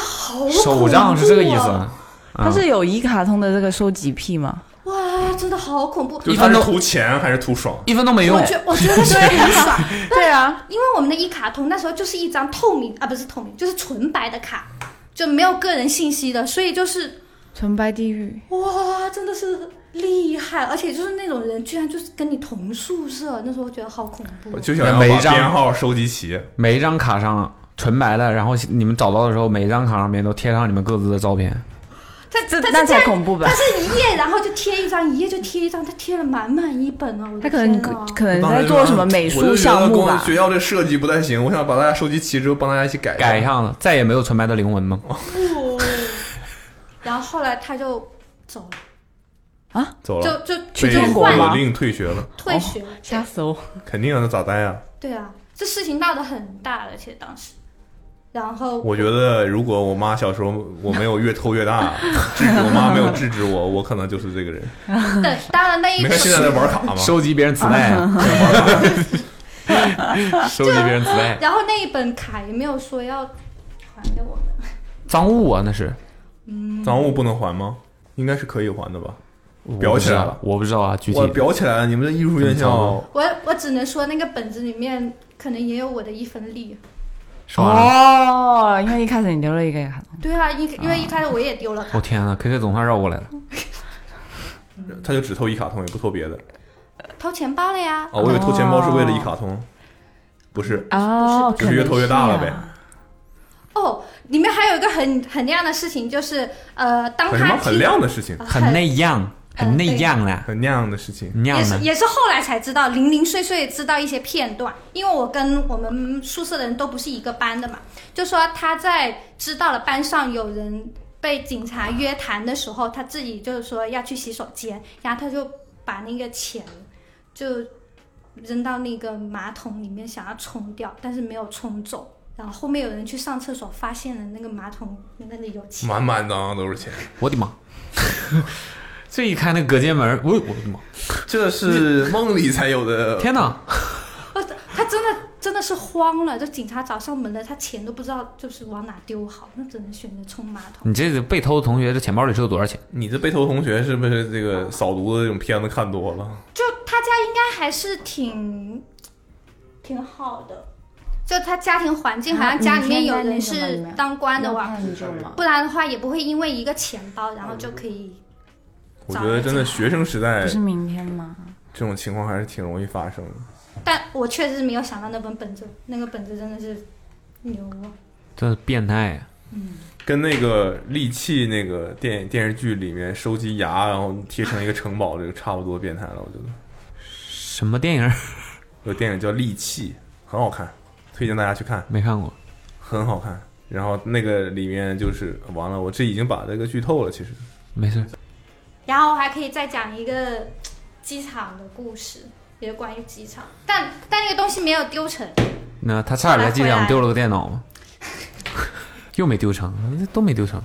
Speaker 6: 好
Speaker 5: 手杖是这个意
Speaker 6: 恐怖
Speaker 5: 思
Speaker 6: 啊？？
Speaker 3: 他
Speaker 5: 嗯
Speaker 3: 是有一卡通的这个收集癖吗？
Speaker 6: 哇，真的好恐怖！
Speaker 4: 就
Speaker 5: 一
Speaker 4: 他
Speaker 5: 般
Speaker 4: 是
Speaker 5: 都
Speaker 4: 图钱还是图爽？
Speaker 5: 一分都没用哎
Speaker 6: 我。觉我觉 得是很爽，
Speaker 3: 啊对啊，
Speaker 6: 因为我们的一卡通那时候就是一张透明啊，不是透明，就是纯白的卡，就没有个人信息的，所以就是
Speaker 3: 纯白地狱。
Speaker 6: 哇，真的是厉害，而且就是那种人居然就是跟你同宿舍，那时候觉得好恐怖
Speaker 4: 我。就想要
Speaker 5: 每
Speaker 4: 把
Speaker 5: 一张
Speaker 4: 编号收集齐，
Speaker 5: 每一张卡上纯白的，然后你们找到的时候，每一张卡上面都贴上你们各自的照片。
Speaker 6: 他
Speaker 3: 这
Speaker 6: 他
Speaker 3: 那
Speaker 6: 是这
Speaker 3: 才
Speaker 6: 样，
Speaker 3: 恐怖吧
Speaker 6: 他？是一页，然后就贴一张，一页就贴一张，他贴了满满一本啊！我的
Speaker 3: 他可能
Speaker 6: 天哪
Speaker 3: 可能
Speaker 4: 当
Speaker 3: 在
Speaker 4: 时
Speaker 3: 做
Speaker 4: 就
Speaker 3: 什么
Speaker 4: 想
Speaker 3: 美
Speaker 4: 我
Speaker 3: 术
Speaker 4: 就觉得
Speaker 3: 项目
Speaker 4: 跟我
Speaker 3: 吧
Speaker 4: 学？校这设计不太行，我想把大家收集齐之后，帮大家一起改
Speaker 5: 改一下子，再也没有纯白的灵魂吗？
Speaker 6: 哦然后后来他就走了，
Speaker 4: 走了，
Speaker 6: 就就
Speaker 3: 去
Speaker 4: 被
Speaker 3: 中国
Speaker 6: 换
Speaker 3: 吗
Speaker 4: 勒令哦退哦学了，
Speaker 6: 退学。
Speaker 3: 吓死我！
Speaker 4: 肯定啊，那咋办呀？
Speaker 6: 对啊，这事情闹得很大了，其实当时。然后
Speaker 4: 我觉得如果我妈小时候我没有越偷越大，制止我妈没有制止我，我可能就是这个人。
Speaker 6: 对，当然那
Speaker 3: 哎
Speaker 6: 一
Speaker 4: 没看现在在玩卡吗？
Speaker 5: 收集别人磁带， 收集别人磁带，
Speaker 6: 然后那一本卡也没有说要还给我们，
Speaker 5: 赃物啊，那是
Speaker 4: 赃物不能还吗？应该是可以还的吧？
Speaker 5: 我
Speaker 4: 裱
Speaker 5: 不知
Speaker 4: 起来
Speaker 5: 道
Speaker 4: 了
Speaker 5: 我不知道啊，具体
Speaker 4: 我裱起来了，你们的艺术院校
Speaker 6: 我我只能说那个本子里面可能也有我的一分力。
Speaker 5: 是吧？
Speaker 3: 哦，因为一开始你留了一个卡通，
Speaker 6: 对啊，因因为一开始我也丢了卡，
Speaker 5: 我哦天呐 k K 总算绕过来了，
Speaker 4: 他就只偷一卡通，也不偷别的。
Speaker 6: 偷钱包了呀。
Speaker 4: 哦，我以为偷钱包是为了一卡通，不是，
Speaker 3: 哦，
Speaker 4: 就是越偷越大了呗。
Speaker 3: 啊
Speaker 6: 哦，里面还有一个很很亮的事情，就是呃，当
Speaker 3: 啊
Speaker 4: 很什么
Speaker 6: 他
Speaker 4: 很
Speaker 6: 提
Speaker 4: 亮的事情，
Speaker 6: 呃
Speaker 5: 很那样，很那样啦，
Speaker 4: 很亮的事
Speaker 7: 嗯
Speaker 4: 情。
Speaker 5: 酿
Speaker 6: 也是
Speaker 5: 呢？
Speaker 6: 也是后来才知道，零零碎碎知道一些片段，因为我跟我们宿舍的人都不是一个班的嘛，就说他在知道了班上有人被警察约谈的时候，他自己就是说要去洗手间，然后他就把那个钱就扔到那个马桶里面想要冲掉，但是没有冲走，然后后面有人去上厕所，发现了那个马桶那里有钱，
Speaker 4: 满满当当都是钱。
Speaker 5: 我的妈！ 这一开那隔间门，我我的妈！
Speaker 7: 这是梦里才有 的。
Speaker 5: 天哪！
Speaker 6: 他真的真的是慌了，就警察找上门了，他钱都不知道就是往哪丢好，那只能选择冲马桶。
Speaker 5: 你这被偷的同学，这钱包里是有多少钱？
Speaker 4: 你这被偷同学是不是这个扫毒的这种片子看多了？
Speaker 6: 就他家应该还是挺挺好的，就他家庭环境好像家里面有人是当官的哇，
Speaker 3: 很久吗？
Speaker 6: 不然的话也不会因为一个钱包然后就可以。
Speaker 4: 我觉得真的学生时代
Speaker 3: 不是明天吗？
Speaker 4: 这种情况还是挺容易发生的。
Speaker 6: 但我确实没有想到那本本子，那个本子真的是牛啊！
Speaker 5: 真是变态啊！
Speaker 4: 跟那个利器那个电电视剧里面收集牙，然后贴成一个城堡，这个差不多变态了。我觉得
Speaker 5: 什么电影儿
Speaker 4: 有电影叫《利器》，很好看，推荐大家去看，
Speaker 5: 没看过？
Speaker 4: 很好看。然后那个里面就是完了，我这已经把这个剧透了。其实
Speaker 5: 没事儿，
Speaker 6: 然后还可以再讲一个机场的故事，也是关于机场，但但那个东西没有丢成，
Speaker 5: 那他差点在机
Speaker 6: 后来回
Speaker 5: 场
Speaker 6: 来
Speaker 5: 丢了个电脑吗？ 又没丢成，都没丢成。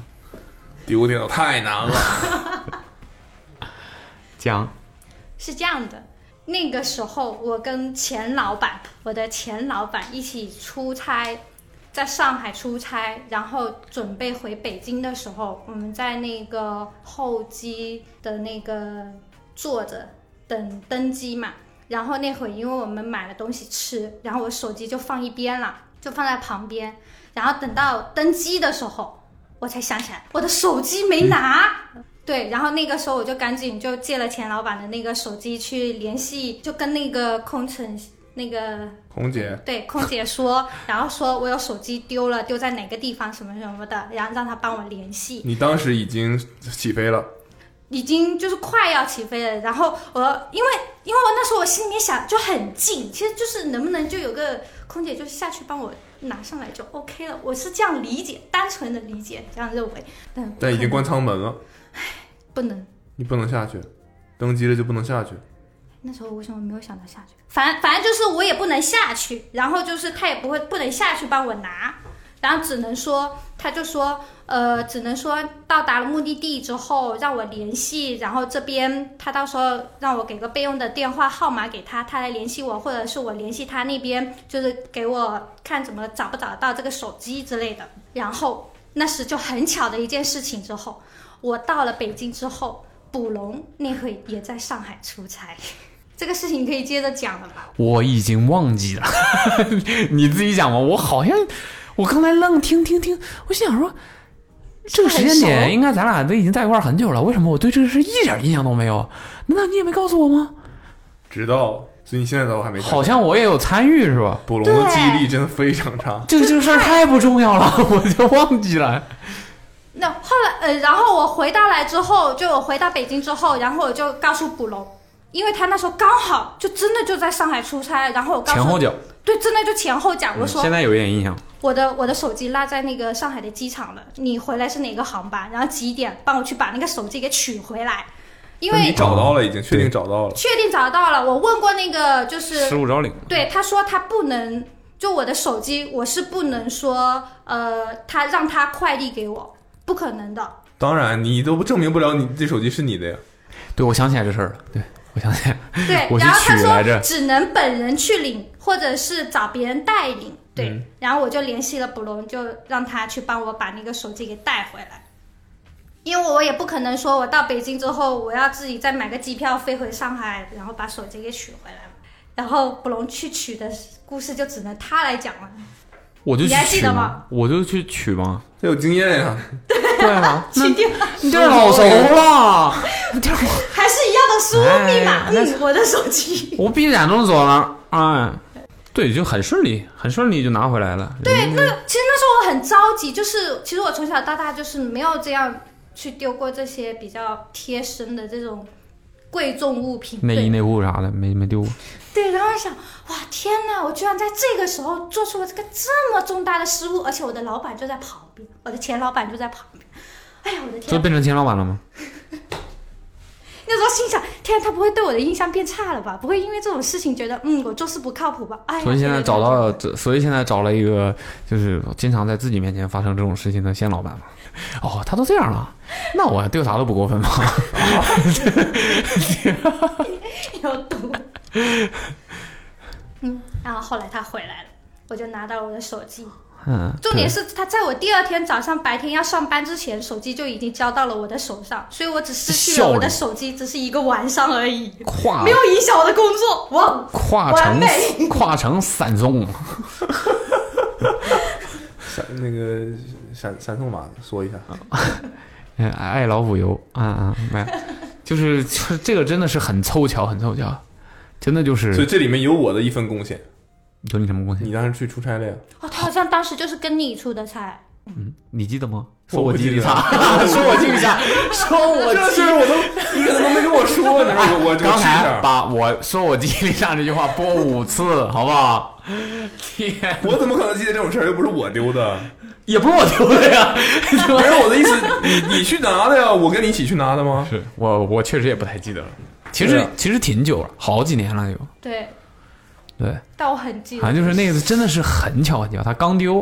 Speaker 4: 丢电脑太难了。
Speaker 5: 讲
Speaker 6: 是这样的，那个时候我跟前老板，我的前老板一起出差，在上海出差，然后准备回北京的时候，我们在那个候机的那个坐着等登机嘛。然后那会儿因为我们买了东西吃，然后我手机就放一边了，就放在旁边。然后等到登机的时候，我才想起来我的手机没拿。对，然后那个时候我就赶紧就借了钱老板的那个手机去联系，就跟那个空乘那个
Speaker 4: 红姐，
Speaker 6: 对空姐说，然后说我有手机丢了，丢在哪个地方什么什么的，然后让他帮我联系。
Speaker 4: 你当时已经起飞了，
Speaker 6: 已经就是快要起飞了，然后我因为因为我那时候我心里面想就很近，其实就是能不能就有个空姐就下去帮我拿上来就 OK 了，我是这样理解，单纯的理解这样认为，但
Speaker 4: 但已经关舱门了，
Speaker 6: 不能。
Speaker 4: 你不能下去，登机了就不能下去。
Speaker 6: 那时候为什么没有想到下去？反反正就是我也不能下去，然后就是他也不会不能下去帮我拿，然后只能说他就说呃，只能说到达了目的地之后让我联系，然后这边他到时候让我给个备用的电话号码给他，他来联系我，或者是我联系他那边，就是给我看怎么找不找得到这个手机之类的。然后那时就很巧的一件事情之后，我到了北京之后。卜龙那会也在上海出差，这个事情可以接着讲了吧？
Speaker 5: 我已经忘记了， 你自己讲吧。我好像我刚才愣听听听，我心想说。这个时间
Speaker 6: 很
Speaker 5: 点
Speaker 6: 熟
Speaker 5: 应该咱俩都已经在一块儿很久了，为什么我对这个事一点印象都没有？难道你也没告诉我吗？
Speaker 4: 直到所以你现在都还没下
Speaker 5: 好像我也有参与是 吧？
Speaker 4: 捕龙的记忆力真的非常差。
Speaker 5: 这这个事儿太不重要了， 我就忘记了。
Speaker 6: 那后来，呃，然后我回到来之后，就我回到北京之后，然后我就告诉卜龙，因为他那时候刚好就真的就在上海出差，然后我告诉
Speaker 5: 前后脚，嗯
Speaker 6: 对，真的就前后脚，我说、
Speaker 5: 现在有一点印象。
Speaker 6: 我的我的手机落在那个上海的机场了，你回来是哪个航班，然后几点，帮我去把那个手机给取回来，因
Speaker 5: 嗯
Speaker 4: 那你
Speaker 6: 为
Speaker 4: 找到了，已经确定找到了。
Speaker 6: 确定找到了，我问过那个就是
Speaker 5: 十五招领，
Speaker 6: 对，他说他不能，就我的手机，我是不能说，呃，他让他快递给我，不可能的。
Speaker 4: 当然，你都证明不了你这手机是你的呀。
Speaker 5: 对我想起来这事儿了。对我想起来，
Speaker 6: 对，
Speaker 5: 我去
Speaker 6: 然后他
Speaker 5: 取来着
Speaker 6: 说只能本人去领，或者是找别人代领。对，
Speaker 5: 嗯
Speaker 6: 然后我就联系了卜龙，就让他去帮我把那个手机给带回来。因为我也不可能说，我到北京之后，我要自己再买个机票飞回上海，然后把手机给取回来嘛。然后卜龙去取的故事就只能他来讲了。
Speaker 5: 我就去
Speaker 6: 你还记
Speaker 5: 取
Speaker 6: 得
Speaker 5: 嘛
Speaker 6: 吗？
Speaker 5: 我就去取嘛。
Speaker 4: 这有经验呀、
Speaker 5: 对啊，
Speaker 6: 去掉
Speaker 5: 你这老熟
Speaker 6: 哦
Speaker 5: 了，
Speaker 6: 还是一样的输入密码，
Speaker 5: 哎那是
Speaker 6: 嗯，我的手机。
Speaker 5: 我闭着眼都走了。哎，对，就很顺利，很顺利就拿回来了。对，
Speaker 6: 那 其实那时候我很着急，就是其实我从小到大就是没有这样去丢过这些比较贴身的这种贵重物品。
Speaker 5: 内衣内
Speaker 6: 对
Speaker 5: 裤啥的没没丢过。
Speaker 6: 对，然后我想，哇，天哪！我居然在这个时候做出了这个这么重大的失误，而且我的老板就在旁边，我的前老板就在旁边。哎呀，我的
Speaker 5: 就
Speaker 6: 天！
Speaker 5: 变成钱老板了吗？
Speaker 6: 那时候心想，天啊，他不会对我的印象变差了吧？不会因为这种事情觉得，嗯，我做事不靠谱吧？哎呀，
Speaker 5: 所以现在找到了，
Speaker 6: 对对对
Speaker 5: 这所以现在找了一个就是经常在自己面前发生这种事情的仙老板 嘛。哦，他都这样了，那我对他都不过分 吗？
Speaker 6: 有毒。 嗯，然后后来他回来了，我就拿到了我的手机。
Speaker 5: 嗯，
Speaker 6: 重点是他在我第二天早上白天要上班之前，手机就已经交到了我的手上，所以我只失去
Speaker 5: 效
Speaker 6: 了
Speaker 5: 率
Speaker 6: 我的手机，只是一个晚上而 已，
Speaker 5: 对跨
Speaker 6: 没有影响我的工作。哇，
Speaker 5: 跨
Speaker 6: 完
Speaker 5: 城
Speaker 6: 美
Speaker 5: 跨城闪送，
Speaker 4: 闪那个闪闪送码说一下，
Speaker 5: 嗯爱爱老虎油啊啊， 没有，就是就是这个真的是很凑巧，很凑巧，真的就
Speaker 4: 所以
Speaker 5: 是
Speaker 4: 这里面有我的一份贡献。
Speaker 5: 有你什么关系？
Speaker 4: 你当时去出差了呀？
Speaker 6: 哦，他好像当时就是跟你出的差，
Speaker 5: 嗯你记得吗？
Speaker 4: 我
Speaker 5: 说我
Speaker 4: 不
Speaker 5: 记
Speaker 4: 记得
Speaker 5: 差， 说我记差，说我
Speaker 4: 这事我都你可能都没跟我说，你说我我
Speaker 5: 刚才
Speaker 4: 我
Speaker 5: 把我说我记忆力差这句话播五次，好不好？天，
Speaker 4: 我怎么可能记得这种事儿？又不是我丢的，
Speaker 5: 也不是我丢的呀，
Speaker 4: 不是我的意思，你你去拿的呀？我跟你一起去拿的吗？
Speaker 5: 是我我确实也不太记得了。其实、
Speaker 4: 对啊
Speaker 5: 其实挺久了，好几年了有。
Speaker 6: 对，
Speaker 5: 对，
Speaker 6: 但我很记
Speaker 5: 反
Speaker 6: 得。
Speaker 5: 正就是那次真的是很巧很巧，他刚丢，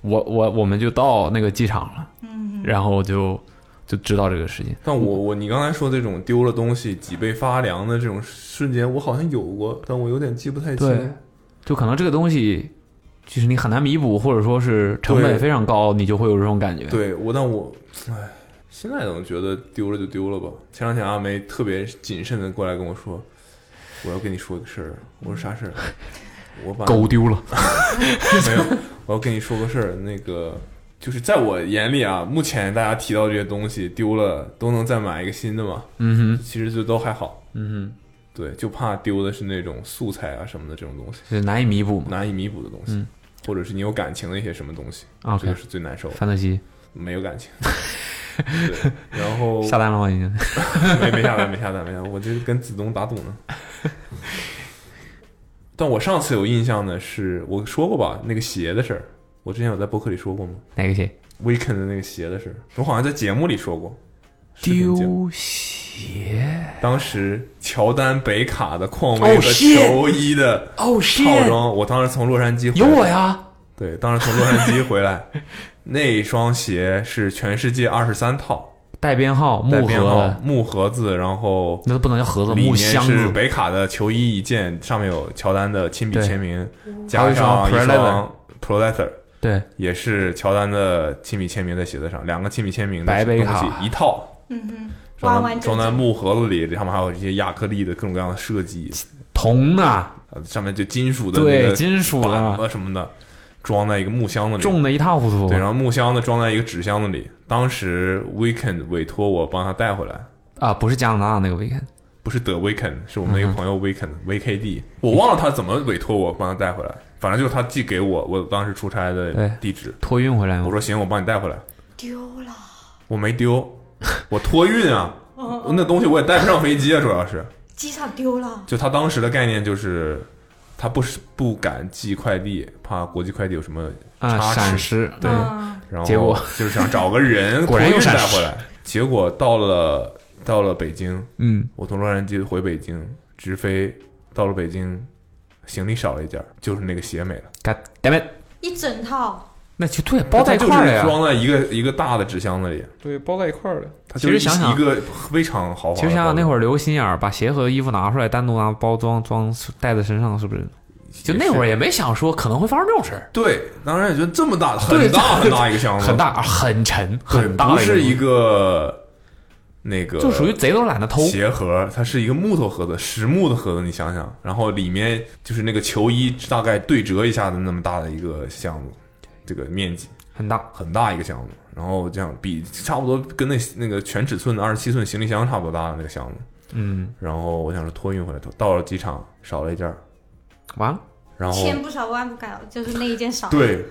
Speaker 5: 我我我们就到那个机场了，嗯，然后就就知道这个事情。
Speaker 4: 但我我你刚才说这种丢了东西脊背发凉的这种瞬间，我好像有过，但我有点记不太清。
Speaker 5: 对就可能这个东西，就是你很难弥补，或者说是成本
Speaker 4: 对
Speaker 5: 非常高，你就会有这种感觉。，
Speaker 4: 对我，但我，唉，现在总觉得丢了就丢了吧。前两天阿梅特别谨慎的过来跟我说，我要跟你说个事儿。我说啥事儿？啊我把
Speaker 5: 狗丢了，
Speaker 4: 没有，我要跟你说个事儿。那个就是在我眼里啊，目前大家提到这些东西丢了都能再买一个新的嘛，
Speaker 5: 嗯
Speaker 4: 其实就都还好。
Speaker 5: 哼，嗯
Speaker 4: 对，就怕丢的是那种素材啊什么的这种东西，
Speaker 5: 哼，就是难以弥补嘛。
Speaker 4: 难以弥补的东西，
Speaker 5: 嗯啊
Speaker 4: 或者是你有感情的一些什么东西，这
Speaker 5: OK，
Speaker 4: 个是最难受的。
Speaker 5: 范德西
Speaker 4: 没有 感情。对，然后
Speaker 5: 下单了吗？已经。
Speaker 4: 没没下单，没下单，没下单，我这跟子东打赌呢。 但我上次有印象的是，我说过吧，那个鞋的事儿，我之前有在博客里说过吗
Speaker 5: 哪个鞋？
Speaker 4: ？Weekend 的那个鞋的事儿，我好像在节目里说过。视频节目
Speaker 5: 丢鞋。
Speaker 4: 当时乔丹、北卡的匡威
Speaker 5: Oh
Speaker 4: 和
Speaker 5: shit
Speaker 4: 球衣的
Speaker 5: 哦，
Speaker 4: 套装，我当时从洛杉矶回
Speaker 5: 有
Speaker 4: 来
Speaker 5: 我呀！
Speaker 4: 对，当时从洛杉矶回来，那双鞋是全世界二十三套，
Speaker 5: 带编号、
Speaker 4: 带
Speaker 5: 木
Speaker 4: 编
Speaker 5: 盒
Speaker 4: 号
Speaker 5: 的，
Speaker 4: 木盒子，然后
Speaker 5: 那都不能叫盒子，
Speaker 4: 里
Speaker 5: 木
Speaker 4: 面
Speaker 5: 箱
Speaker 4: 是
Speaker 5: 子。
Speaker 4: 北卡的球衣一件，上面有乔丹的亲笔
Speaker 5: 对
Speaker 4: 签名，
Speaker 5: 还有
Speaker 4: 加
Speaker 5: 一双
Speaker 4: 上一
Speaker 5: Pro
Speaker 4: 双 Pro Leather，
Speaker 5: 对，
Speaker 4: 也是乔丹的亲笔签名在鞋子上，两个亲笔签名的
Speaker 5: 白北卡
Speaker 4: 东西一套。
Speaker 6: 嗯完
Speaker 4: 装
Speaker 6: 完
Speaker 4: 在
Speaker 6: 整整
Speaker 4: 装在木盒子里，上面还有一些亚克力的各种各样的设计，
Speaker 5: 铜的，
Speaker 4: 呃上面就金属的那
Speaker 5: 对，
Speaker 4: 个
Speaker 5: 金属
Speaker 4: 板
Speaker 5: 的，
Speaker 4: 子什么的，装在一个木箱子里，
Speaker 5: 重的一塌糊涂
Speaker 4: 对，然后木箱子装在一个纸箱子里。当时 Weekend 委托我帮他带回来，
Speaker 5: 啊！不是加拿大那个 weekend，
Speaker 4: 不是德 Weekend，是我们的一个
Speaker 5: 嗯哼
Speaker 4: 朋友 Weekend，VKD，、我忘了他怎么委托我帮他带回来，反正就是他寄给我我当时出差的
Speaker 5: 对
Speaker 4: 地址。
Speaker 5: 托运回来
Speaker 4: 我
Speaker 5: 吗？
Speaker 4: 说行，我帮你带回来，
Speaker 6: 丢了，
Speaker 4: 我没丢， 我托运啊，那东西我也带不上飞机啊，主要是。
Speaker 6: 机场丢了，
Speaker 4: 就他当时的概念就是，他不是不敢寄快递，怕国际快递有什么
Speaker 5: 啊，
Speaker 4: 插
Speaker 5: 闪
Speaker 4: 翅，
Speaker 5: 失，对，
Speaker 6: 嗯
Speaker 4: 然后
Speaker 5: 结果
Speaker 4: 就是想找个人
Speaker 5: 果然
Speaker 4: 托
Speaker 5: 有
Speaker 4: 运
Speaker 5: 闪
Speaker 4: 带
Speaker 5: 失
Speaker 4: 回来，结果到了到了北京，
Speaker 5: 嗯，
Speaker 4: 我从洛杉矶回北京，直飞到了北京，行李少了一件儿，就是那个鞋没了，
Speaker 5: God damn it，
Speaker 6: 一整套。
Speaker 5: 那就对，包在一
Speaker 4: 它
Speaker 5: 块儿了
Speaker 4: 就是
Speaker 5: 呀。
Speaker 4: 装啊在一个一个大的纸箱子里，
Speaker 5: 对，包在一块儿了。
Speaker 4: 它
Speaker 5: 其
Speaker 4: 就
Speaker 5: 实
Speaker 4: 是
Speaker 5: 想想
Speaker 4: 一个非常豪华的包。
Speaker 5: 其实想想那会
Speaker 4: 儿
Speaker 5: 儿留心眼儿，把鞋和衣服拿出来，单独拿包装装带在身上，是不是？就那会儿也没想说可能会发生这种事儿，
Speaker 4: 对，当然也觉得这么大
Speaker 5: 对
Speaker 4: 很大很大一个箱子，
Speaker 5: 很大很沉
Speaker 4: 嗯对，
Speaker 5: 很大，
Speaker 4: 不是一，个那个
Speaker 5: 就属于贼都懒得偷。
Speaker 4: 鞋盒，它是一个木头盒子，实木的盒子，你想想，然后里面就是那个球衣大概对折一下的那么大的一个箱子，这个面积。
Speaker 5: 很大，
Speaker 4: 很大一个箱子，然后这样比差不多跟那那个全尺寸的二十七寸行李箱差不多大的那个箱子，
Speaker 5: 嗯，
Speaker 4: 然后我想是托运回来，到了机场少了一件儿，
Speaker 5: 完了，
Speaker 4: 然后
Speaker 6: 千不少万不该，就是那一件少。，
Speaker 4: 对，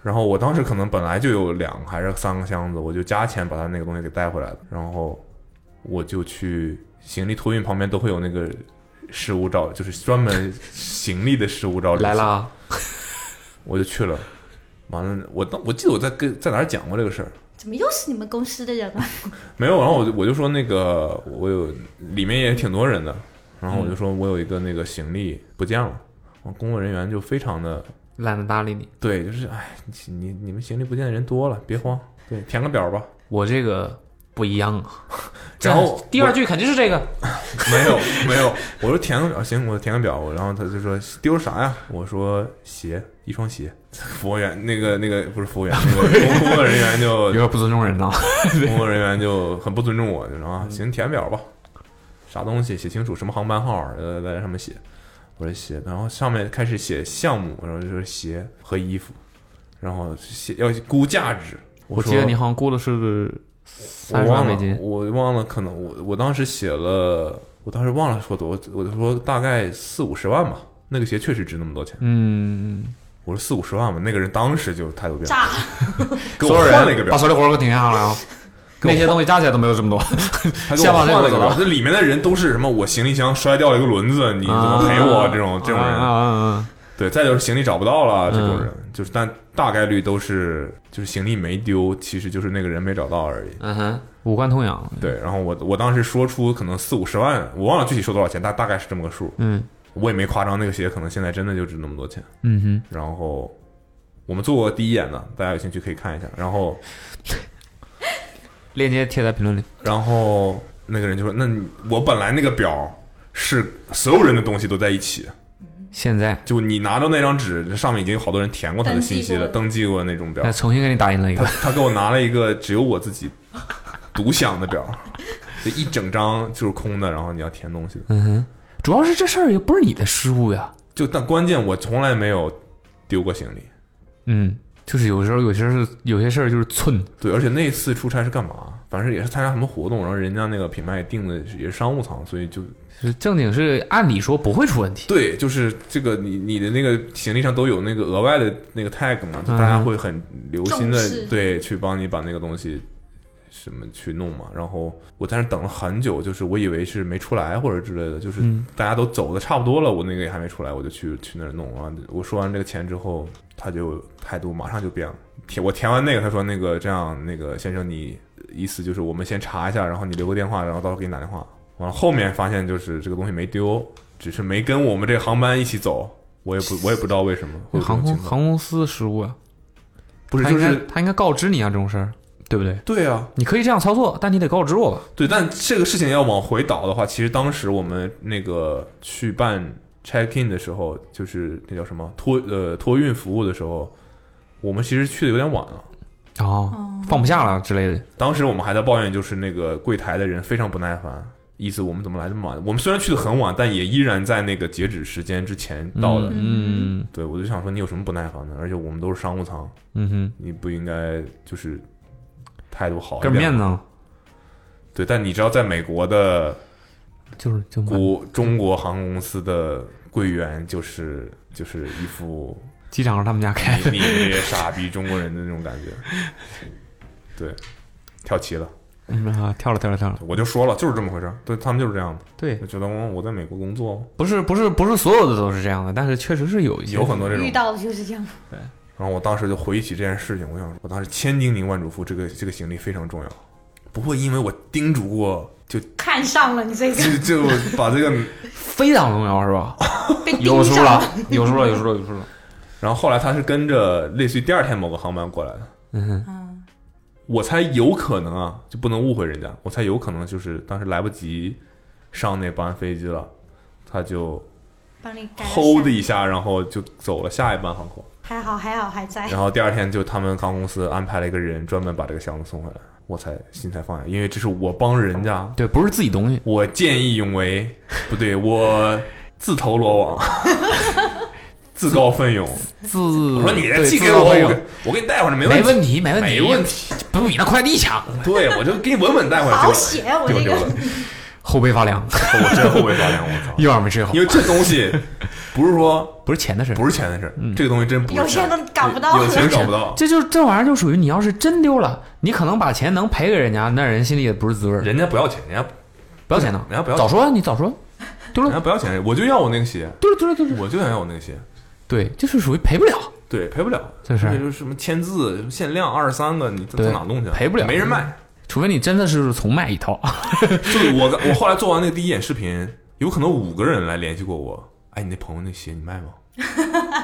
Speaker 4: 然后我当时可能本来就有两个还是三个箱子，我就加钱把他那个东西给带回来了，然后我就去行李托运旁边都会有那个事务照，
Speaker 5: 啊
Speaker 4: 就是专门行李的事务照，
Speaker 5: 来啦，
Speaker 4: 我就去了，完了，我当我记得我在跟在哪儿讲过这个事儿，
Speaker 6: 怎么又是你们公司的人啊？
Speaker 4: 没有，然后我就我就说那个我有里面也挺多人的，然后我就说我有一个那个行李不见了，然后工作人员就非常的
Speaker 5: 懒得搭理你。
Speaker 4: 对，就是哎，你你你们行李不见的人多了，别慌，对，填个表吧。
Speaker 5: 我这个不一样啊。
Speaker 4: 然 后
Speaker 5: 第二句肯定是这个，
Speaker 4: 没有没有，我说填个表，行，我填个表，然后他就说丢啥呀？我说鞋，一双鞋。服务员那个那个不是服务员，那个工工作人员就
Speaker 5: 有点不尊重人呐。
Speaker 4: 工作人员就很不尊重我，就说
Speaker 5: 嗯
Speaker 4: 啊，行，填表吧，啥东西写清楚，什么航班号，呃，在上面写。我说写，然后上面开始写项目，然后就是鞋和衣服，然后写要估价值。
Speaker 5: 我
Speaker 4: 说
Speaker 5: 记得你好像估的是
Speaker 4: 我
Speaker 5: 三十万
Speaker 4: 忘
Speaker 5: 美
Speaker 4: 了，
Speaker 5: 金，
Speaker 4: 我忘了，可能我我当时写了，我当时忘了说多，我我就说大概四五十万吧。那个鞋确实值那么多钱，
Speaker 5: 嗯，
Speaker 4: 我说四五十万吧。那个人当时就态度变了，
Speaker 6: 炸！
Speaker 4: 给我换了一个表
Speaker 5: 把，所有的活儿给我停下来啊！
Speaker 4: 给我
Speaker 5: 那些东西加起来都没有这么多，
Speaker 4: 他给
Speaker 5: 下
Speaker 4: 我
Speaker 5: 巴
Speaker 4: 换
Speaker 5: 这
Speaker 4: 了
Speaker 5: 个
Speaker 4: 一个
Speaker 5: 走
Speaker 4: 表
Speaker 5: 了，
Speaker 4: 这里面的人都是什么？我行李箱摔掉了一个轮子，你
Speaker 5: 你
Speaker 4: 怎么赔我？这种这种
Speaker 5: 啊
Speaker 4: 人，
Speaker 5: 啊啊！
Speaker 4: 对，再就是行李找不到了这种
Speaker 5: 嗯
Speaker 4: 人，就是但大概率都是就是行李没丢，其实就是那个人没找到而已。
Speaker 5: 嗯哼，五官痛痒，
Speaker 4: 对，然后我我当时说出可能四五十万，我忘了具体说多少钱，但大概是这么个数，
Speaker 5: 嗯
Speaker 4: 我也没夸张。那个鞋可能现在真的就值那么多钱。
Speaker 5: 嗯哼。
Speaker 4: 然后我们做过第一眼的，大家有兴趣可以看一下。然后
Speaker 5: 链接贴在评论里。
Speaker 4: 然后那个人就说：“那你我本来那个表是所有人的东西都在一起。”
Speaker 5: 现在
Speaker 4: 就你拿到那张纸，上面已经有好多人填过他的信息了，登记过那种表
Speaker 5: 那。重新给你打印了一
Speaker 4: 他
Speaker 5: 个，
Speaker 4: 他给我拿了一个只有我自己独享的表， 就一整张就是空的，然后你要填东西的。
Speaker 5: 嗯哼，主要是这事儿也不是你的失误呀，
Speaker 4: 就但关键我从来没有丢过行李，
Speaker 5: 嗯，就是有时候有些事有些事儿就是寸，
Speaker 4: 对，而且那次出差是干嘛？反正也是参加什么活动，然后人家那个品牌也订的是也是商务舱，所以就
Speaker 5: 就是正经是按理说不会出问题，
Speaker 4: 对，就是这个你你的那个行李上都有那个额外的那个 tag 嘛，就
Speaker 5: 嗯
Speaker 4: 大家会很留心
Speaker 6: 重
Speaker 4: 的
Speaker 6: 视
Speaker 4: 对去帮你把那个东西什么去弄嘛。然后我在那等了很久，就是我以为是没出来或者之类的，就是
Speaker 5: 嗯
Speaker 4: 大家都走的差不多了，我那个也还没出来，我就去去那儿弄完。我说完这个钱之后，他就态度马上就变了。填我填完那个，他说那个这样，那个先生你意思就是我们先查一下，然后你留个电话，然后到时候给你打电话。完了后面发现就是这个东西没丢，只是没跟我们这个航班一起走。我也不我也不知道为什么会有这
Speaker 5: 航空
Speaker 4: 种情
Speaker 5: 航
Speaker 4: 况，
Speaker 5: 空公司失误啊，
Speaker 4: 不是
Speaker 5: 他
Speaker 4: 就
Speaker 5: 应该
Speaker 4: 是
Speaker 5: 他应该告知你啊这种事儿，对不对？
Speaker 4: 对啊，
Speaker 5: 你可以这样操作，但你得告知我吧。
Speaker 4: 对，但这个事情要往回倒的话，其实当时我们那个去办 check in 的时候，就是那叫什么托呃托运服务的时候，我们其实去的有点晚了。
Speaker 5: 哦，放不下了之类的，
Speaker 4: 当时我们还在抱怨，就是那个柜台的人非常不耐烦，意思我们怎么来这么晚？我们虽然去的很晚，但也依然在那个截止时间之前到的。
Speaker 5: 嗯
Speaker 4: 对，我就想说你有什么不耐烦的？而且我们都是商务舱，
Speaker 5: 嗯哼，
Speaker 4: 你不应该就是态度好一
Speaker 5: 给
Speaker 4: 点
Speaker 5: 点面子。啊，
Speaker 4: 对，但你知道，在美国的
Speaker 5: 就是就
Speaker 4: 国中国航空公司的柜员就是就是一副
Speaker 5: 机长是他们家开
Speaker 4: 你
Speaker 5: 的，
Speaker 4: 你这些傻逼中国人的那种感觉。对，跳棋了，
Speaker 5: 嗯啊，跳了跳了跳了，
Speaker 4: 我就说了，就是这么回事儿。对他们就是这样的，
Speaker 5: 对
Speaker 4: 就，觉得嗯我我在美国工作，
Speaker 5: 不是不是不是所有的都是这样的，但是确实是有一些
Speaker 4: 有很多这种
Speaker 6: 遇。到的就是这样。
Speaker 4: 然后我当时就回忆起这件事情，我想说，我当时千叮咛万嘱咐，这个这个行李非常重要，不会因为我叮嘱过就
Speaker 6: 看上了你这个
Speaker 4: 就就把这个
Speaker 5: 非常重要是吧？
Speaker 6: 被
Speaker 5: 有
Speaker 6: 盯
Speaker 5: 数
Speaker 6: 上
Speaker 5: 了，有数了，有数了，有数了。
Speaker 4: 然后后来他是跟着类似于第二天某个航班过来的，
Speaker 5: 嗯哼，
Speaker 4: 我才有可能啊，就不能误会人家，我才有可能就是当时来不及上那班飞机了，他就
Speaker 6: 帮你改了
Speaker 4: hold
Speaker 6: 下
Speaker 4: 一下，然后就走了下一班航空，
Speaker 6: 还好还好还在。
Speaker 4: 然后第二天就他们航空公司安排了一个人专门把这个箱子送回来，我才心才放下，因为这是我帮人家，
Speaker 6: 哦
Speaker 5: 对，不是自己东西，
Speaker 4: 我见义勇为，不对，我自投罗网，自告奋勇，
Speaker 5: 自
Speaker 4: 我说你这
Speaker 5: 对
Speaker 4: 寄
Speaker 5: 自
Speaker 4: 给
Speaker 5: 告
Speaker 4: 我，
Speaker 5: 奋勇
Speaker 4: 我我给你带回来没
Speaker 5: 没
Speaker 4: 问
Speaker 5: 问题，没问题，
Speaker 4: 没问
Speaker 5: 题，不比那快递强。
Speaker 4: 对我就给你稳稳带回来，
Speaker 6: 好
Speaker 4: 丢了
Speaker 6: 险我
Speaker 4: 丢
Speaker 6: 这
Speaker 4: 丢
Speaker 6: 个
Speaker 4: 了，
Speaker 5: 后背发凉，
Speaker 4: 我真后悔发现我操。
Speaker 5: 一晚没睡好
Speaker 4: 因，为这东西不是说
Speaker 5: 不是钱的事，
Speaker 4: 不是钱的事儿，这个东西真不是
Speaker 6: 有钱
Speaker 4: 钱
Speaker 6: 人搞不到
Speaker 4: 有钱人搞不到，
Speaker 5: 这就这玩意儿就属于你要是真丢了，你可能把钱能赔给人家，那人心里也不是滋味儿。
Speaker 4: 人家不要钱，人家
Speaker 5: 不要钱呢，
Speaker 4: 人家不要钱
Speaker 5: 早说啊，你早说，丢
Speaker 4: 人
Speaker 5: 了
Speaker 4: 家不要钱，我就要我那个鞋，
Speaker 5: 丢了丢了丢了，
Speaker 4: 我就想要我那个鞋，
Speaker 5: 对，就是属于赔不了，
Speaker 4: 对，赔不了，
Speaker 5: 这是
Speaker 4: 那就是什么签字什么限量二十三个，你
Speaker 5: 对
Speaker 4: 在哪弄去啊？
Speaker 5: 赔不了
Speaker 4: 没 人卖。
Speaker 5: 除非你真的是从卖一套。
Speaker 4: 就是我我后来做完那个第一眼视频，有可能五个人来联系过我。哎，你那朋友那鞋你卖吗？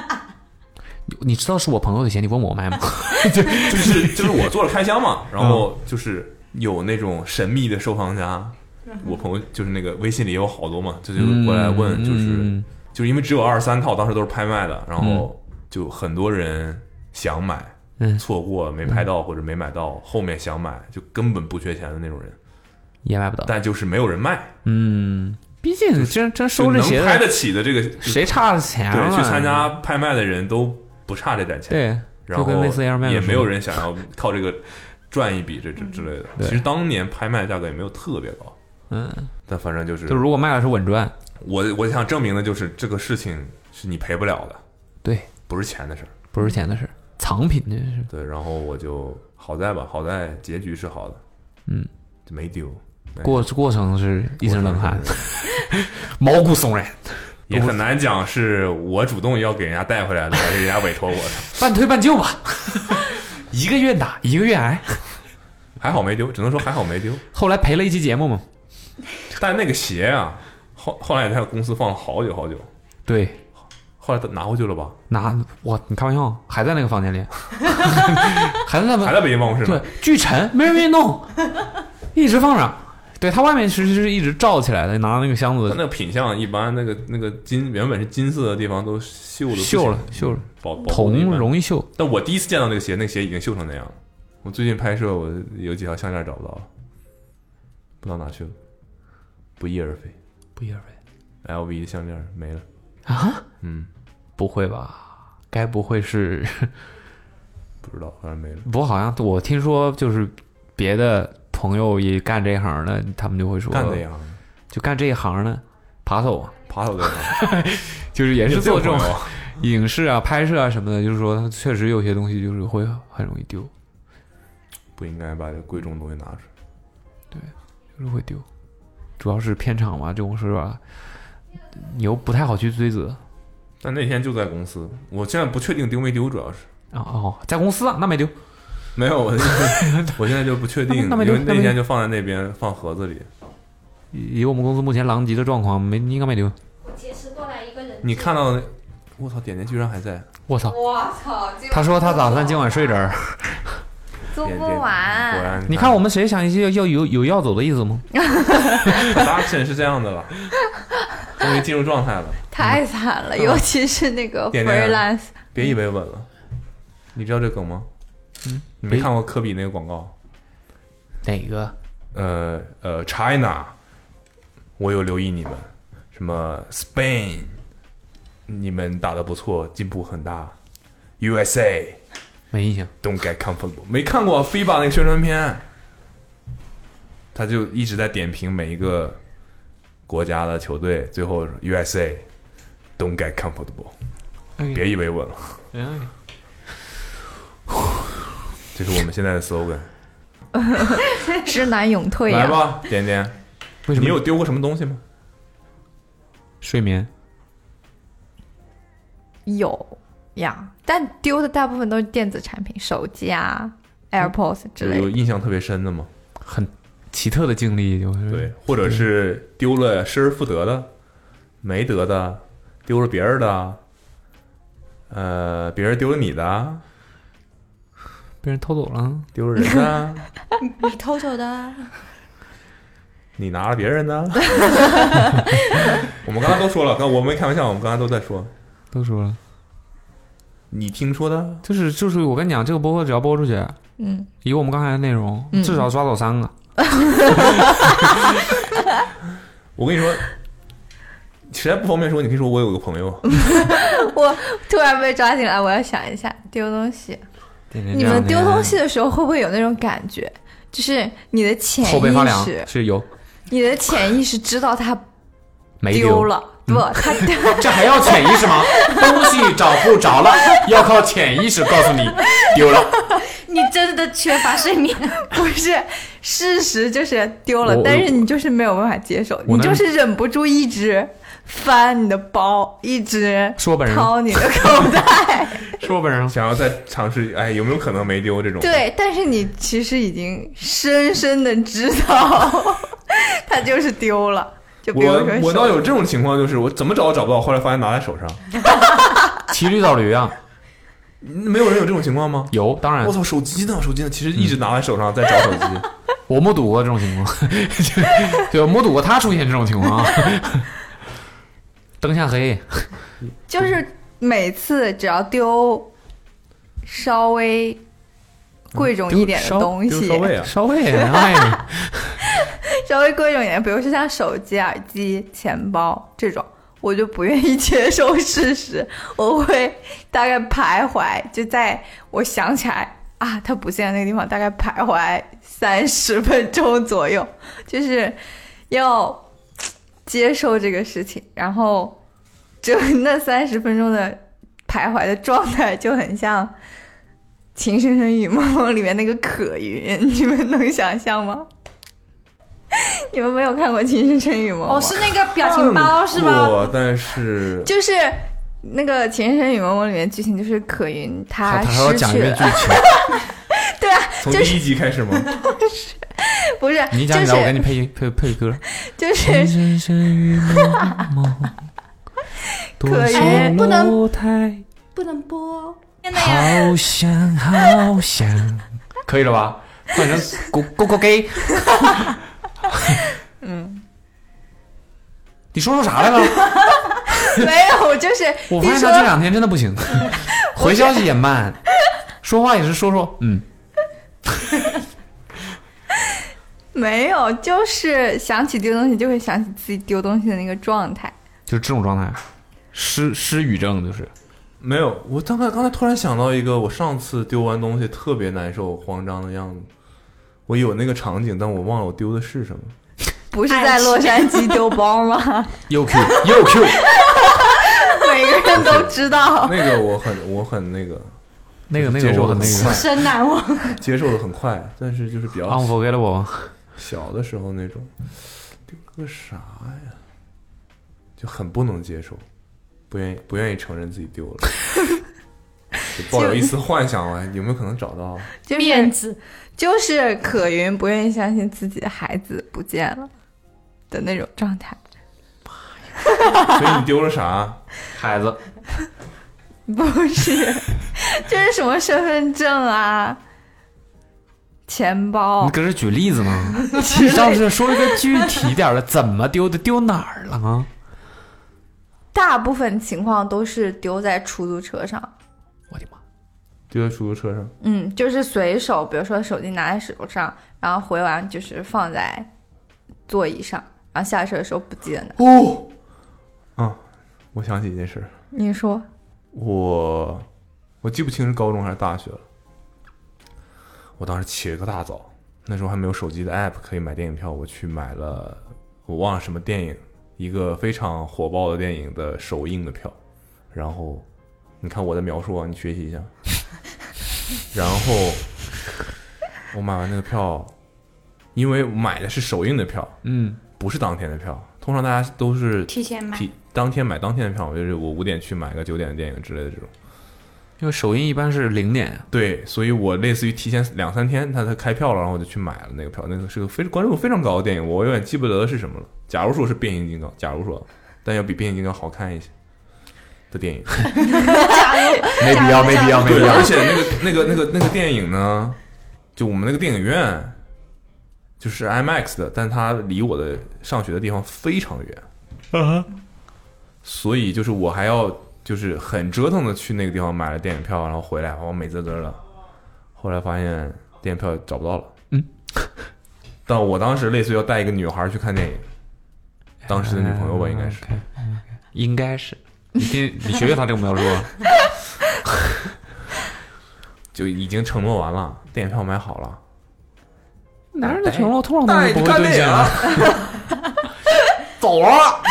Speaker 5: 你你知道是我朋友的钱，你问我卖吗？
Speaker 4: 就是就是我做了开 箱嘛，然后就是有那种神秘的收藏家，我朋友就是那个微信里也有好多嘛，这就过来问，就是
Speaker 5: 嗯
Speaker 4: 就是因为只有二十三套，当时都是拍卖的，然后就很多人想买，
Speaker 5: 嗯
Speaker 4: 错过没拍到或者没买到，后面想买就根本不缺钱的那种人，
Speaker 5: 也卖不到。
Speaker 4: 但就是没有人卖，
Speaker 5: 嗯，毕竟真真
Speaker 4: 就
Speaker 5: 收这
Speaker 4: 能
Speaker 5: 鞋
Speaker 4: 拍得
Speaker 5: 的，
Speaker 4: 起的这个
Speaker 5: 谁差钱啊？
Speaker 4: 对去参加拍卖的人都不差这点钱，
Speaker 5: 对，
Speaker 4: 然
Speaker 5: 就跟
Speaker 4: 后
Speaker 5: 类似 Air Max
Speaker 4: 也没有人想要靠这个赚一笔这这之类的。
Speaker 5: 对
Speaker 4: 其实当年拍卖价格也没有特别高，
Speaker 5: 嗯，
Speaker 4: 但反正就是
Speaker 5: 就如果卖了是稳赚，
Speaker 4: 我我想证明的就是这个事情是你赔不了的，
Speaker 5: 对，
Speaker 4: 不是钱的事儿。
Speaker 5: 不是钱的事儿，藏品这是。
Speaker 4: 对，然后我就好在吧，好在结局是好的，
Speaker 5: 嗯，
Speaker 4: 就没丢，哎
Speaker 5: 过过程是一身冷汗
Speaker 4: 过，程
Speaker 5: 毛骨悚然，
Speaker 4: 也很难讲是我主动要给人家带回来的，还是人家委托我的。
Speaker 5: 半推半就吧。 一个愿打，一个愿挨。
Speaker 4: 还好没丢，只能说还好没丢。
Speaker 5: 后来赔了一期节目嘛。
Speaker 4: 但那个鞋啊，后后来在公司放了好久好久，
Speaker 5: 对，
Speaker 4: 后来他拿回去了吧？
Speaker 5: 拿我你开玩笑，啊还在那个房 间里，还在那
Speaker 4: 还在北京办公室呢。
Speaker 5: 对，巨沉，没人愿意弄，一直放着。对，它外面其实是一直罩起来的，拿那个箱
Speaker 4: 它
Speaker 5: 子
Speaker 4: 那品相一般，那个那个金原本是金色的地方都锈的
Speaker 5: 锈了，锈了，
Speaker 4: 保保护得一
Speaker 5: 铜
Speaker 4: 般
Speaker 5: 容易锈。
Speaker 4: 但我第一次见到那个鞋，那个鞋已经锈成那样了。我最近拍摄，我有几条项链找不到了，不知道哪去了，不翼而飞。
Speaker 5: 不一而为
Speaker 4: LV 的项链没了，
Speaker 5: 啊？
Speaker 4: 嗯，
Speaker 5: 不会吧？该不会是？
Speaker 4: 不知道，反正没了。
Speaker 5: 不过好像我听说就是别的朋友也干这一行的，他们就会说
Speaker 4: 干这一行，
Speaker 5: 就干这一行的扒手啊，
Speaker 4: 扒手这一 行，
Speaker 5: 就是也
Speaker 4: 也
Speaker 5: 是做这种
Speaker 4: 朋友
Speaker 5: 影视啊、拍摄啊什么的，就是说他确实有些东西就是会很容易丢，
Speaker 4: 不应该把这贵重的东西拿出来。
Speaker 5: 就是会丢。主要是片场嘛，这种事吧，你又不太好去追责
Speaker 4: 但那天就在公司，我现在不确定丢没丢，主要是
Speaker 5: 啊哦，在公司啊，那没丢。
Speaker 4: 没有我，我现在 就不确 定，
Speaker 5: 那没
Speaker 4: 因为
Speaker 5: 丢那
Speaker 4: 那
Speaker 5: 没
Speaker 4: 天
Speaker 5: 丢
Speaker 4: 就放在那边放盒子里。
Speaker 5: 以以我们公司目前狼藉的状况，没应该没丢。
Speaker 6: 我结识过来一个人，
Speaker 4: 你看到那，我操，点点居然还在，
Speaker 5: 我操！
Speaker 6: 我操！这个
Speaker 5: 他说他打算今晚睡这儿。
Speaker 6: 做
Speaker 4: 点
Speaker 6: 不
Speaker 4: 点果
Speaker 6: 完，
Speaker 4: 然，
Speaker 5: 你看我们谁想一些要要有有要走的意思吗？
Speaker 4: production 是这 样的了，终于进入状态了。
Speaker 8: 太惨了，尤其是那个
Speaker 4: 点点
Speaker 8: freelance，
Speaker 4: 别以为稳了，你知道这梗吗？嗯，你没
Speaker 5: 别
Speaker 4: 看过科比那个广告？
Speaker 5: 哪个？
Speaker 4: 呃呃，China，我有留意你们，什么 Spain，你们打的不错，进步很大，USA。
Speaker 5: 没印象。
Speaker 4: Don't get comfortable，没看过 FIBA 那个宣传片，他就一直在点评每一个国家的球队，最后 USA，Don't get comfortable，
Speaker 5: 哎
Speaker 4: 别以为稳了，
Speaker 5: 哎
Speaker 4: 这是我们现在的 slogan。
Speaker 8: 知难永退
Speaker 4: 来
Speaker 8: 呀、
Speaker 4: 吧，点点，
Speaker 5: 为什
Speaker 4: 你有
Speaker 5: 么
Speaker 4: 丢过什么东西吗？
Speaker 5: 睡眠？
Speaker 8: 有呀，但丢的大部分都是电子产品，手机啊、AirPods
Speaker 5: 嗯
Speaker 8: 之
Speaker 4: 有
Speaker 8: 类
Speaker 4: 有
Speaker 8: 的。
Speaker 4: 印象特别深的吗？
Speaker 5: 很奇特的经历，就是
Speaker 4: 对，或者是丢了失而复得的，没得的，丢了别人的，呃，别人丢了你的，
Speaker 5: 被人偷走了。
Speaker 4: 丢了人的，
Speaker 6: 你偷走的啊，
Speaker 4: 你拿了别人 的。 我们刚才都说了，刚我没开玩笑，我们刚才都在说，
Speaker 5: 都说了，
Speaker 4: 你听说的，
Speaker 5: 就是就是，我跟你讲，这个播客只要播出去，
Speaker 8: 嗯，
Speaker 5: 以我们刚才的内容，
Speaker 8: 嗯
Speaker 5: 至少抓走三个。
Speaker 4: 我跟你说。实在不方便说，你可以说我有个朋 友，
Speaker 8: 我 突然被抓进来，我要想一下丢东西。
Speaker 5: 点点
Speaker 8: 你
Speaker 5: 这样
Speaker 8: 们
Speaker 5: 的
Speaker 8: 丢
Speaker 5: 人
Speaker 8: 东西的时候会不会有那种感觉？就是你的潜
Speaker 5: 后背发
Speaker 8: 意
Speaker 5: 凉
Speaker 8: 识，
Speaker 5: 是有
Speaker 8: 你的潜意识知道它
Speaker 5: 没
Speaker 8: 丢了，
Speaker 5: 哎
Speaker 8: 不，
Speaker 5: 嗯
Speaker 8: 它丢
Speaker 5: 这还要潜意识吗？东西找不着了，要靠潜意识告诉你丢了。
Speaker 6: 你真的缺乏睡眠。
Speaker 8: 不是事实，就是丢了
Speaker 5: 我，
Speaker 8: 但是你就是没有办法接受，
Speaker 5: 我
Speaker 8: 你
Speaker 5: 能
Speaker 8: 就是忍不住一直翻你的包，一直
Speaker 5: 说本人，
Speaker 8: 掏你的口袋。
Speaker 5: 说本人，
Speaker 4: 想要再尝试，哎，有没有可能没丢这种？，
Speaker 8: 对，但是你其实已经深深的知道， 他就是丢了。就比如
Speaker 4: 我
Speaker 8: 说
Speaker 4: 我
Speaker 8: 手
Speaker 4: 倒有这种情况，就是我怎么找都找不到，后来发现拿在手上。
Speaker 5: 骑驴找驴啊，
Speaker 4: 没有人有这种情况吗？
Speaker 5: 有，当然
Speaker 4: 我，操，手机呢？手机呢？其实一直拿在手上在找手 机。
Speaker 5: 我目睹过这种情况，就就目睹过他出现这种情况啊。 灯下黑，
Speaker 8: 就是每次只要丢稍微贵重一点的东
Speaker 4: 嗯丢
Speaker 8: 西，
Speaker 4: 烧味啊！
Speaker 5: 稍微 哎，
Speaker 8: 稍微贵重一点，比如说像手机、耳机、钱包这种，我就不愿意接受事实， 我会大概徘徊，就在我想起来啊，它不见的那个地方，大概徘徊三十分钟左右，就是要接受这个事情，然后就那三十分钟的徘徊的状态就很像。《情深深雨蒙蒙》里面那个可云，你们能想象吗？ 你们没有看过《情深深雨蒙蒙》
Speaker 6: 哦，是那个 表情包是吧？
Speaker 5: 嗯
Speaker 4: 过啊但是
Speaker 8: 就是那个《情深深雨蒙蒙》里面剧情，就是可云她
Speaker 5: 他还要
Speaker 8: 失
Speaker 5: 讲一
Speaker 8: 去
Speaker 5: 遍
Speaker 8: 了
Speaker 5: 剧，情，
Speaker 8: 对啊，
Speaker 4: 从
Speaker 8: 就是
Speaker 4: 第一集开始吗？
Speaker 8: 不是，
Speaker 5: 你讲
Speaker 8: 就
Speaker 5: 你讲，我给你
Speaker 8: 是
Speaker 5: 配配配 歌。
Speaker 8: 就是
Speaker 5: 深深雨蒙蒙，
Speaker 8: 可以哎
Speaker 6: 不能
Speaker 5: 舞台，
Speaker 6: 不能播。真的呀，
Speaker 5: 好想好想，可以了吧？换成 go go go gay，嗯，
Speaker 8: 嗯
Speaker 5: 你说出 啥来了？
Speaker 8: 没有，就是
Speaker 5: 我
Speaker 8: 一
Speaker 5: 发现
Speaker 8: 说
Speaker 5: 他这两天真的不行， 回消息也 慢，说话也是说说，嗯，
Speaker 8: 没有，就是想起丢东西就会想起自己丢东西的那个状态。
Speaker 5: 就是这种状态，失失语症就是。
Speaker 4: 没有，我刚才刚才突然想到一个，我上次丢完东西特别难受、慌张的样子。我有那个场景，但我忘了我丢的是什么。
Speaker 8: 不是在洛杉矶丢 包吗？
Speaker 5: 又 Q 又 Q，
Speaker 8: 每个人都知道。
Speaker 4: 那个我很我很那个
Speaker 5: 那个那
Speaker 4: 接
Speaker 5: 个
Speaker 4: 受
Speaker 5: 我
Speaker 4: 很
Speaker 5: 那
Speaker 4: 快
Speaker 5: 个
Speaker 6: 真难忘。
Speaker 4: 接受的很快，但是就是比 较
Speaker 5: unforgettable，
Speaker 4: 小的时候那种丢了个啥呀，就很不能接受，不愿意不愿意承认自己丢了，就抱有一丝幻想啊，有没有可能找到？
Speaker 8: 就是
Speaker 6: 面子，
Speaker 8: 就是可云不愿意相信自己的孩子不见了的那种状态。
Speaker 4: 所以你丢了啥？
Speaker 5: 孩子
Speaker 8: 不 是，就是什么身份证啊、钱包
Speaker 5: 你搁这举例子呢？
Speaker 8: 之
Speaker 5: 你上
Speaker 8: 类
Speaker 5: 次
Speaker 8: 的，
Speaker 5: 说一个具体点儿的，怎么丢的？丢哪儿了啊？
Speaker 8: 大部分情况都是丢在出租车上。
Speaker 5: 我的妈！
Speaker 4: 丢在出租车上，
Speaker 8: 嗯，就是随手，比如说手机拿在手上，然后回完就是放在座椅上，然后下车的时候不记得拿。
Speaker 4: 啊我想起一件事儿，
Speaker 8: 你说
Speaker 4: 我我记不清是高中还是大学了。我当时起了个大早，那时候还没有手机的 app 可以买电影票，我去买了，我忘了什么电影，一个非常火爆的电影的首映的票。然后你看我的描述啊，你学习一下。 然后我买完那个票，因为买的是首映的票，
Speaker 5: 嗯，
Speaker 4: 不是当天的票。通常大家都是
Speaker 6: 提前买。
Speaker 4: 提当天买当天的票，我就是我五点去买个九点的电影之类的这种。
Speaker 5: 因为首映一般是零点啊，
Speaker 4: 对，所以我类似于提前两三天，他才开票了，然后我就去买了那个票。那个是个非关注度非常高的电影，我有点记不得是什么了。假如说是变形金刚，假如说，但要比变形金刚好看一些的电影。
Speaker 5: 没必要，没必要，没必
Speaker 4: 对，
Speaker 5: 要
Speaker 4: 而。且那个那个那个那个电影呢，就我们那个电影院就是 IMAX 的，但它离我的上学的地方非常远，所以就是我还要就是很折腾的去那个地方买了电影票，然后回来，我美滋滋的，后来发现电影票找不到了，
Speaker 5: 嗯，
Speaker 4: 但我当时类似于要带一个女孩去看电影，当时的女朋友吧应该是，
Speaker 5: OK，OK，应该是。你听，你学学他这个描述啊，
Speaker 4: 就已经承诺完了，电影票买好了。
Speaker 5: 男人的承诺通常都
Speaker 7: 带你
Speaker 5: 是不
Speaker 7: 去
Speaker 5: 会
Speaker 7: 看
Speaker 5: 兑
Speaker 7: 电影
Speaker 5: 现
Speaker 7: 啊
Speaker 5: 的。走啊，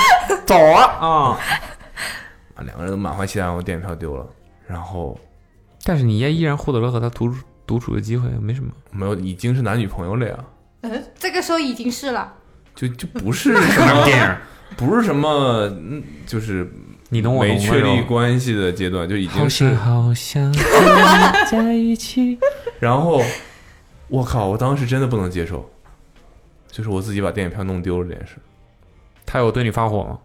Speaker 5: 走啊啊！
Speaker 4: 啊，两个人都满怀期待，我电影票丢了，然后
Speaker 5: 但是你也依然获得了和他独处独处的机会，没什么。
Speaker 4: 没有，已经是男女朋友了呀，
Speaker 6: 呃，这个时候已经是了，
Speaker 4: 就就不是什么
Speaker 5: 电影
Speaker 4: 不是什么，嗯就是
Speaker 5: 你懂我
Speaker 4: 没
Speaker 5: 懂
Speaker 4: 确立关系的阶段，就已经
Speaker 5: 好啊
Speaker 4: 是
Speaker 5: 想。好想在一起。
Speaker 4: 然后，我靠，我当时真的不能接受，就是我自己把电影票弄丢了这件事。
Speaker 5: 他有对你发火吗？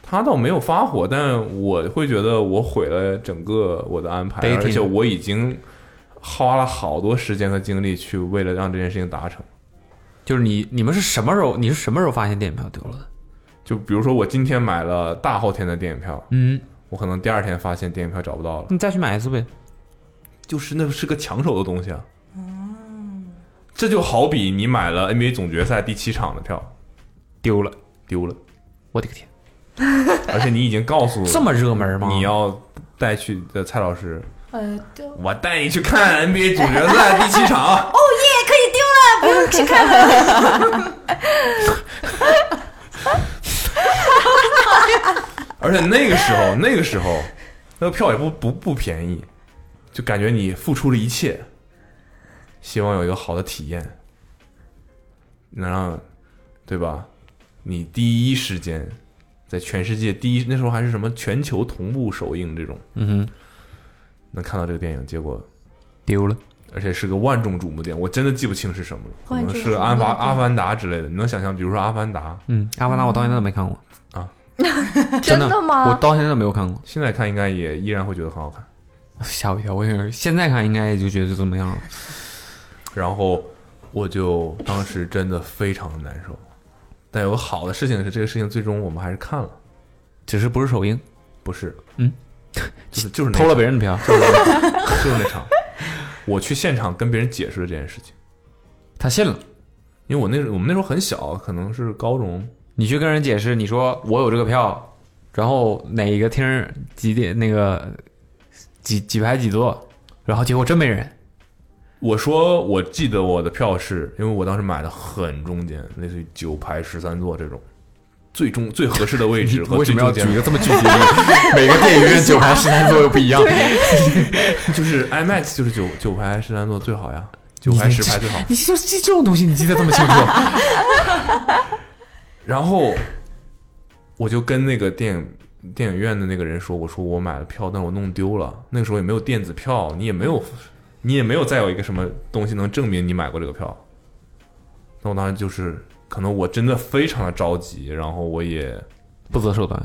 Speaker 4: 他倒没有发火，但我会觉得我毁了整个我的安排
Speaker 5: Dating
Speaker 4: 而且我已经花了好多时间和精力去为了让这件事情达成。
Speaker 5: 就是你你们是什么时候？你是什么时候发现电影票丢了的？
Speaker 4: 就比如说，我今天买了大后天的电影票，
Speaker 5: 嗯，
Speaker 4: 我可能第二天发现电影票找不到了，
Speaker 5: 你再去买一次呗。
Speaker 4: 就是那是个抢手的东西啊。这就好比你买了 NBA 总决赛第七场的票
Speaker 5: 丢了，
Speaker 4: 丢了，
Speaker 5: 我的个天！
Speaker 4: 而且你已经告诉
Speaker 5: 这么热门吗？
Speaker 4: 你要带去的蔡老师，
Speaker 6: 呃，对，也
Speaker 4: 我带你去看 NBA 总决赛第七场。
Speaker 6: 可以丢了，不用去看了。
Speaker 4: 而且那个时候，那个时候，那个票也不不不便宜，就感觉你付出了一切，希望有一个好的体验，能让，对吧？你第一时间在全世界第一，那时候还是什么全球同步首映这种，
Speaker 5: 嗯哼，
Speaker 4: 能看到这个电影，结果
Speaker 5: 丢了。
Speaker 4: 而且是个万众瞩目的电影，我真的记不清是什么了，可
Speaker 6: 万
Speaker 4: 能
Speaker 6: 众
Speaker 4: 是
Speaker 6: 瞩目
Speaker 4: 阿凡
Speaker 6: 的
Speaker 4: 阿凡达之类的。你能想象，比如说阿凡达，
Speaker 5: 嗯，《阿凡达》我到现在都没看过
Speaker 4: 啊，
Speaker 5: 真
Speaker 8: 真的吗
Speaker 5: 我到现在都没有看过，
Speaker 4: 现在看应该也依然会觉得很好看。
Speaker 5: 吓我一跳。我以为现在看应该也就觉得怎么样了。
Speaker 4: 然后我就当时真的非常难受。但有个好的事情是，这个事情最终我们还是看了，
Speaker 5: 只是不是首映，
Speaker 4: 不是，
Speaker 5: 嗯，
Speaker 4: 就是就是那
Speaker 5: 偷了别人的票，
Speaker 4: 场，就是那场就是那场，我去现场跟别人解释了这件事情，
Speaker 5: 他信了。
Speaker 4: 因为我那时候我们那时候很小，可能是高中，
Speaker 5: 你去跟人解释，你说我有这个票，然后哪一个厅儿几点那个几几排几座，然后结果真没人。
Speaker 4: 我说我记得我的票是因为我当时买的很中间，类似于九排十三座这种。最中最合适的位
Speaker 5: 你
Speaker 4: 置和
Speaker 5: 为什
Speaker 4: 最
Speaker 5: 么要
Speaker 4: 中
Speaker 5: 举
Speaker 4: 间
Speaker 5: 一个这么具体的例子？每个电影院九排十三座又不一 样。
Speaker 4: 就是 IMAX 就是九九排十三座最好呀，九排十排最好。
Speaker 5: 你说这这种东西你记得这么清楚？
Speaker 4: 然后我就跟那个电影电影院的那个人说：“我说我买了票，但是我弄丢了。那个时候也没有电子票，你也没有，你也没有再有一个什么东西能证明你买过这个票。”那我当时就是，可能我真的非常的着急，然后我也
Speaker 5: 不择手段。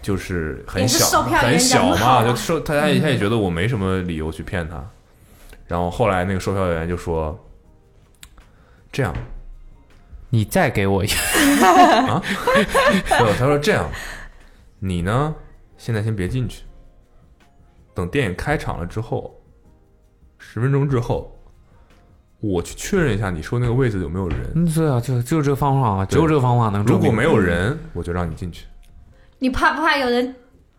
Speaker 4: 就是很
Speaker 6: 也是
Speaker 4: 小
Speaker 6: 售票员
Speaker 4: 很
Speaker 6: 人
Speaker 4: 小
Speaker 6: 好
Speaker 4: 嘛，
Speaker 6: 啊
Speaker 4: 就售他他也他也觉得我没什么理由去骗他。然后后来那个售票员就说：“这样，
Speaker 5: 你再给我一个，
Speaker 4: 不，他说这样，你呢，现在先别进去，等电影开场了之后，十分钟之后，我去确认一下你说那个位置有没有 人。
Speaker 5: 嗯，对啊，就就这个方法啊，只有这个方法能证
Speaker 4: 如
Speaker 5: 明。
Speaker 4: 果没有人，我就让你进去。
Speaker 6: 你怕不怕有人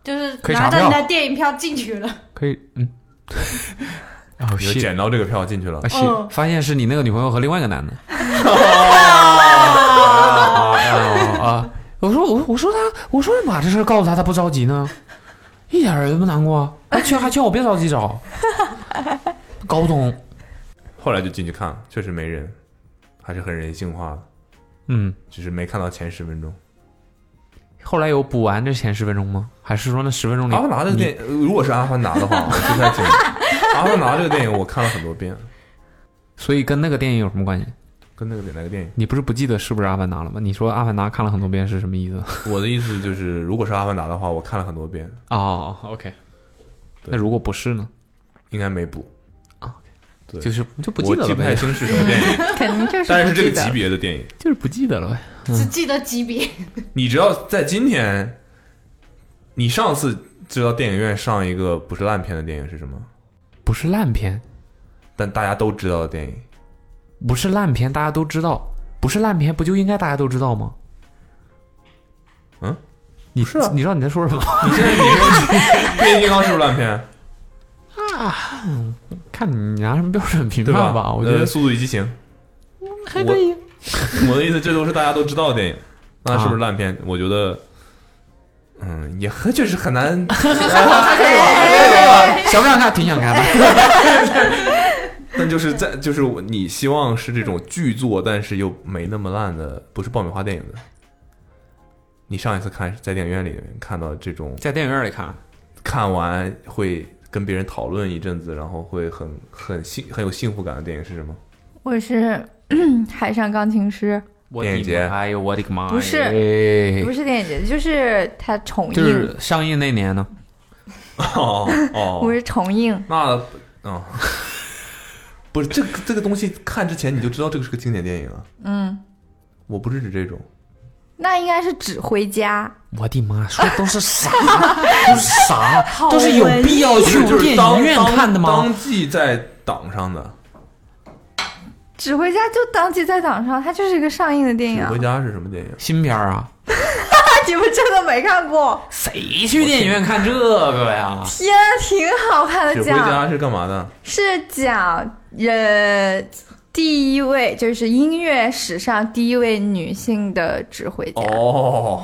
Speaker 6: 就是
Speaker 5: 可以查
Speaker 6: 拿着你
Speaker 5: 票
Speaker 6: 的电影票进去了？
Speaker 5: 可以，嗯， 哦，
Speaker 4: 你就
Speaker 5: 谢
Speaker 4: 捡到这个票进去了
Speaker 5: 啊。
Speaker 6: 嗯
Speaker 5: 谢，发现是你那个女朋友和另外一个男 的。啊啊！我说我我说他我说你把这事儿告诉他，他不着急呢，一点儿也不难过啊，还劝还劝我别着急找，搞不懂。
Speaker 4: 后来就进去看了，确实没人，还是很人性化的，
Speaker 5: 嗯，
Speaker 4: 只是没看到前十分钟。
Speaker 5: 后来有补完这前十分钟吗？还是说那十分钟里？
Speaker 4: 阿凡达的电影，呃如果是阿凡达的话，我不太清楚。阿凡达这个电影我看了很多遍，
Speaker 5: 所以跟那个电影有什么关系？
Speaker 4: 跟那个哪个电影？
Speaker 5: 你不是不记得是不是《阿凡达》了吗？你说《阿凡达》看了很多遍是什么意思？
Speaker 4: 我的意思就是，如果是阿凡达的话，我看了很多遍，
Speaker 5: 哦，OK。那如果不是呢？
Speaker 4: 应该没补。对
Speaker 5: 就是就不记
Speaker 4: 我
Speaker 5: 得
Speaker 4: 记
Speaker 5: 了
Speaker 4: 不太
Speaker 5: 呗，
Speaker 4: 清是什么 电影，
Speaker 8: 肯定就是
Speaker 4: 但是
Speaker 8: 不
Speaker 4: 这个
Speaker 8: 记得
Speaker 4: 级别的电影，
Speaker 5: 就是不记得了呗。
Speaker 6: 只记得级别，
Speaker 4: 你只要在今天，你上次知道电影院上一个不是烂片的电影是什么，
Speaker 5: 不是烂片，
Speaker 4: 但大家都知道的电影，
Speaker 5: 不是烂片，大家都知道，不是烂片，不就应该大家都知道吗？
Speaker 4: 嗯，
Speaker 5: 你
Speaker 4: 不是啊
Speaker 5: 你知道你在说什么？
Speaker 4: 你现在你 说变形金刚是不是烂片？
Speaker 5: 看你拿什么标准评
Speaker 4: 对
Speaker 5: 判吧，
Speaker 4: 吧？
Speaker 5: 我觉得
Speaker 4: 呃速度与激情》嗯还可以。我 的意思，这都是大家都知道的电影，那是不是烂片？我觉得，嗯，也很确实很难。 呃
Speaker 5: 想不想看？挺想看 的。
Speaker 4: 但就是在就是我你希望是这种巨作，但是又没那么烂的，不是爆米花电影的。你上一次看在电影院里面看到这种
Speaker 5: 在电影院里看，
Speaker 4: 看完会跟别人讨论一阵子，然后会很很幸很有幸福感的电影是什么？
Speaker 8: 我 是海上钢琴师，
Speaker 5: 我
Speaker 4: 电影节
Speaker 5: 的妈哎呦我的个妈呀！
Speaker 8: 不是
Speaker 5: 哎
Speaker 8: 不是电影节，就是它重映，
Speaker 5: 就是上映那年呢，
Speaker 4: 哦
Speaker 8: 不
Speaker 4: 哦，
Speaker 8: 是重映，
Speaker 4: 那哦， 不是这个这个东西看之前你就知道这个是个经典电影啊。
Speaker 8: 嗯，
Speaker 4: 我不是指这种，
Speaker 8: 那应该是指挥家。
Speaker 5: 我的妈，说的都是啥？都是啥？都是有必要去
Speaker 4: 就是
Speaker 5: 哎电
Speaker 4: 当
Speaker 5: 影院
Speaker 4: 当
Speaker 5: 看的吗？
Speaker 4: 当季在档上的
Speaker 8: 指挥家就当即在档上，它就是一个上映的
Speaker 5: 哎
Speaker 8: 电影
Speaker 4: 《
Speaker 8: 啊
Speaker 4: 回。家》是什么电影？
Speaker 5: 新片儿啊，
Speaker 8: 你们真的没看过？
Speaker 5: 谁去电影院看这个呀？
Speaker 8: 天啊，挺好看
Speaker 4: 指
Speaker 8: 的
Speaker 4: 挥家
Speaker 8: 讲，
Speaker 4: 是干嘛的？
Speaker 8: 是讲呃第一位就是音乐史上第一位女性的指挥
Speaker 5: 哎
Speaker 8: 家。
Speaker 4: 哦，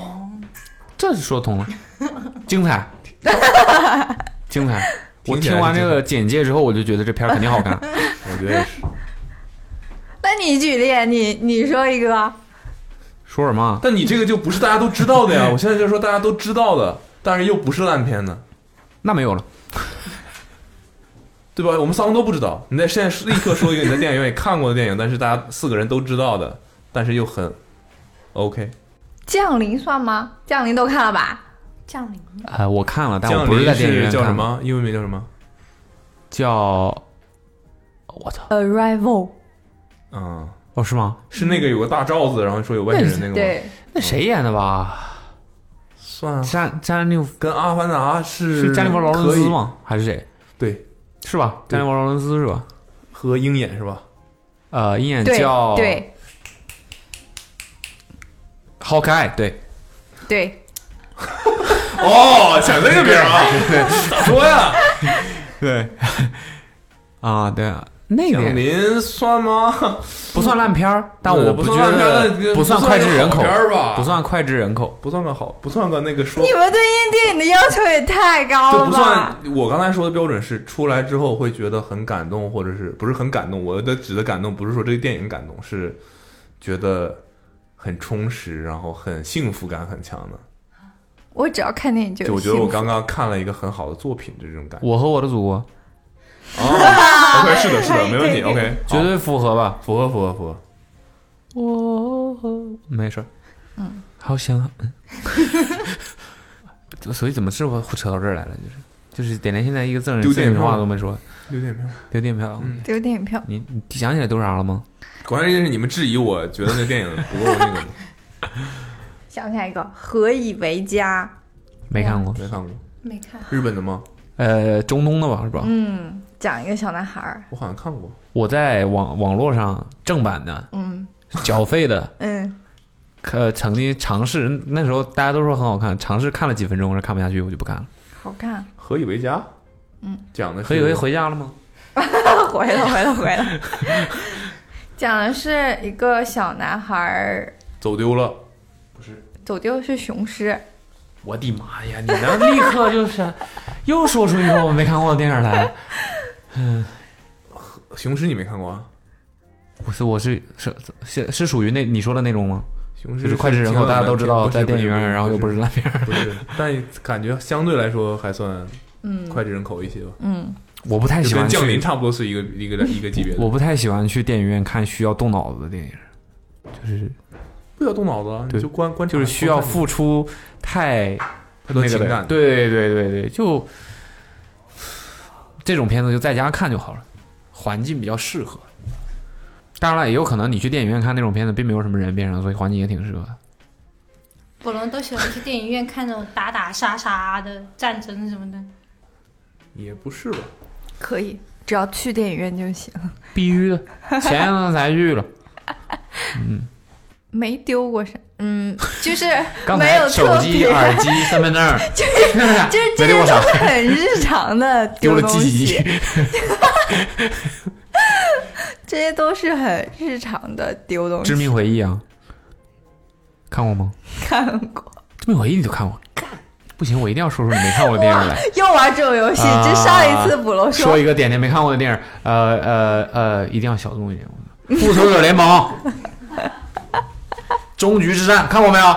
Speaker 5: 这就说通了，精彩，精彩！我
Speaker 4: 听起
Speaker 5: 听
Speaker 4: 来是
Speaker 5: 完这个简介之后，我就觉得这片儿肯定好 看。
Speaker 4: 我觉得也是。
Speaker 8: 那你举例，你你说一个，
Speaker 5: 说什么啊？
Speaker 4: 但你这个就不是大家都知道的呀。我现在就说大家都知道的，但是又不是烂片的，
Speaker 5: 那没有了，
Speaker 4: 对吧？我们三个都不知道。你在现在立刻说一个你在电影院里看过的电影，但是大家四个人都知道的，但是又很 OK。
Speaker 8: 降临算吗？降临都看了吧？
Speaker 6: 降临
Speaker 5: 呃，我看了，但我
Speaker 4: 啊降
Speaker 5: 不
Speaker 4: 临
Speaker 5: 是在电影院
Speaker 4: 叫什
Speaker 5: 看的？
Speaker 4: 么？英文名叫什么？
Speaker 5: 叫我操！
Speaker 8: Arrival，
Speaker 4: 嗯，
Speaker 5: 哦，是吗？
Speaker 4: 是那个有个大罩子，然后说有外星人那个吗？
Speaker 8: 对，
Speaker 5: 那谁演的吧？
Speaker 4: 算啊，
Speaker 5: 詹詹妮弗
Speaker 4: 跟《阿凡达》是
Speaker 5: 是詹妮弗劳伦
Speaker 4: 可以
Speaker 5: 斯？吗？还是谁？
Speaker 4: 对，
Speaker 5: 是吧？
Speaker 4: 对
Speaker 5: 詹妮弗劳伦斯是吧？
Speaker 4: 和鹰眼是吧？
Speaker 5: 呃，鹰眼
Speaker 8: 对
Speaker 5: 叫
Speaker 8: 对
Speaker 5: 好可爱，对，
Speaker 8: 对，
Speaker 4: 哦，想这个名啊？ 说呀，
Speaker 5: 对， 啊，对啊，那
Speaker 4: 降
Speaker 5: 个
Speaker 4: 临算吗？
Speaker 5: 不算烂片儿，但
Speaker 4: 对
Speaker 5: 我
Speaker 4: 不
Speaker 5: 觉
Speaker 4: 算烂片儿那
Speaker 5: 得不算
Speaker 4: 不算
Speaker 5: 脍炙人口
Speaker 4: 好片儿吧，
Speaker 5: 不算脍炙人口。
Speaker 4: 不算个好，不算个那个说
Speaker 8: 你们对印电影的要求也太高
Speaker 4: 就
Speaker 8: 了
Speaker 4: 不
Speaker 8: 吧
Speaker 4: 算？我刚才说的标准是出来之后会觉得很感动，或者是不是很感动？我的指的感动不是说这个电影感动，是觉得很充实，然后很幸福感很强的。
Speaker 8: 我只要看电影就
Speaker 4: 就
Speaker 8: 有
Speaker 4: 我觉得我
Speaker 8: 幸福
Speaker 4: 刚刚看了一个很好的作品，就这种感觉。
Speaker 5: 我和我的祖国
Speaker 4: 哦，OK，是的，是的，没问题。
Speaker 8: 可以可以
Speaker 4: OK，
Speaker 5: 绝对符合吧？
Speaker 4: 符合，符合，符合。
Speaker 5: 没事，嗯，好香啊。 嗯就所以怎么是我扯到这儿来了？就是就是点连现在一个正
Speaker 4: 丢
Speaker 5: 人
Speaker 4: 电
Speaker 5: 正经
Speaker 4: 票
Speaker 5: 话
Speaker 4: 了
Speaker 5: 都没说，
Speaker 4: 有点没有。
Speaker 5: 丢电票。
Speaker 4: 嗯
Speaker 8: 丢电影票。
Speaker 5: 你你想起来丢啥了吗？
Speaker 4: 关键是你们质疑我觉得那电影不够那个，
Speaker 8: 想起来一个，何以为家？
Speaker 5: 没看过。
Speaker 4: 没看过
Speaker 6: 没看，
Speaker 4: 日本的吗？
Speaker 5: 呃，中东的吧，
Speaker 4: 哦
Speaker 5: 是吧？
Speaker 8: 嗯，讲一个小男孩儿，
Speaker 4: 我好像看过。
Speaker 5: 我在网网络上正版的、
Speaker 8: 嗯
Speaker 5: 缴费的，
Speaker 8: 嗯，
Speaker 5: 呃，曾经尝试，那时候大家都说很好看，尝试看了几分钟，看不下去，我就不看了。
Speaker 8: 好看。
Speaker 4: 何以为家？嗯，讲的是
Speaker 5: 何以为回家了吗？
Speaker 8: 回了回了回了，讲的是一个小男孩儿
Speaker 4: 走丢了。
Speaker 8: 走丢是雄狮，
Speaker 5: 我的妈呀！你能立刻就是又说出一个我没看过的电影来？
Speaker 4: 雄狮你没看过啊？
Speaker 5: 不是，我是是是是属于那你说的那种吗？
Speaker 4: 雄
Speaker 5: 就
Speaker 4: 狮
Speaker 5: 是脍炙人口，
Speaker 4: 挺
Speaker 5: 大家都知道
Speaker 4: 不是
Speaker 5: 在电影
Speaker 4: 不
Speaker 5: 院，
Speaker 4: 是
Speaker 5: 然后又不是烂片儿。
Speaker 4: 不是，但感觉相对来说还算脍炙人口一些吧，
Speaker 8: 嗯，
Speaker 5: 我不太
Speaker 4: 就
Speaker 5: 喜
Speaker 4: 跟
Speaker 5: 欢
Speaker 4: 降临
Speaker 5: 去，
Speaker 4: 差不多是一个 一个一个级别的。
Speaker 5: 我不太喜欢去电影院看需要动脑子的电影，就是
Speaker 4: 不要动脑子啊，你
Speaker 5: 对
Speaker 4: 就观观察，
Speaker 5: 就是需要
Speaker 4: 观察
Speaker 5: 付出太
Speaker 4: 太多
Speaker 5: 那个
Speaker 4: 情
Speaker 5: 的
Speaker 4: 感。，
Speaker 5: 对对对对，就这种片子就在家看就好了，环境比较适合。当然了，也有可能你去电影院看那种片子，并没有什么人边上，所以环境也挺适合的。
Speaker 6: 我们都喜欢去电影院看那种打打杀杀的战争什么的。
Speaker 4: 也不是吧？
Speaker 8: 可以，只要去电影院就行。
Speaker 5: 必须的，前两天才去了，
Speaker 8: 没丢过啥，嗯，就是
Speaker 5: 刚
Speaker 8: 没
Speaker 5: 才
Speaker 8: 有
Speaker 5: 手
Speaker 8: 特
Speaker 5: 机、
Speaker 8: 别，
Speaker 5: 耳机、身份证儿，
Speaker 8: 就是
Speaker 5: 没丢
Speaker 8: 这些
Speaker 5: 过
Speaker 8: 都
Speaker 5: 啥
Speaker 8: 是很日常的
Speaker 5: 丢了
Speaker 8: 东
Speaker 5: 记忆
Speaker 8: 西，。这些都是很日常的丢 东
Speaker 5: 致
Speaker 8: 西。
Speaker 5: 命回忆啊，看过吗？
Speaker 8: 看过，
Speaker 5: 致命回忆你都看过？不行，我一定要说出你没看过的电影来。
Speaker 8: 又玩这种游戏，
Speaker 5: 啊
Speaker 8: 这上一次捕 龙
Speaker 5: 说一个点点没看过的电影，呃呃呃，一定要小众一点。我操复仇者联盟、终局之战看过没有？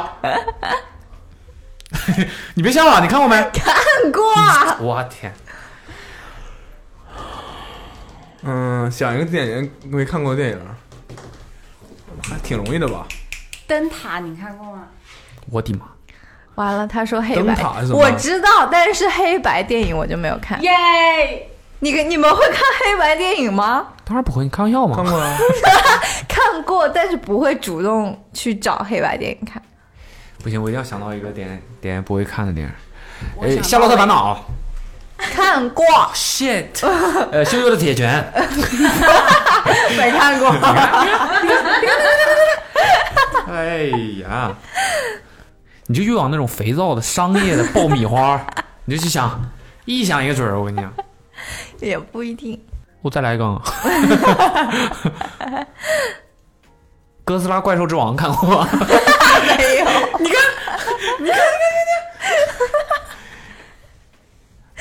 Speaker 5: 你别笑啊，你看过没？
Speaker 8: 看过，啊
Speaker 5: 我天，
Speaker 7: 嗯，想一个电影没看过的电影，还挺容易的吧？
Speaker 3: 灯塔你看过吗？
Speaker 5: 我的妈！
Speaker 8: 完了，他说黑
Speaker 7: 灯
Speaker 8: 白
Speaker 7: 塔是，什么
Speaker 8: 我知道，但是黑白电影我就没有看。
Speaker 3: 耶、
Speaker 8: 你跟你们会看黑白电影吗？
Speaker 5: 当然不会，你开玩笑
Speaker 7: 看
Speaker 5: 吗？
Speaker 7: 过 啊，
Speaker 8: 看过，但是不会主动去找黑白电影看。
Speaker 5: 不行，我一定要想到一个点点不会看的电影。
Speaker 3: 我
Speaker 5: 哎，《
Speaker 3: 想到
Speaker 5: 夏洛特烦恼》
Speaker 8: 看过，
Speaker 5: shit，呃，《羞羞的铁拳》
Speaker 8: 没看过。
Speaker 5: 哎呀，你就越往那种肥皂的商业的爆米 花儿，你就去想，一想一个准儿。我跟你讲，
Speaker 8: 也不一定。
Speaker 5: 我再来一啊 缸。哥斯拉怪兽之王看过吗？
Speaker 8: 没有，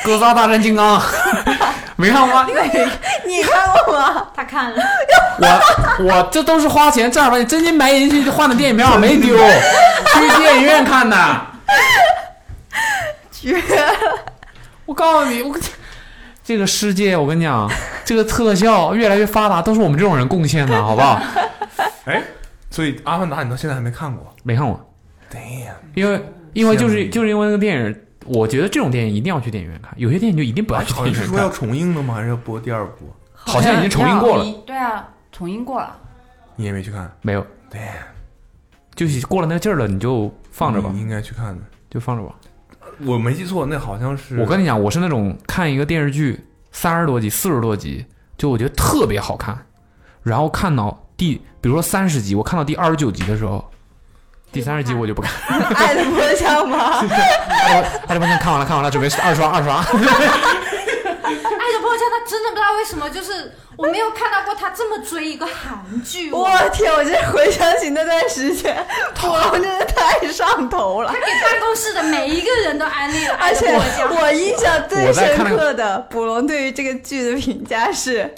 Speaker 5: 哥斯拉大战金刚没看过吗？
Speaker 8: 你看过吗？
Speaker 6: 他看了，
Speaker 5: 我我这都是花钱正儿八经真金白银去换的电影票，没丢，去电影院看的。
Speaker 8: 绝了！
Speaker 5: 我告诉你，我跟你这个世界，我跟你讲，这个特效越来越发达，都是我们这种人贡献的，好不好？
Speaker 4: 哎，
Speaker 7: 所以《阿凡达》你到现在还没看过
Speaker 5: 没看过，
Speaker 7: ？Damn，
Speaker 5: 因为因为就是
Speaker 7: 羡慕
Speaker 5: 就是因为那个电影，我觉得这种电影一定要去电影院看，有些电影就一定不要去
Speaker 7: 好
Speaker 5: 电
Speaker 7: 像
Speaker 5: 影
Speaker 7: 是
Speaker 5: 院
Speaker 7: 说要
Speaker 5: 看，
Speaker 7: 重映了吗？还是要播第二部？
Speaker 5: 好像已经重映过了，。
Speaker 3: 对啊，重映过了。
Speaker 7: 你也没去看
Speaker 5: 没有，
Speaker 7: ？Damn，
Speaker 5: 就是过了那个劲儿了，你就放着吧
Speaker 7: 你，应该去看的。
Speaker 5: 就放着吧。
Speaker 7: 我没记错，那好像是
Speaker 5: 我跟你讲，我是那种看一个电视剧三十多集、四十多集，就我觉得特别好看，然后看到第，比如说三十集，我看到第二十九集的时候，第三十集我就不 看，
Speaker 8: 爱的迫降 吗？
Speaker 5: 哎，这不行，看完了，看完了，准备二刷二刷。
Speaker 6: 爱的迫降，他真的不知道为什么，就是我没有看到过他这么追一个韩剧，
Speaker 8: 我天！我真的回想起那段时 间，古龙真的太上头了
Speaker 6: 他。给办公室的每一个人都安利了爱
Speaker 8: 而
Speaker 6: 的
Speaker 8: 且
Speaker 6: 迫降。
Speaker 8: 我印象最
Speaker 5: 我在
Speaker 8: 深
Speaker 5: 看那个
Speaker 8: 刻的，捕龙对于这个剧的评价是：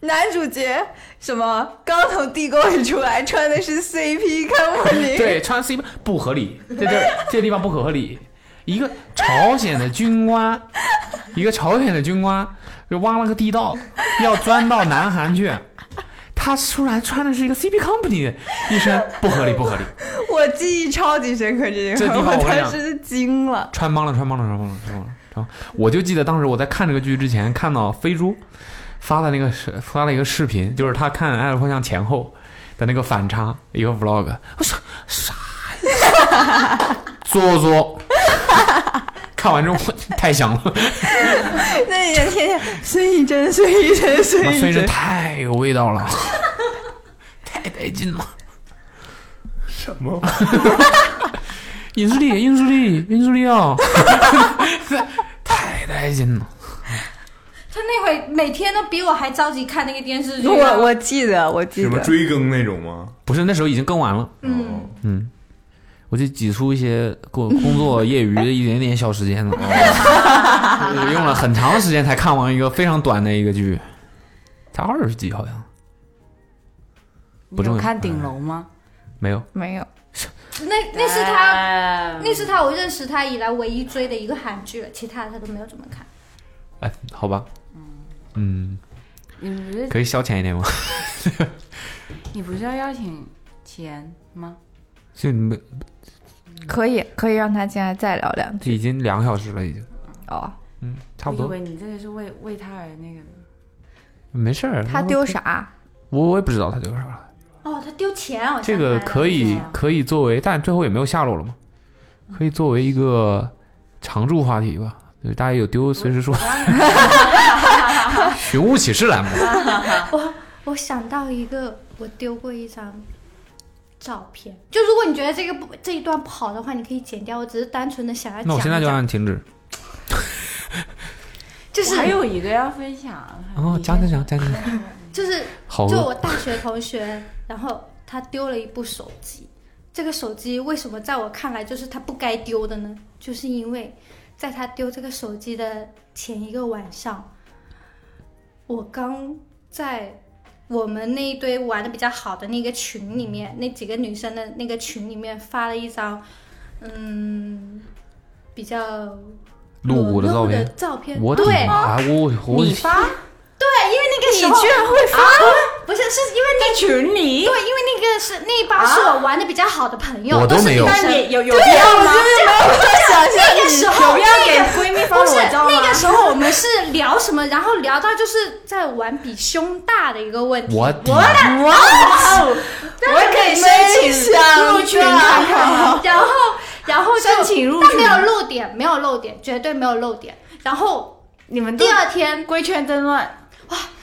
Speaker 8: 男主角什么刚从地沟里出来，穿的是 CP 看莫宁，
Speaker 5: 对，穿 C 不合理，这地儿这地方不合理。一个朝鲜的军官，一个朝鲜的军官就挖了个地道，要钻到南韩去。他突然穿的是一个 CP Company 的一身，不合理，不合理。
Speaker 8: 我记忆超级深刻这
Speaker 5: 这
Speaker 8: 句话，
Speaker 5: 地方我跟你讲
Speaker 8: 当时就惊了。
Speaker 5: 穿帮了，穿帮了，穿帮了，穿帮了，穿帮了。我就记得当时我在看这个剧之前，看到飞猪发的那个视发了一个视频，就是他看《爱的迫降》前后的那个反差，一个 vlog。我哎说啥呀？做作。看完之后我太香了，
Speaker 8: 那你天天孙艺珍，孙艺珍，孙艺
Speaker 5: 孙医生
Speaker 8: 珍，
Speaker 5: 太有味道了，太带劲了。
Speaker 7: 什么？
Speaker 5: 尹素丽，尹素丽，尹素丽啊， 太带劲了。
Speaker 6: 他那会每天都比我还着急看那个电视剧。
Speaker 8: 我我记得，我记
Speaker 7: 什么
Speaker 8: 得，
Speaker 7: 追更那种吗？
Speaker 5: 不是那时候已经更完了。
Speaker 6: 嗯，
Speaker 5: 嗯，我就挤出一些工工作业余的一点点小时间了，我用了很长时间才看完一个非常短的一个剧，才二十集好像不
Speaker 3: 你
Speaker 5: 重
Speaker 3: 有
Speaker 5: 要
Speaker 3: 看顶楼吗？
Speaker 5: 没有。
Speaker 8: 没有嗯
Speaker 6: 那那是他，
Speaker 3: 哎呃
Speaker 6: 那是他我认识他以来唯一追的一个韩剧了，其他的他都没有怎么看。
Speaker 5: 哎，好吧，嗯，
Speaker 3: 你不是
Speaker 5: 可以消遣一点吗？
Speaker 3: 你不是要邀请钱吗？
Speaker 5: 就你们
Speaker 8: 可以可以让他进来再聊两句
Speaker 5: 这已经两个小时了，已经，
Speaker 8: 哦。
Speaker 5: 嗯，差不
Speaker 3: 我
Speaker 5: 多
Speaker 3: 以，为你这个是为为他而那个的。
Speaker 5: 没事儿。
Speaker 8: 他丢啥？
Speaker 5: 我我也不知道他丢啥了，
Speaker 6: 哦，他丢钱，我想
Speaker 5: 这个
Speaker 6: 起来了
Speaker 5: 可以可以作为，但最后也没有下落了嘛，可以作为一个常驻话题吧，就是大家有丢随时说。寻物启事栏目。
Speaker 6: 我想到一个，我丢过一张照片。就如果你觉得这个不这一段不好的话，你可以剪掉。我只是单纯的想要讲一
Speaker 5: 那
Speaker 6: 哎讲。
Speaker 5: 我现在就按停止。
Speaker 6: 就是
Speaker 3: 我还有一个要分享。
Speaker 5: 哦，
Speaker 3: 你
Speaker 5: 讲讲
Speaker 3: 先
Speaker 5: 讲讲 讲，
Speaker 6: 就是
Speaker 5: 好
Speaker 6: 啊就
Speaker 5: 饿。
Speaker 6: 我大学同学，然后他丢了一部手机。这个手机为什么在我看来就是他不该丢的呢？就是因为在他丢这个手机的前一个晚上，我刚在我们那一堆玩的比较好的那个群里面，那几个女生的那个群里面发了一张，嗯，比较
Speaker 2: 露骨的
Speaker 6: 裸
Speaker 2: 照
Speaker 6: 露的
Speaker 2: 片，
Speaker 6: 照片，
Speaker 2: 我的
Speaker 6: 对，啊
Speaker 2: 妈！我我
Speaker 3: 你发
Speaker 8: 你居然会发
Speaker 6: 不是是因为
Speaker 3: 在群里，
Speaker 6: 对，因为那个是那一帮是我玩的比较好的朋友，
Speaker 2: 我
Speaker 6: 都
Speaker 2: 都
Speaker 6: 是
Speaker 2: 没有
Speaker 6: 女生
Speaker 3: 但你有有必要吗？
Speaker 8: 想象
Speaker 6: 那个时候
Speaker 3: 有必要给闺蜜发
Speaker 6: 不是
Speaker 3: 裸照吗
Speaker 6: 那？个时候我们是聊什么，然后聊到就是在玩比胸大的一个问题。
Speaker 2: 我
Speaker 6: 我
Speaker 2: 的
Speaker 3: 哇哦，
Speaker 6: 啊
Speaker 3: 我也可以申请入群看看吗？
Speaker 6: 嗯然后然后就
Speaker 3: 申请入
Speaker 6: 但没
Speaker 3: 群
Speaker 6: 有漏点，没有漏点，绝对没有漏点。然后
Speaker 3: 你们都
Speaker 6: 第二天
Speaker 3: 规圈争
Speaker 6: 啊
Speaker 3: 论，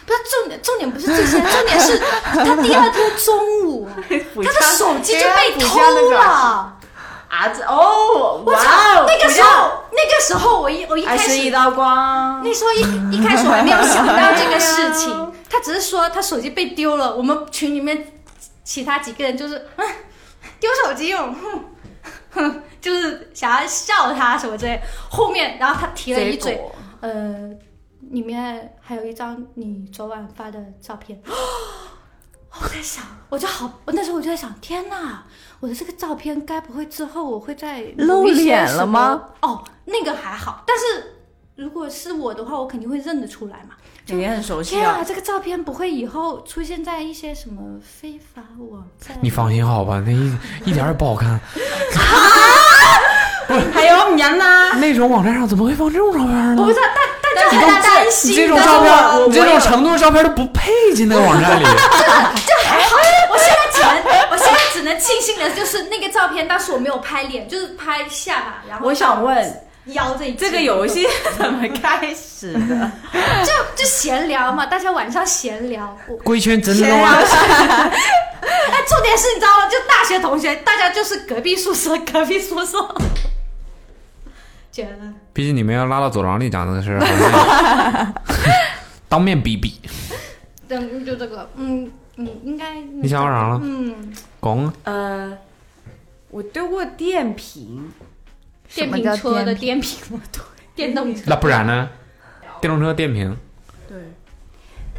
Speaker 6: 不是重点，重点不是 这些，重点是他第二天中午，他的手机就被偷了。
Speaker 3: 啊！这哦，
Speaker 6: 我
Speaker 3: 哇
Speaker 6: 操！
Speaker 3: 哦，
Speaker 6: 那个时
Speaker 3: 不要
Speaker 6: 候，那个时候我一我一
Speaker 3: 二
Speaker 6: 开
Speaker 3: 十
Speaker 6: 始
Speaker 3: 一道光，
Speaker 6: 那时候一一开始我还没有想到这个事情，他只是说他手机被丢了，我们群里面其他几个人就是、嗯、丢手机用，哼哼，就是想要笑他什么之类。后面然后他提了一嘴，呃，里面还有一张你昨晚发的照片。 我在想，我就好，我那时候我就在想，天哪，我的这个照片该不会之后我会在
Speaker 8: 露
Speaker 6: 某一些
Speaker 8: 脸
Speaker 6: 什
Speaker 8: 了
Speaker 6: 么
Speaker 8: 吗？
Speaker 6: 哦，那个还好，但是如果是我的话，我肯定会认得出来嘛。
Speaker 3: 你也很熟悉
Speaker 6: 天啊，
Speaker 3: 啊。
Speaker 6: 这个照片不会以后出现在一些什么非法网站？
Speaker 2: 你放心好吧，那一一点儿也不好 看。
Speaker 3: 还有你呢？
Speaker 2: 那种网站上怎么会放这种照片呢？
Speaker 6: 不是，但但就
Speaker 3: 你
Speaker 6: 很
Speaker 3: 都
Speaker 6: 担
Speaker 2: 你
Speaker 6: 心。
Speaker 2: 这种
Speaker 6: 但是
Speaker 2: 照片，
Speaker 6: 我
Speaker 2: 你这种程度的照片都不配进那个网 站里。
Speaker 6: 还好，我现在只能，我现在只能庆幸的就是那个照片，当时我没有拍脸，就是拍下巴，然后
Speaker 3: 我想问，
Speaker 6: 腰这一
Speaker 3: 这个游戏是怎么开始的？
Speaker 6: 就就闲聊嘛，大家晚上闲聊。我
Speaker 2: 规圈真
Speaker 6: 啊
Speaker 2: 的吗？
Speaker 6: 哎，重点是你知道吗？就大学同学，大家就是隔壁宿舍，隔壁宿舍，绝了。
Speaker 2: 毕竟你们要拉到走廊里讲的是，好 像当面比比。
Speaker 6: 等就这个，嗯嗯，应该你
Speaker 2: 你想要啥了？
Speaker 6: 嗯，
Speaker 2: 讲啊，
Speaker 3: 呃，我丢过电瓶，
Speaker 6: 电
Speaker 8: 什么
Speaker 6: 瓶
Speaker 8: 叫
Speaker 6: 车的电
Speaker 8: 电
Speaker 6: 瓶嗯摩托， 电动车。
Speaker 2: 那不然呢？电动车电瓶，
Speaker 3: 对，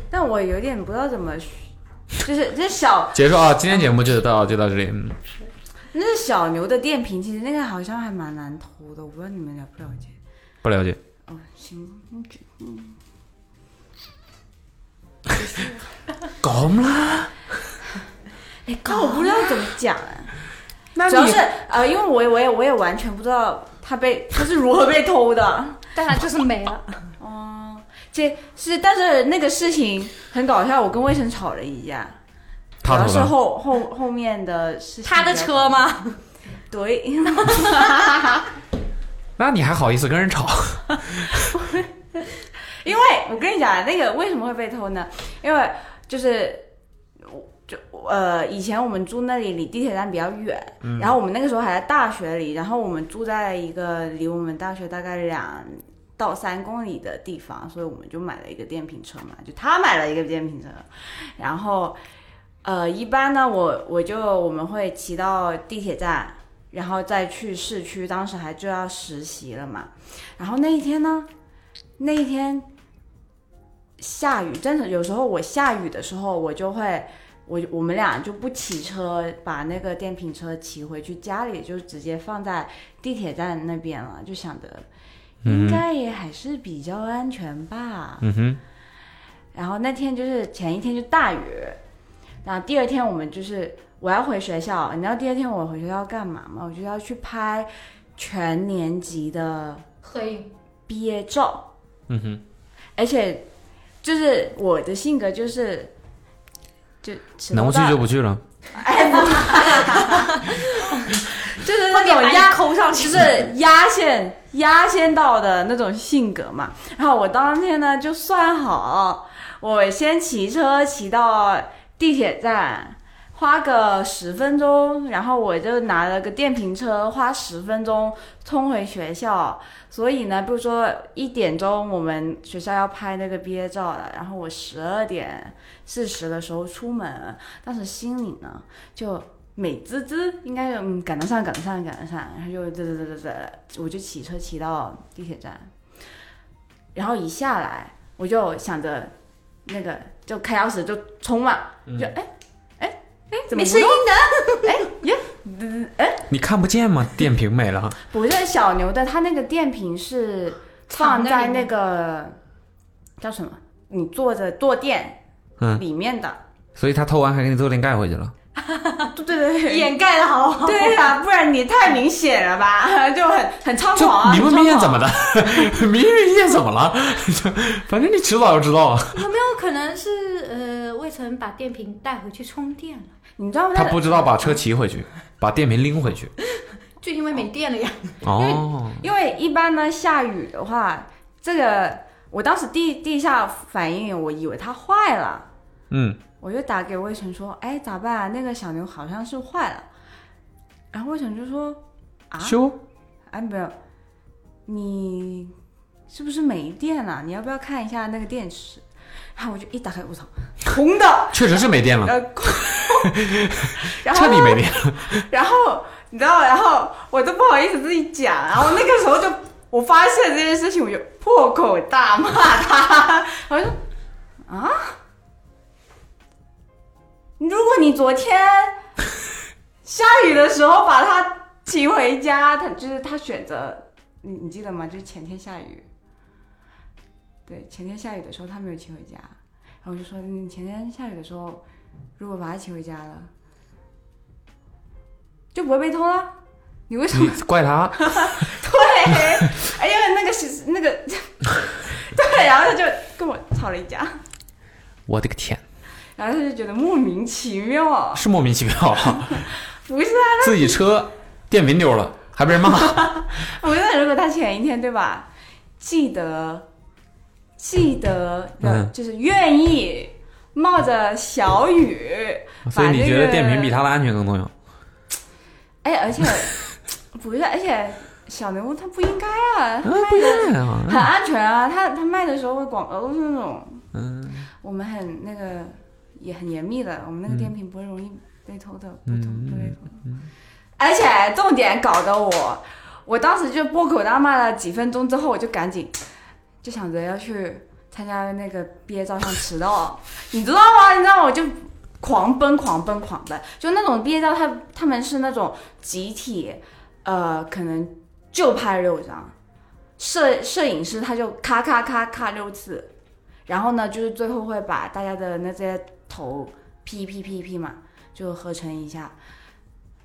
Speaker 3: 但我有点不知道怎么，就是这小
Speaker 2: 结束啊！今天节目就到就到这里，嗯，
Speaker 3: 那是小牛的电瓶，其实那个好像还蛮难偷的，我不知道你们了不了解。
Speaker 2: 不了解。
Speaker 3: 哦，行，嗯这
Speaker 2: 讲啦，
Speaker 3: 但我不知道怎么讲哎、
Speaker 2: 那
Speaker 3: 主要是呃，因为我也我也我也完全不知道他被他是如何被偷的。
Speaker 6: 当然就是没了。
Speaker 3: 哦，这是但是那个事情很搞笑，我跟魏晨吵了一架，主
Speaker 2: 他
Speaker 3: 要
Speaker 2: 偷
Speaker 3: 是
Speaker 2: 的
Speaker 3: 后后后面的事情。
Speaker 6: 他的车？吗？
Speaker 3: 对，
Speaker 2: 那你还好意思跟人吵？
Speaker 3: 因为我跟你讲，那个为什么会被偷呢？因为就是我就呃，以前我们住那里离地铁站比较远，然后我们那个时候还在大学里，然后我们住在一个离我们大学大概两到三公里的地方，所以我们就买了一个电瓶车嘛，就他买了一个电瓶车，然后呃，一般呢，我我就我们会骑到地铁站。然后再去市区，当时还就要实习了嘛。然后那一天呢，那一天下雨，真的有时候我下雨的时候，我就会，我我们俩就不骑车，把那个电瓶车骑回去家里，就直接放在地铁站那边了，就想着应该也还是比较安全吧。
Speaker 2: 嗯哼，
Speaker 3: 然后那天就是前一天就大雨，然后第二天我们就是我要回学校，你知道第二天我回学校干嘛吗？我就要去拍全年级的
Speaker 6: 合影。
Speaker 3: 毕业照。
Speaker 2: 嗯哼，
Speaker 3: 而且就是我的性格就是，就
Speaker 2: 能不去就不去了。
Speaker 3: 就是那
Speaker 6: 快点把
Speaker 3: 种
Speaker 6: 你
Speaker 3: 压
Speaker 6: 抠上去。
Speaker 3: 就是压线压线到的那种性格嘛。然后我当天呢就算好，我先骑车骑到地铁站，花个十分钟，然后我就拿了个电瓶车，花十分钟冲回学校。所以呢，比如说一点钟我们学校要拍那个毕业照了，然后我十二点四十的时候出门，当时心里呢就美滋滋，应该嗯赶得上，赶得上，赶得上，然后就嘚嘚嘚嘚嘚，我就骑车骑到地铁站，然后一下来我就想着那个就开钥匙就冲嘛，就哎哎哎怎么
Speaker 6: 没声音
Speaker 3: 不
Speaker 6: 的，
Speaker 3: 动哎耶，哎
Speaker 5: 你看不见吗？电瓶没了，
Speaker 3: 不是小牛的，它那个电瓶是放在
Speaker 6: 藏
Speaker 3: 那
Speaker 6: 在里面
Speaker 3: 个叫什么？你坐着坐垫
Speaker 5: 嗯
Speaker 3: 里面的，
Speaker 5: 所以他偷完还给你坐垫盖回去了。
Speaker 3: 对对对，
Speaker 6: 掩盖的好好。
Speaker 3: 对呀、不然你太明显了吧， 就很很猖
Speaker 5: 就
Speaker 3: 狂啊！
Speaker 5: 你们
Speaker 3: 很
Speaker 5: 明
Speaker 3: 猖
Speaker 5: 显
Speaker 3: 狂
Speaker 5: 怎么的？ 明明显怎么了？ 反正你迟早要知道啊。
Speaker 6: 有没有可能是呃未曾把电瓶带回去充电了？
Speaker 3: 你知道
Speaker 5: 他不知道把车骑回去，把电瓶拎回去。
Speaker 6: 就因为没电了呀。
Speaker 5: 哦，
Speaker 3: 因为一般呢，下雨的话，这个我当时第第一下反应，我以为它坏了，
Speaker 5: 嗯，
Speaker 3: 我就打给魏晨说：“哎，咋办、啊？那个小牛好像是坏了。”然后魏晨就说：“啊，
Speaker 5: 修
Speaker 3: 哎，没有，你是不是没电了、你要不要看一下那个电池？”然后我就一打开，我操，红的，
Speaker 5: 确实是没电了，
Speaker 3: 呃， 然后
Speaker 5: 彻底没电。
Speaker 3: 然后你知道，然后我都不好意思自己讲，然后那个时候就我发现这件事情，我就破口大骂他，我就说啊，如果你昨天下雨的时候把他骑回家，他就是他选择你，你记得吗？就是前天下雨，对，前天下雨的时候他没有骑回家，然后我就说你前天下雨的时候如果把他骑回家了。就不会被偷了。你为什
Speaker 5: 你
Speaker 3: 么？
Speaker 5: 怪他，
Speaker 3: 对，哎呀，那个是那个， 对，然后他就跟我吵了一架，
Speaker 5: 我的个天，
Speaker 3: 然后他就觉得莫名其妙，
Speaker 5: 是莫名其妙 啊，
Speaker 3: 不是啊，
Speaker 5: 自己车电瓶丢了还被人骂，
Speaker 3: 不是，如果他前一天对吧，记得记得，呃
Speaker 5: 嗯
Speaker 3: 就是愿意冒着小雨，
Speaker 5: 所以你觉得电瓶比他的安全更重要？
Speaker 3: 哎，而且不是，而且小牛他不应该啊，
Speaker 5: 嗯，不应该啊，
Speaker 3: 很安全啊，他他卖的时候广告都是那种，嗯，我们很那个也很严密的，我们那个电瓶不会容易被偷的，不偷不会被偷的。而且重点搞得我，我当时就破口大骂了几分钟之后，我就赶紧就想着要去参加那个毕业照相迟到，你知道吗？你知道我就。狂奔狂奔狂奔，就那种毕业照，他他们是那种集体，呃，可能就拍六张，摄摄影师他就咔咔咔咔六次，然后呢，就是最后会把大家的那些头 P P P P 嘛，就合成一下。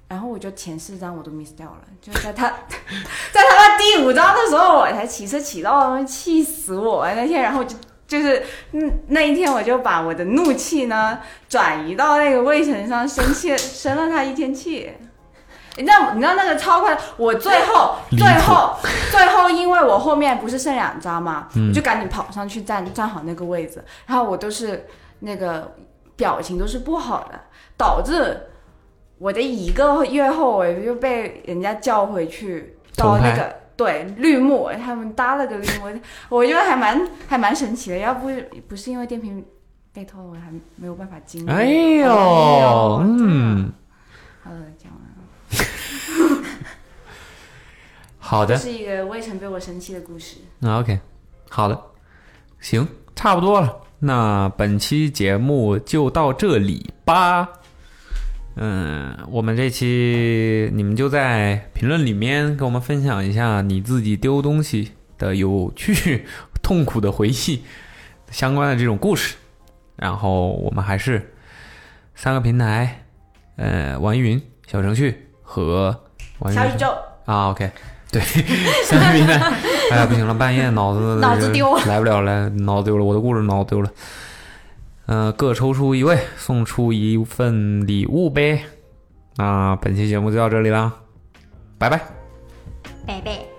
Speaker 3: 然后我就前四张我都 miss 掉了，就在他， 在他妈第五张的时候，我才骑车骑到，气死我了那天。然后就就是嗯那一天，我就把我的怒气呢转移到那个魏晨上，生气生了他一天气。你知道你知道那个超快，我最后最后最后，因为我后面不是剩两张嘛，我就赶紧跑上去站站好那个位置，然后我都是那个表情都是不好的，导致我的一个月后我就被人家叫回去到那
Speaker 5: 重
Speaker 3: 个对绿幕，他们搭了个绿幕，我觉得还蛮还蛮神奇的，要不不是因为电瓶被偷，我还没有办法经历。
Speaker 5: 哎
Speaker 3: 哎
Speaker 5: 呦，嗯，
Speaker 3: 好的，讲完了，
Speaker 5: 好
Speaker 3: 这
Speaker 5: 的
Speaker 3: 是一个未曾被我生气的故事。
Speaker 5: 那，OK，好嗯的，行，差不多了，那本期节目就到这里吧。嗯，我们这期你们就在评论里面给我们分享一下你自己丢东西的有趣、痛苦的回忆相关的这种故事。然后我们还是三个平台，呃，网易云小程序和网易云
Speaker 3: 小宇宙，
Speaker 5: 啊，OK，对，三个平台，哎呀，不行了，半夜脑子
Speaker 6: 脑子丢
Speaker 5: 来不了了，脑子丢了，我的故事脑子丢了。呃，各抽出一位，送出一份礼物呗。那本期节目就到这里啦，拜拜。
Speaker 6: 贝贝。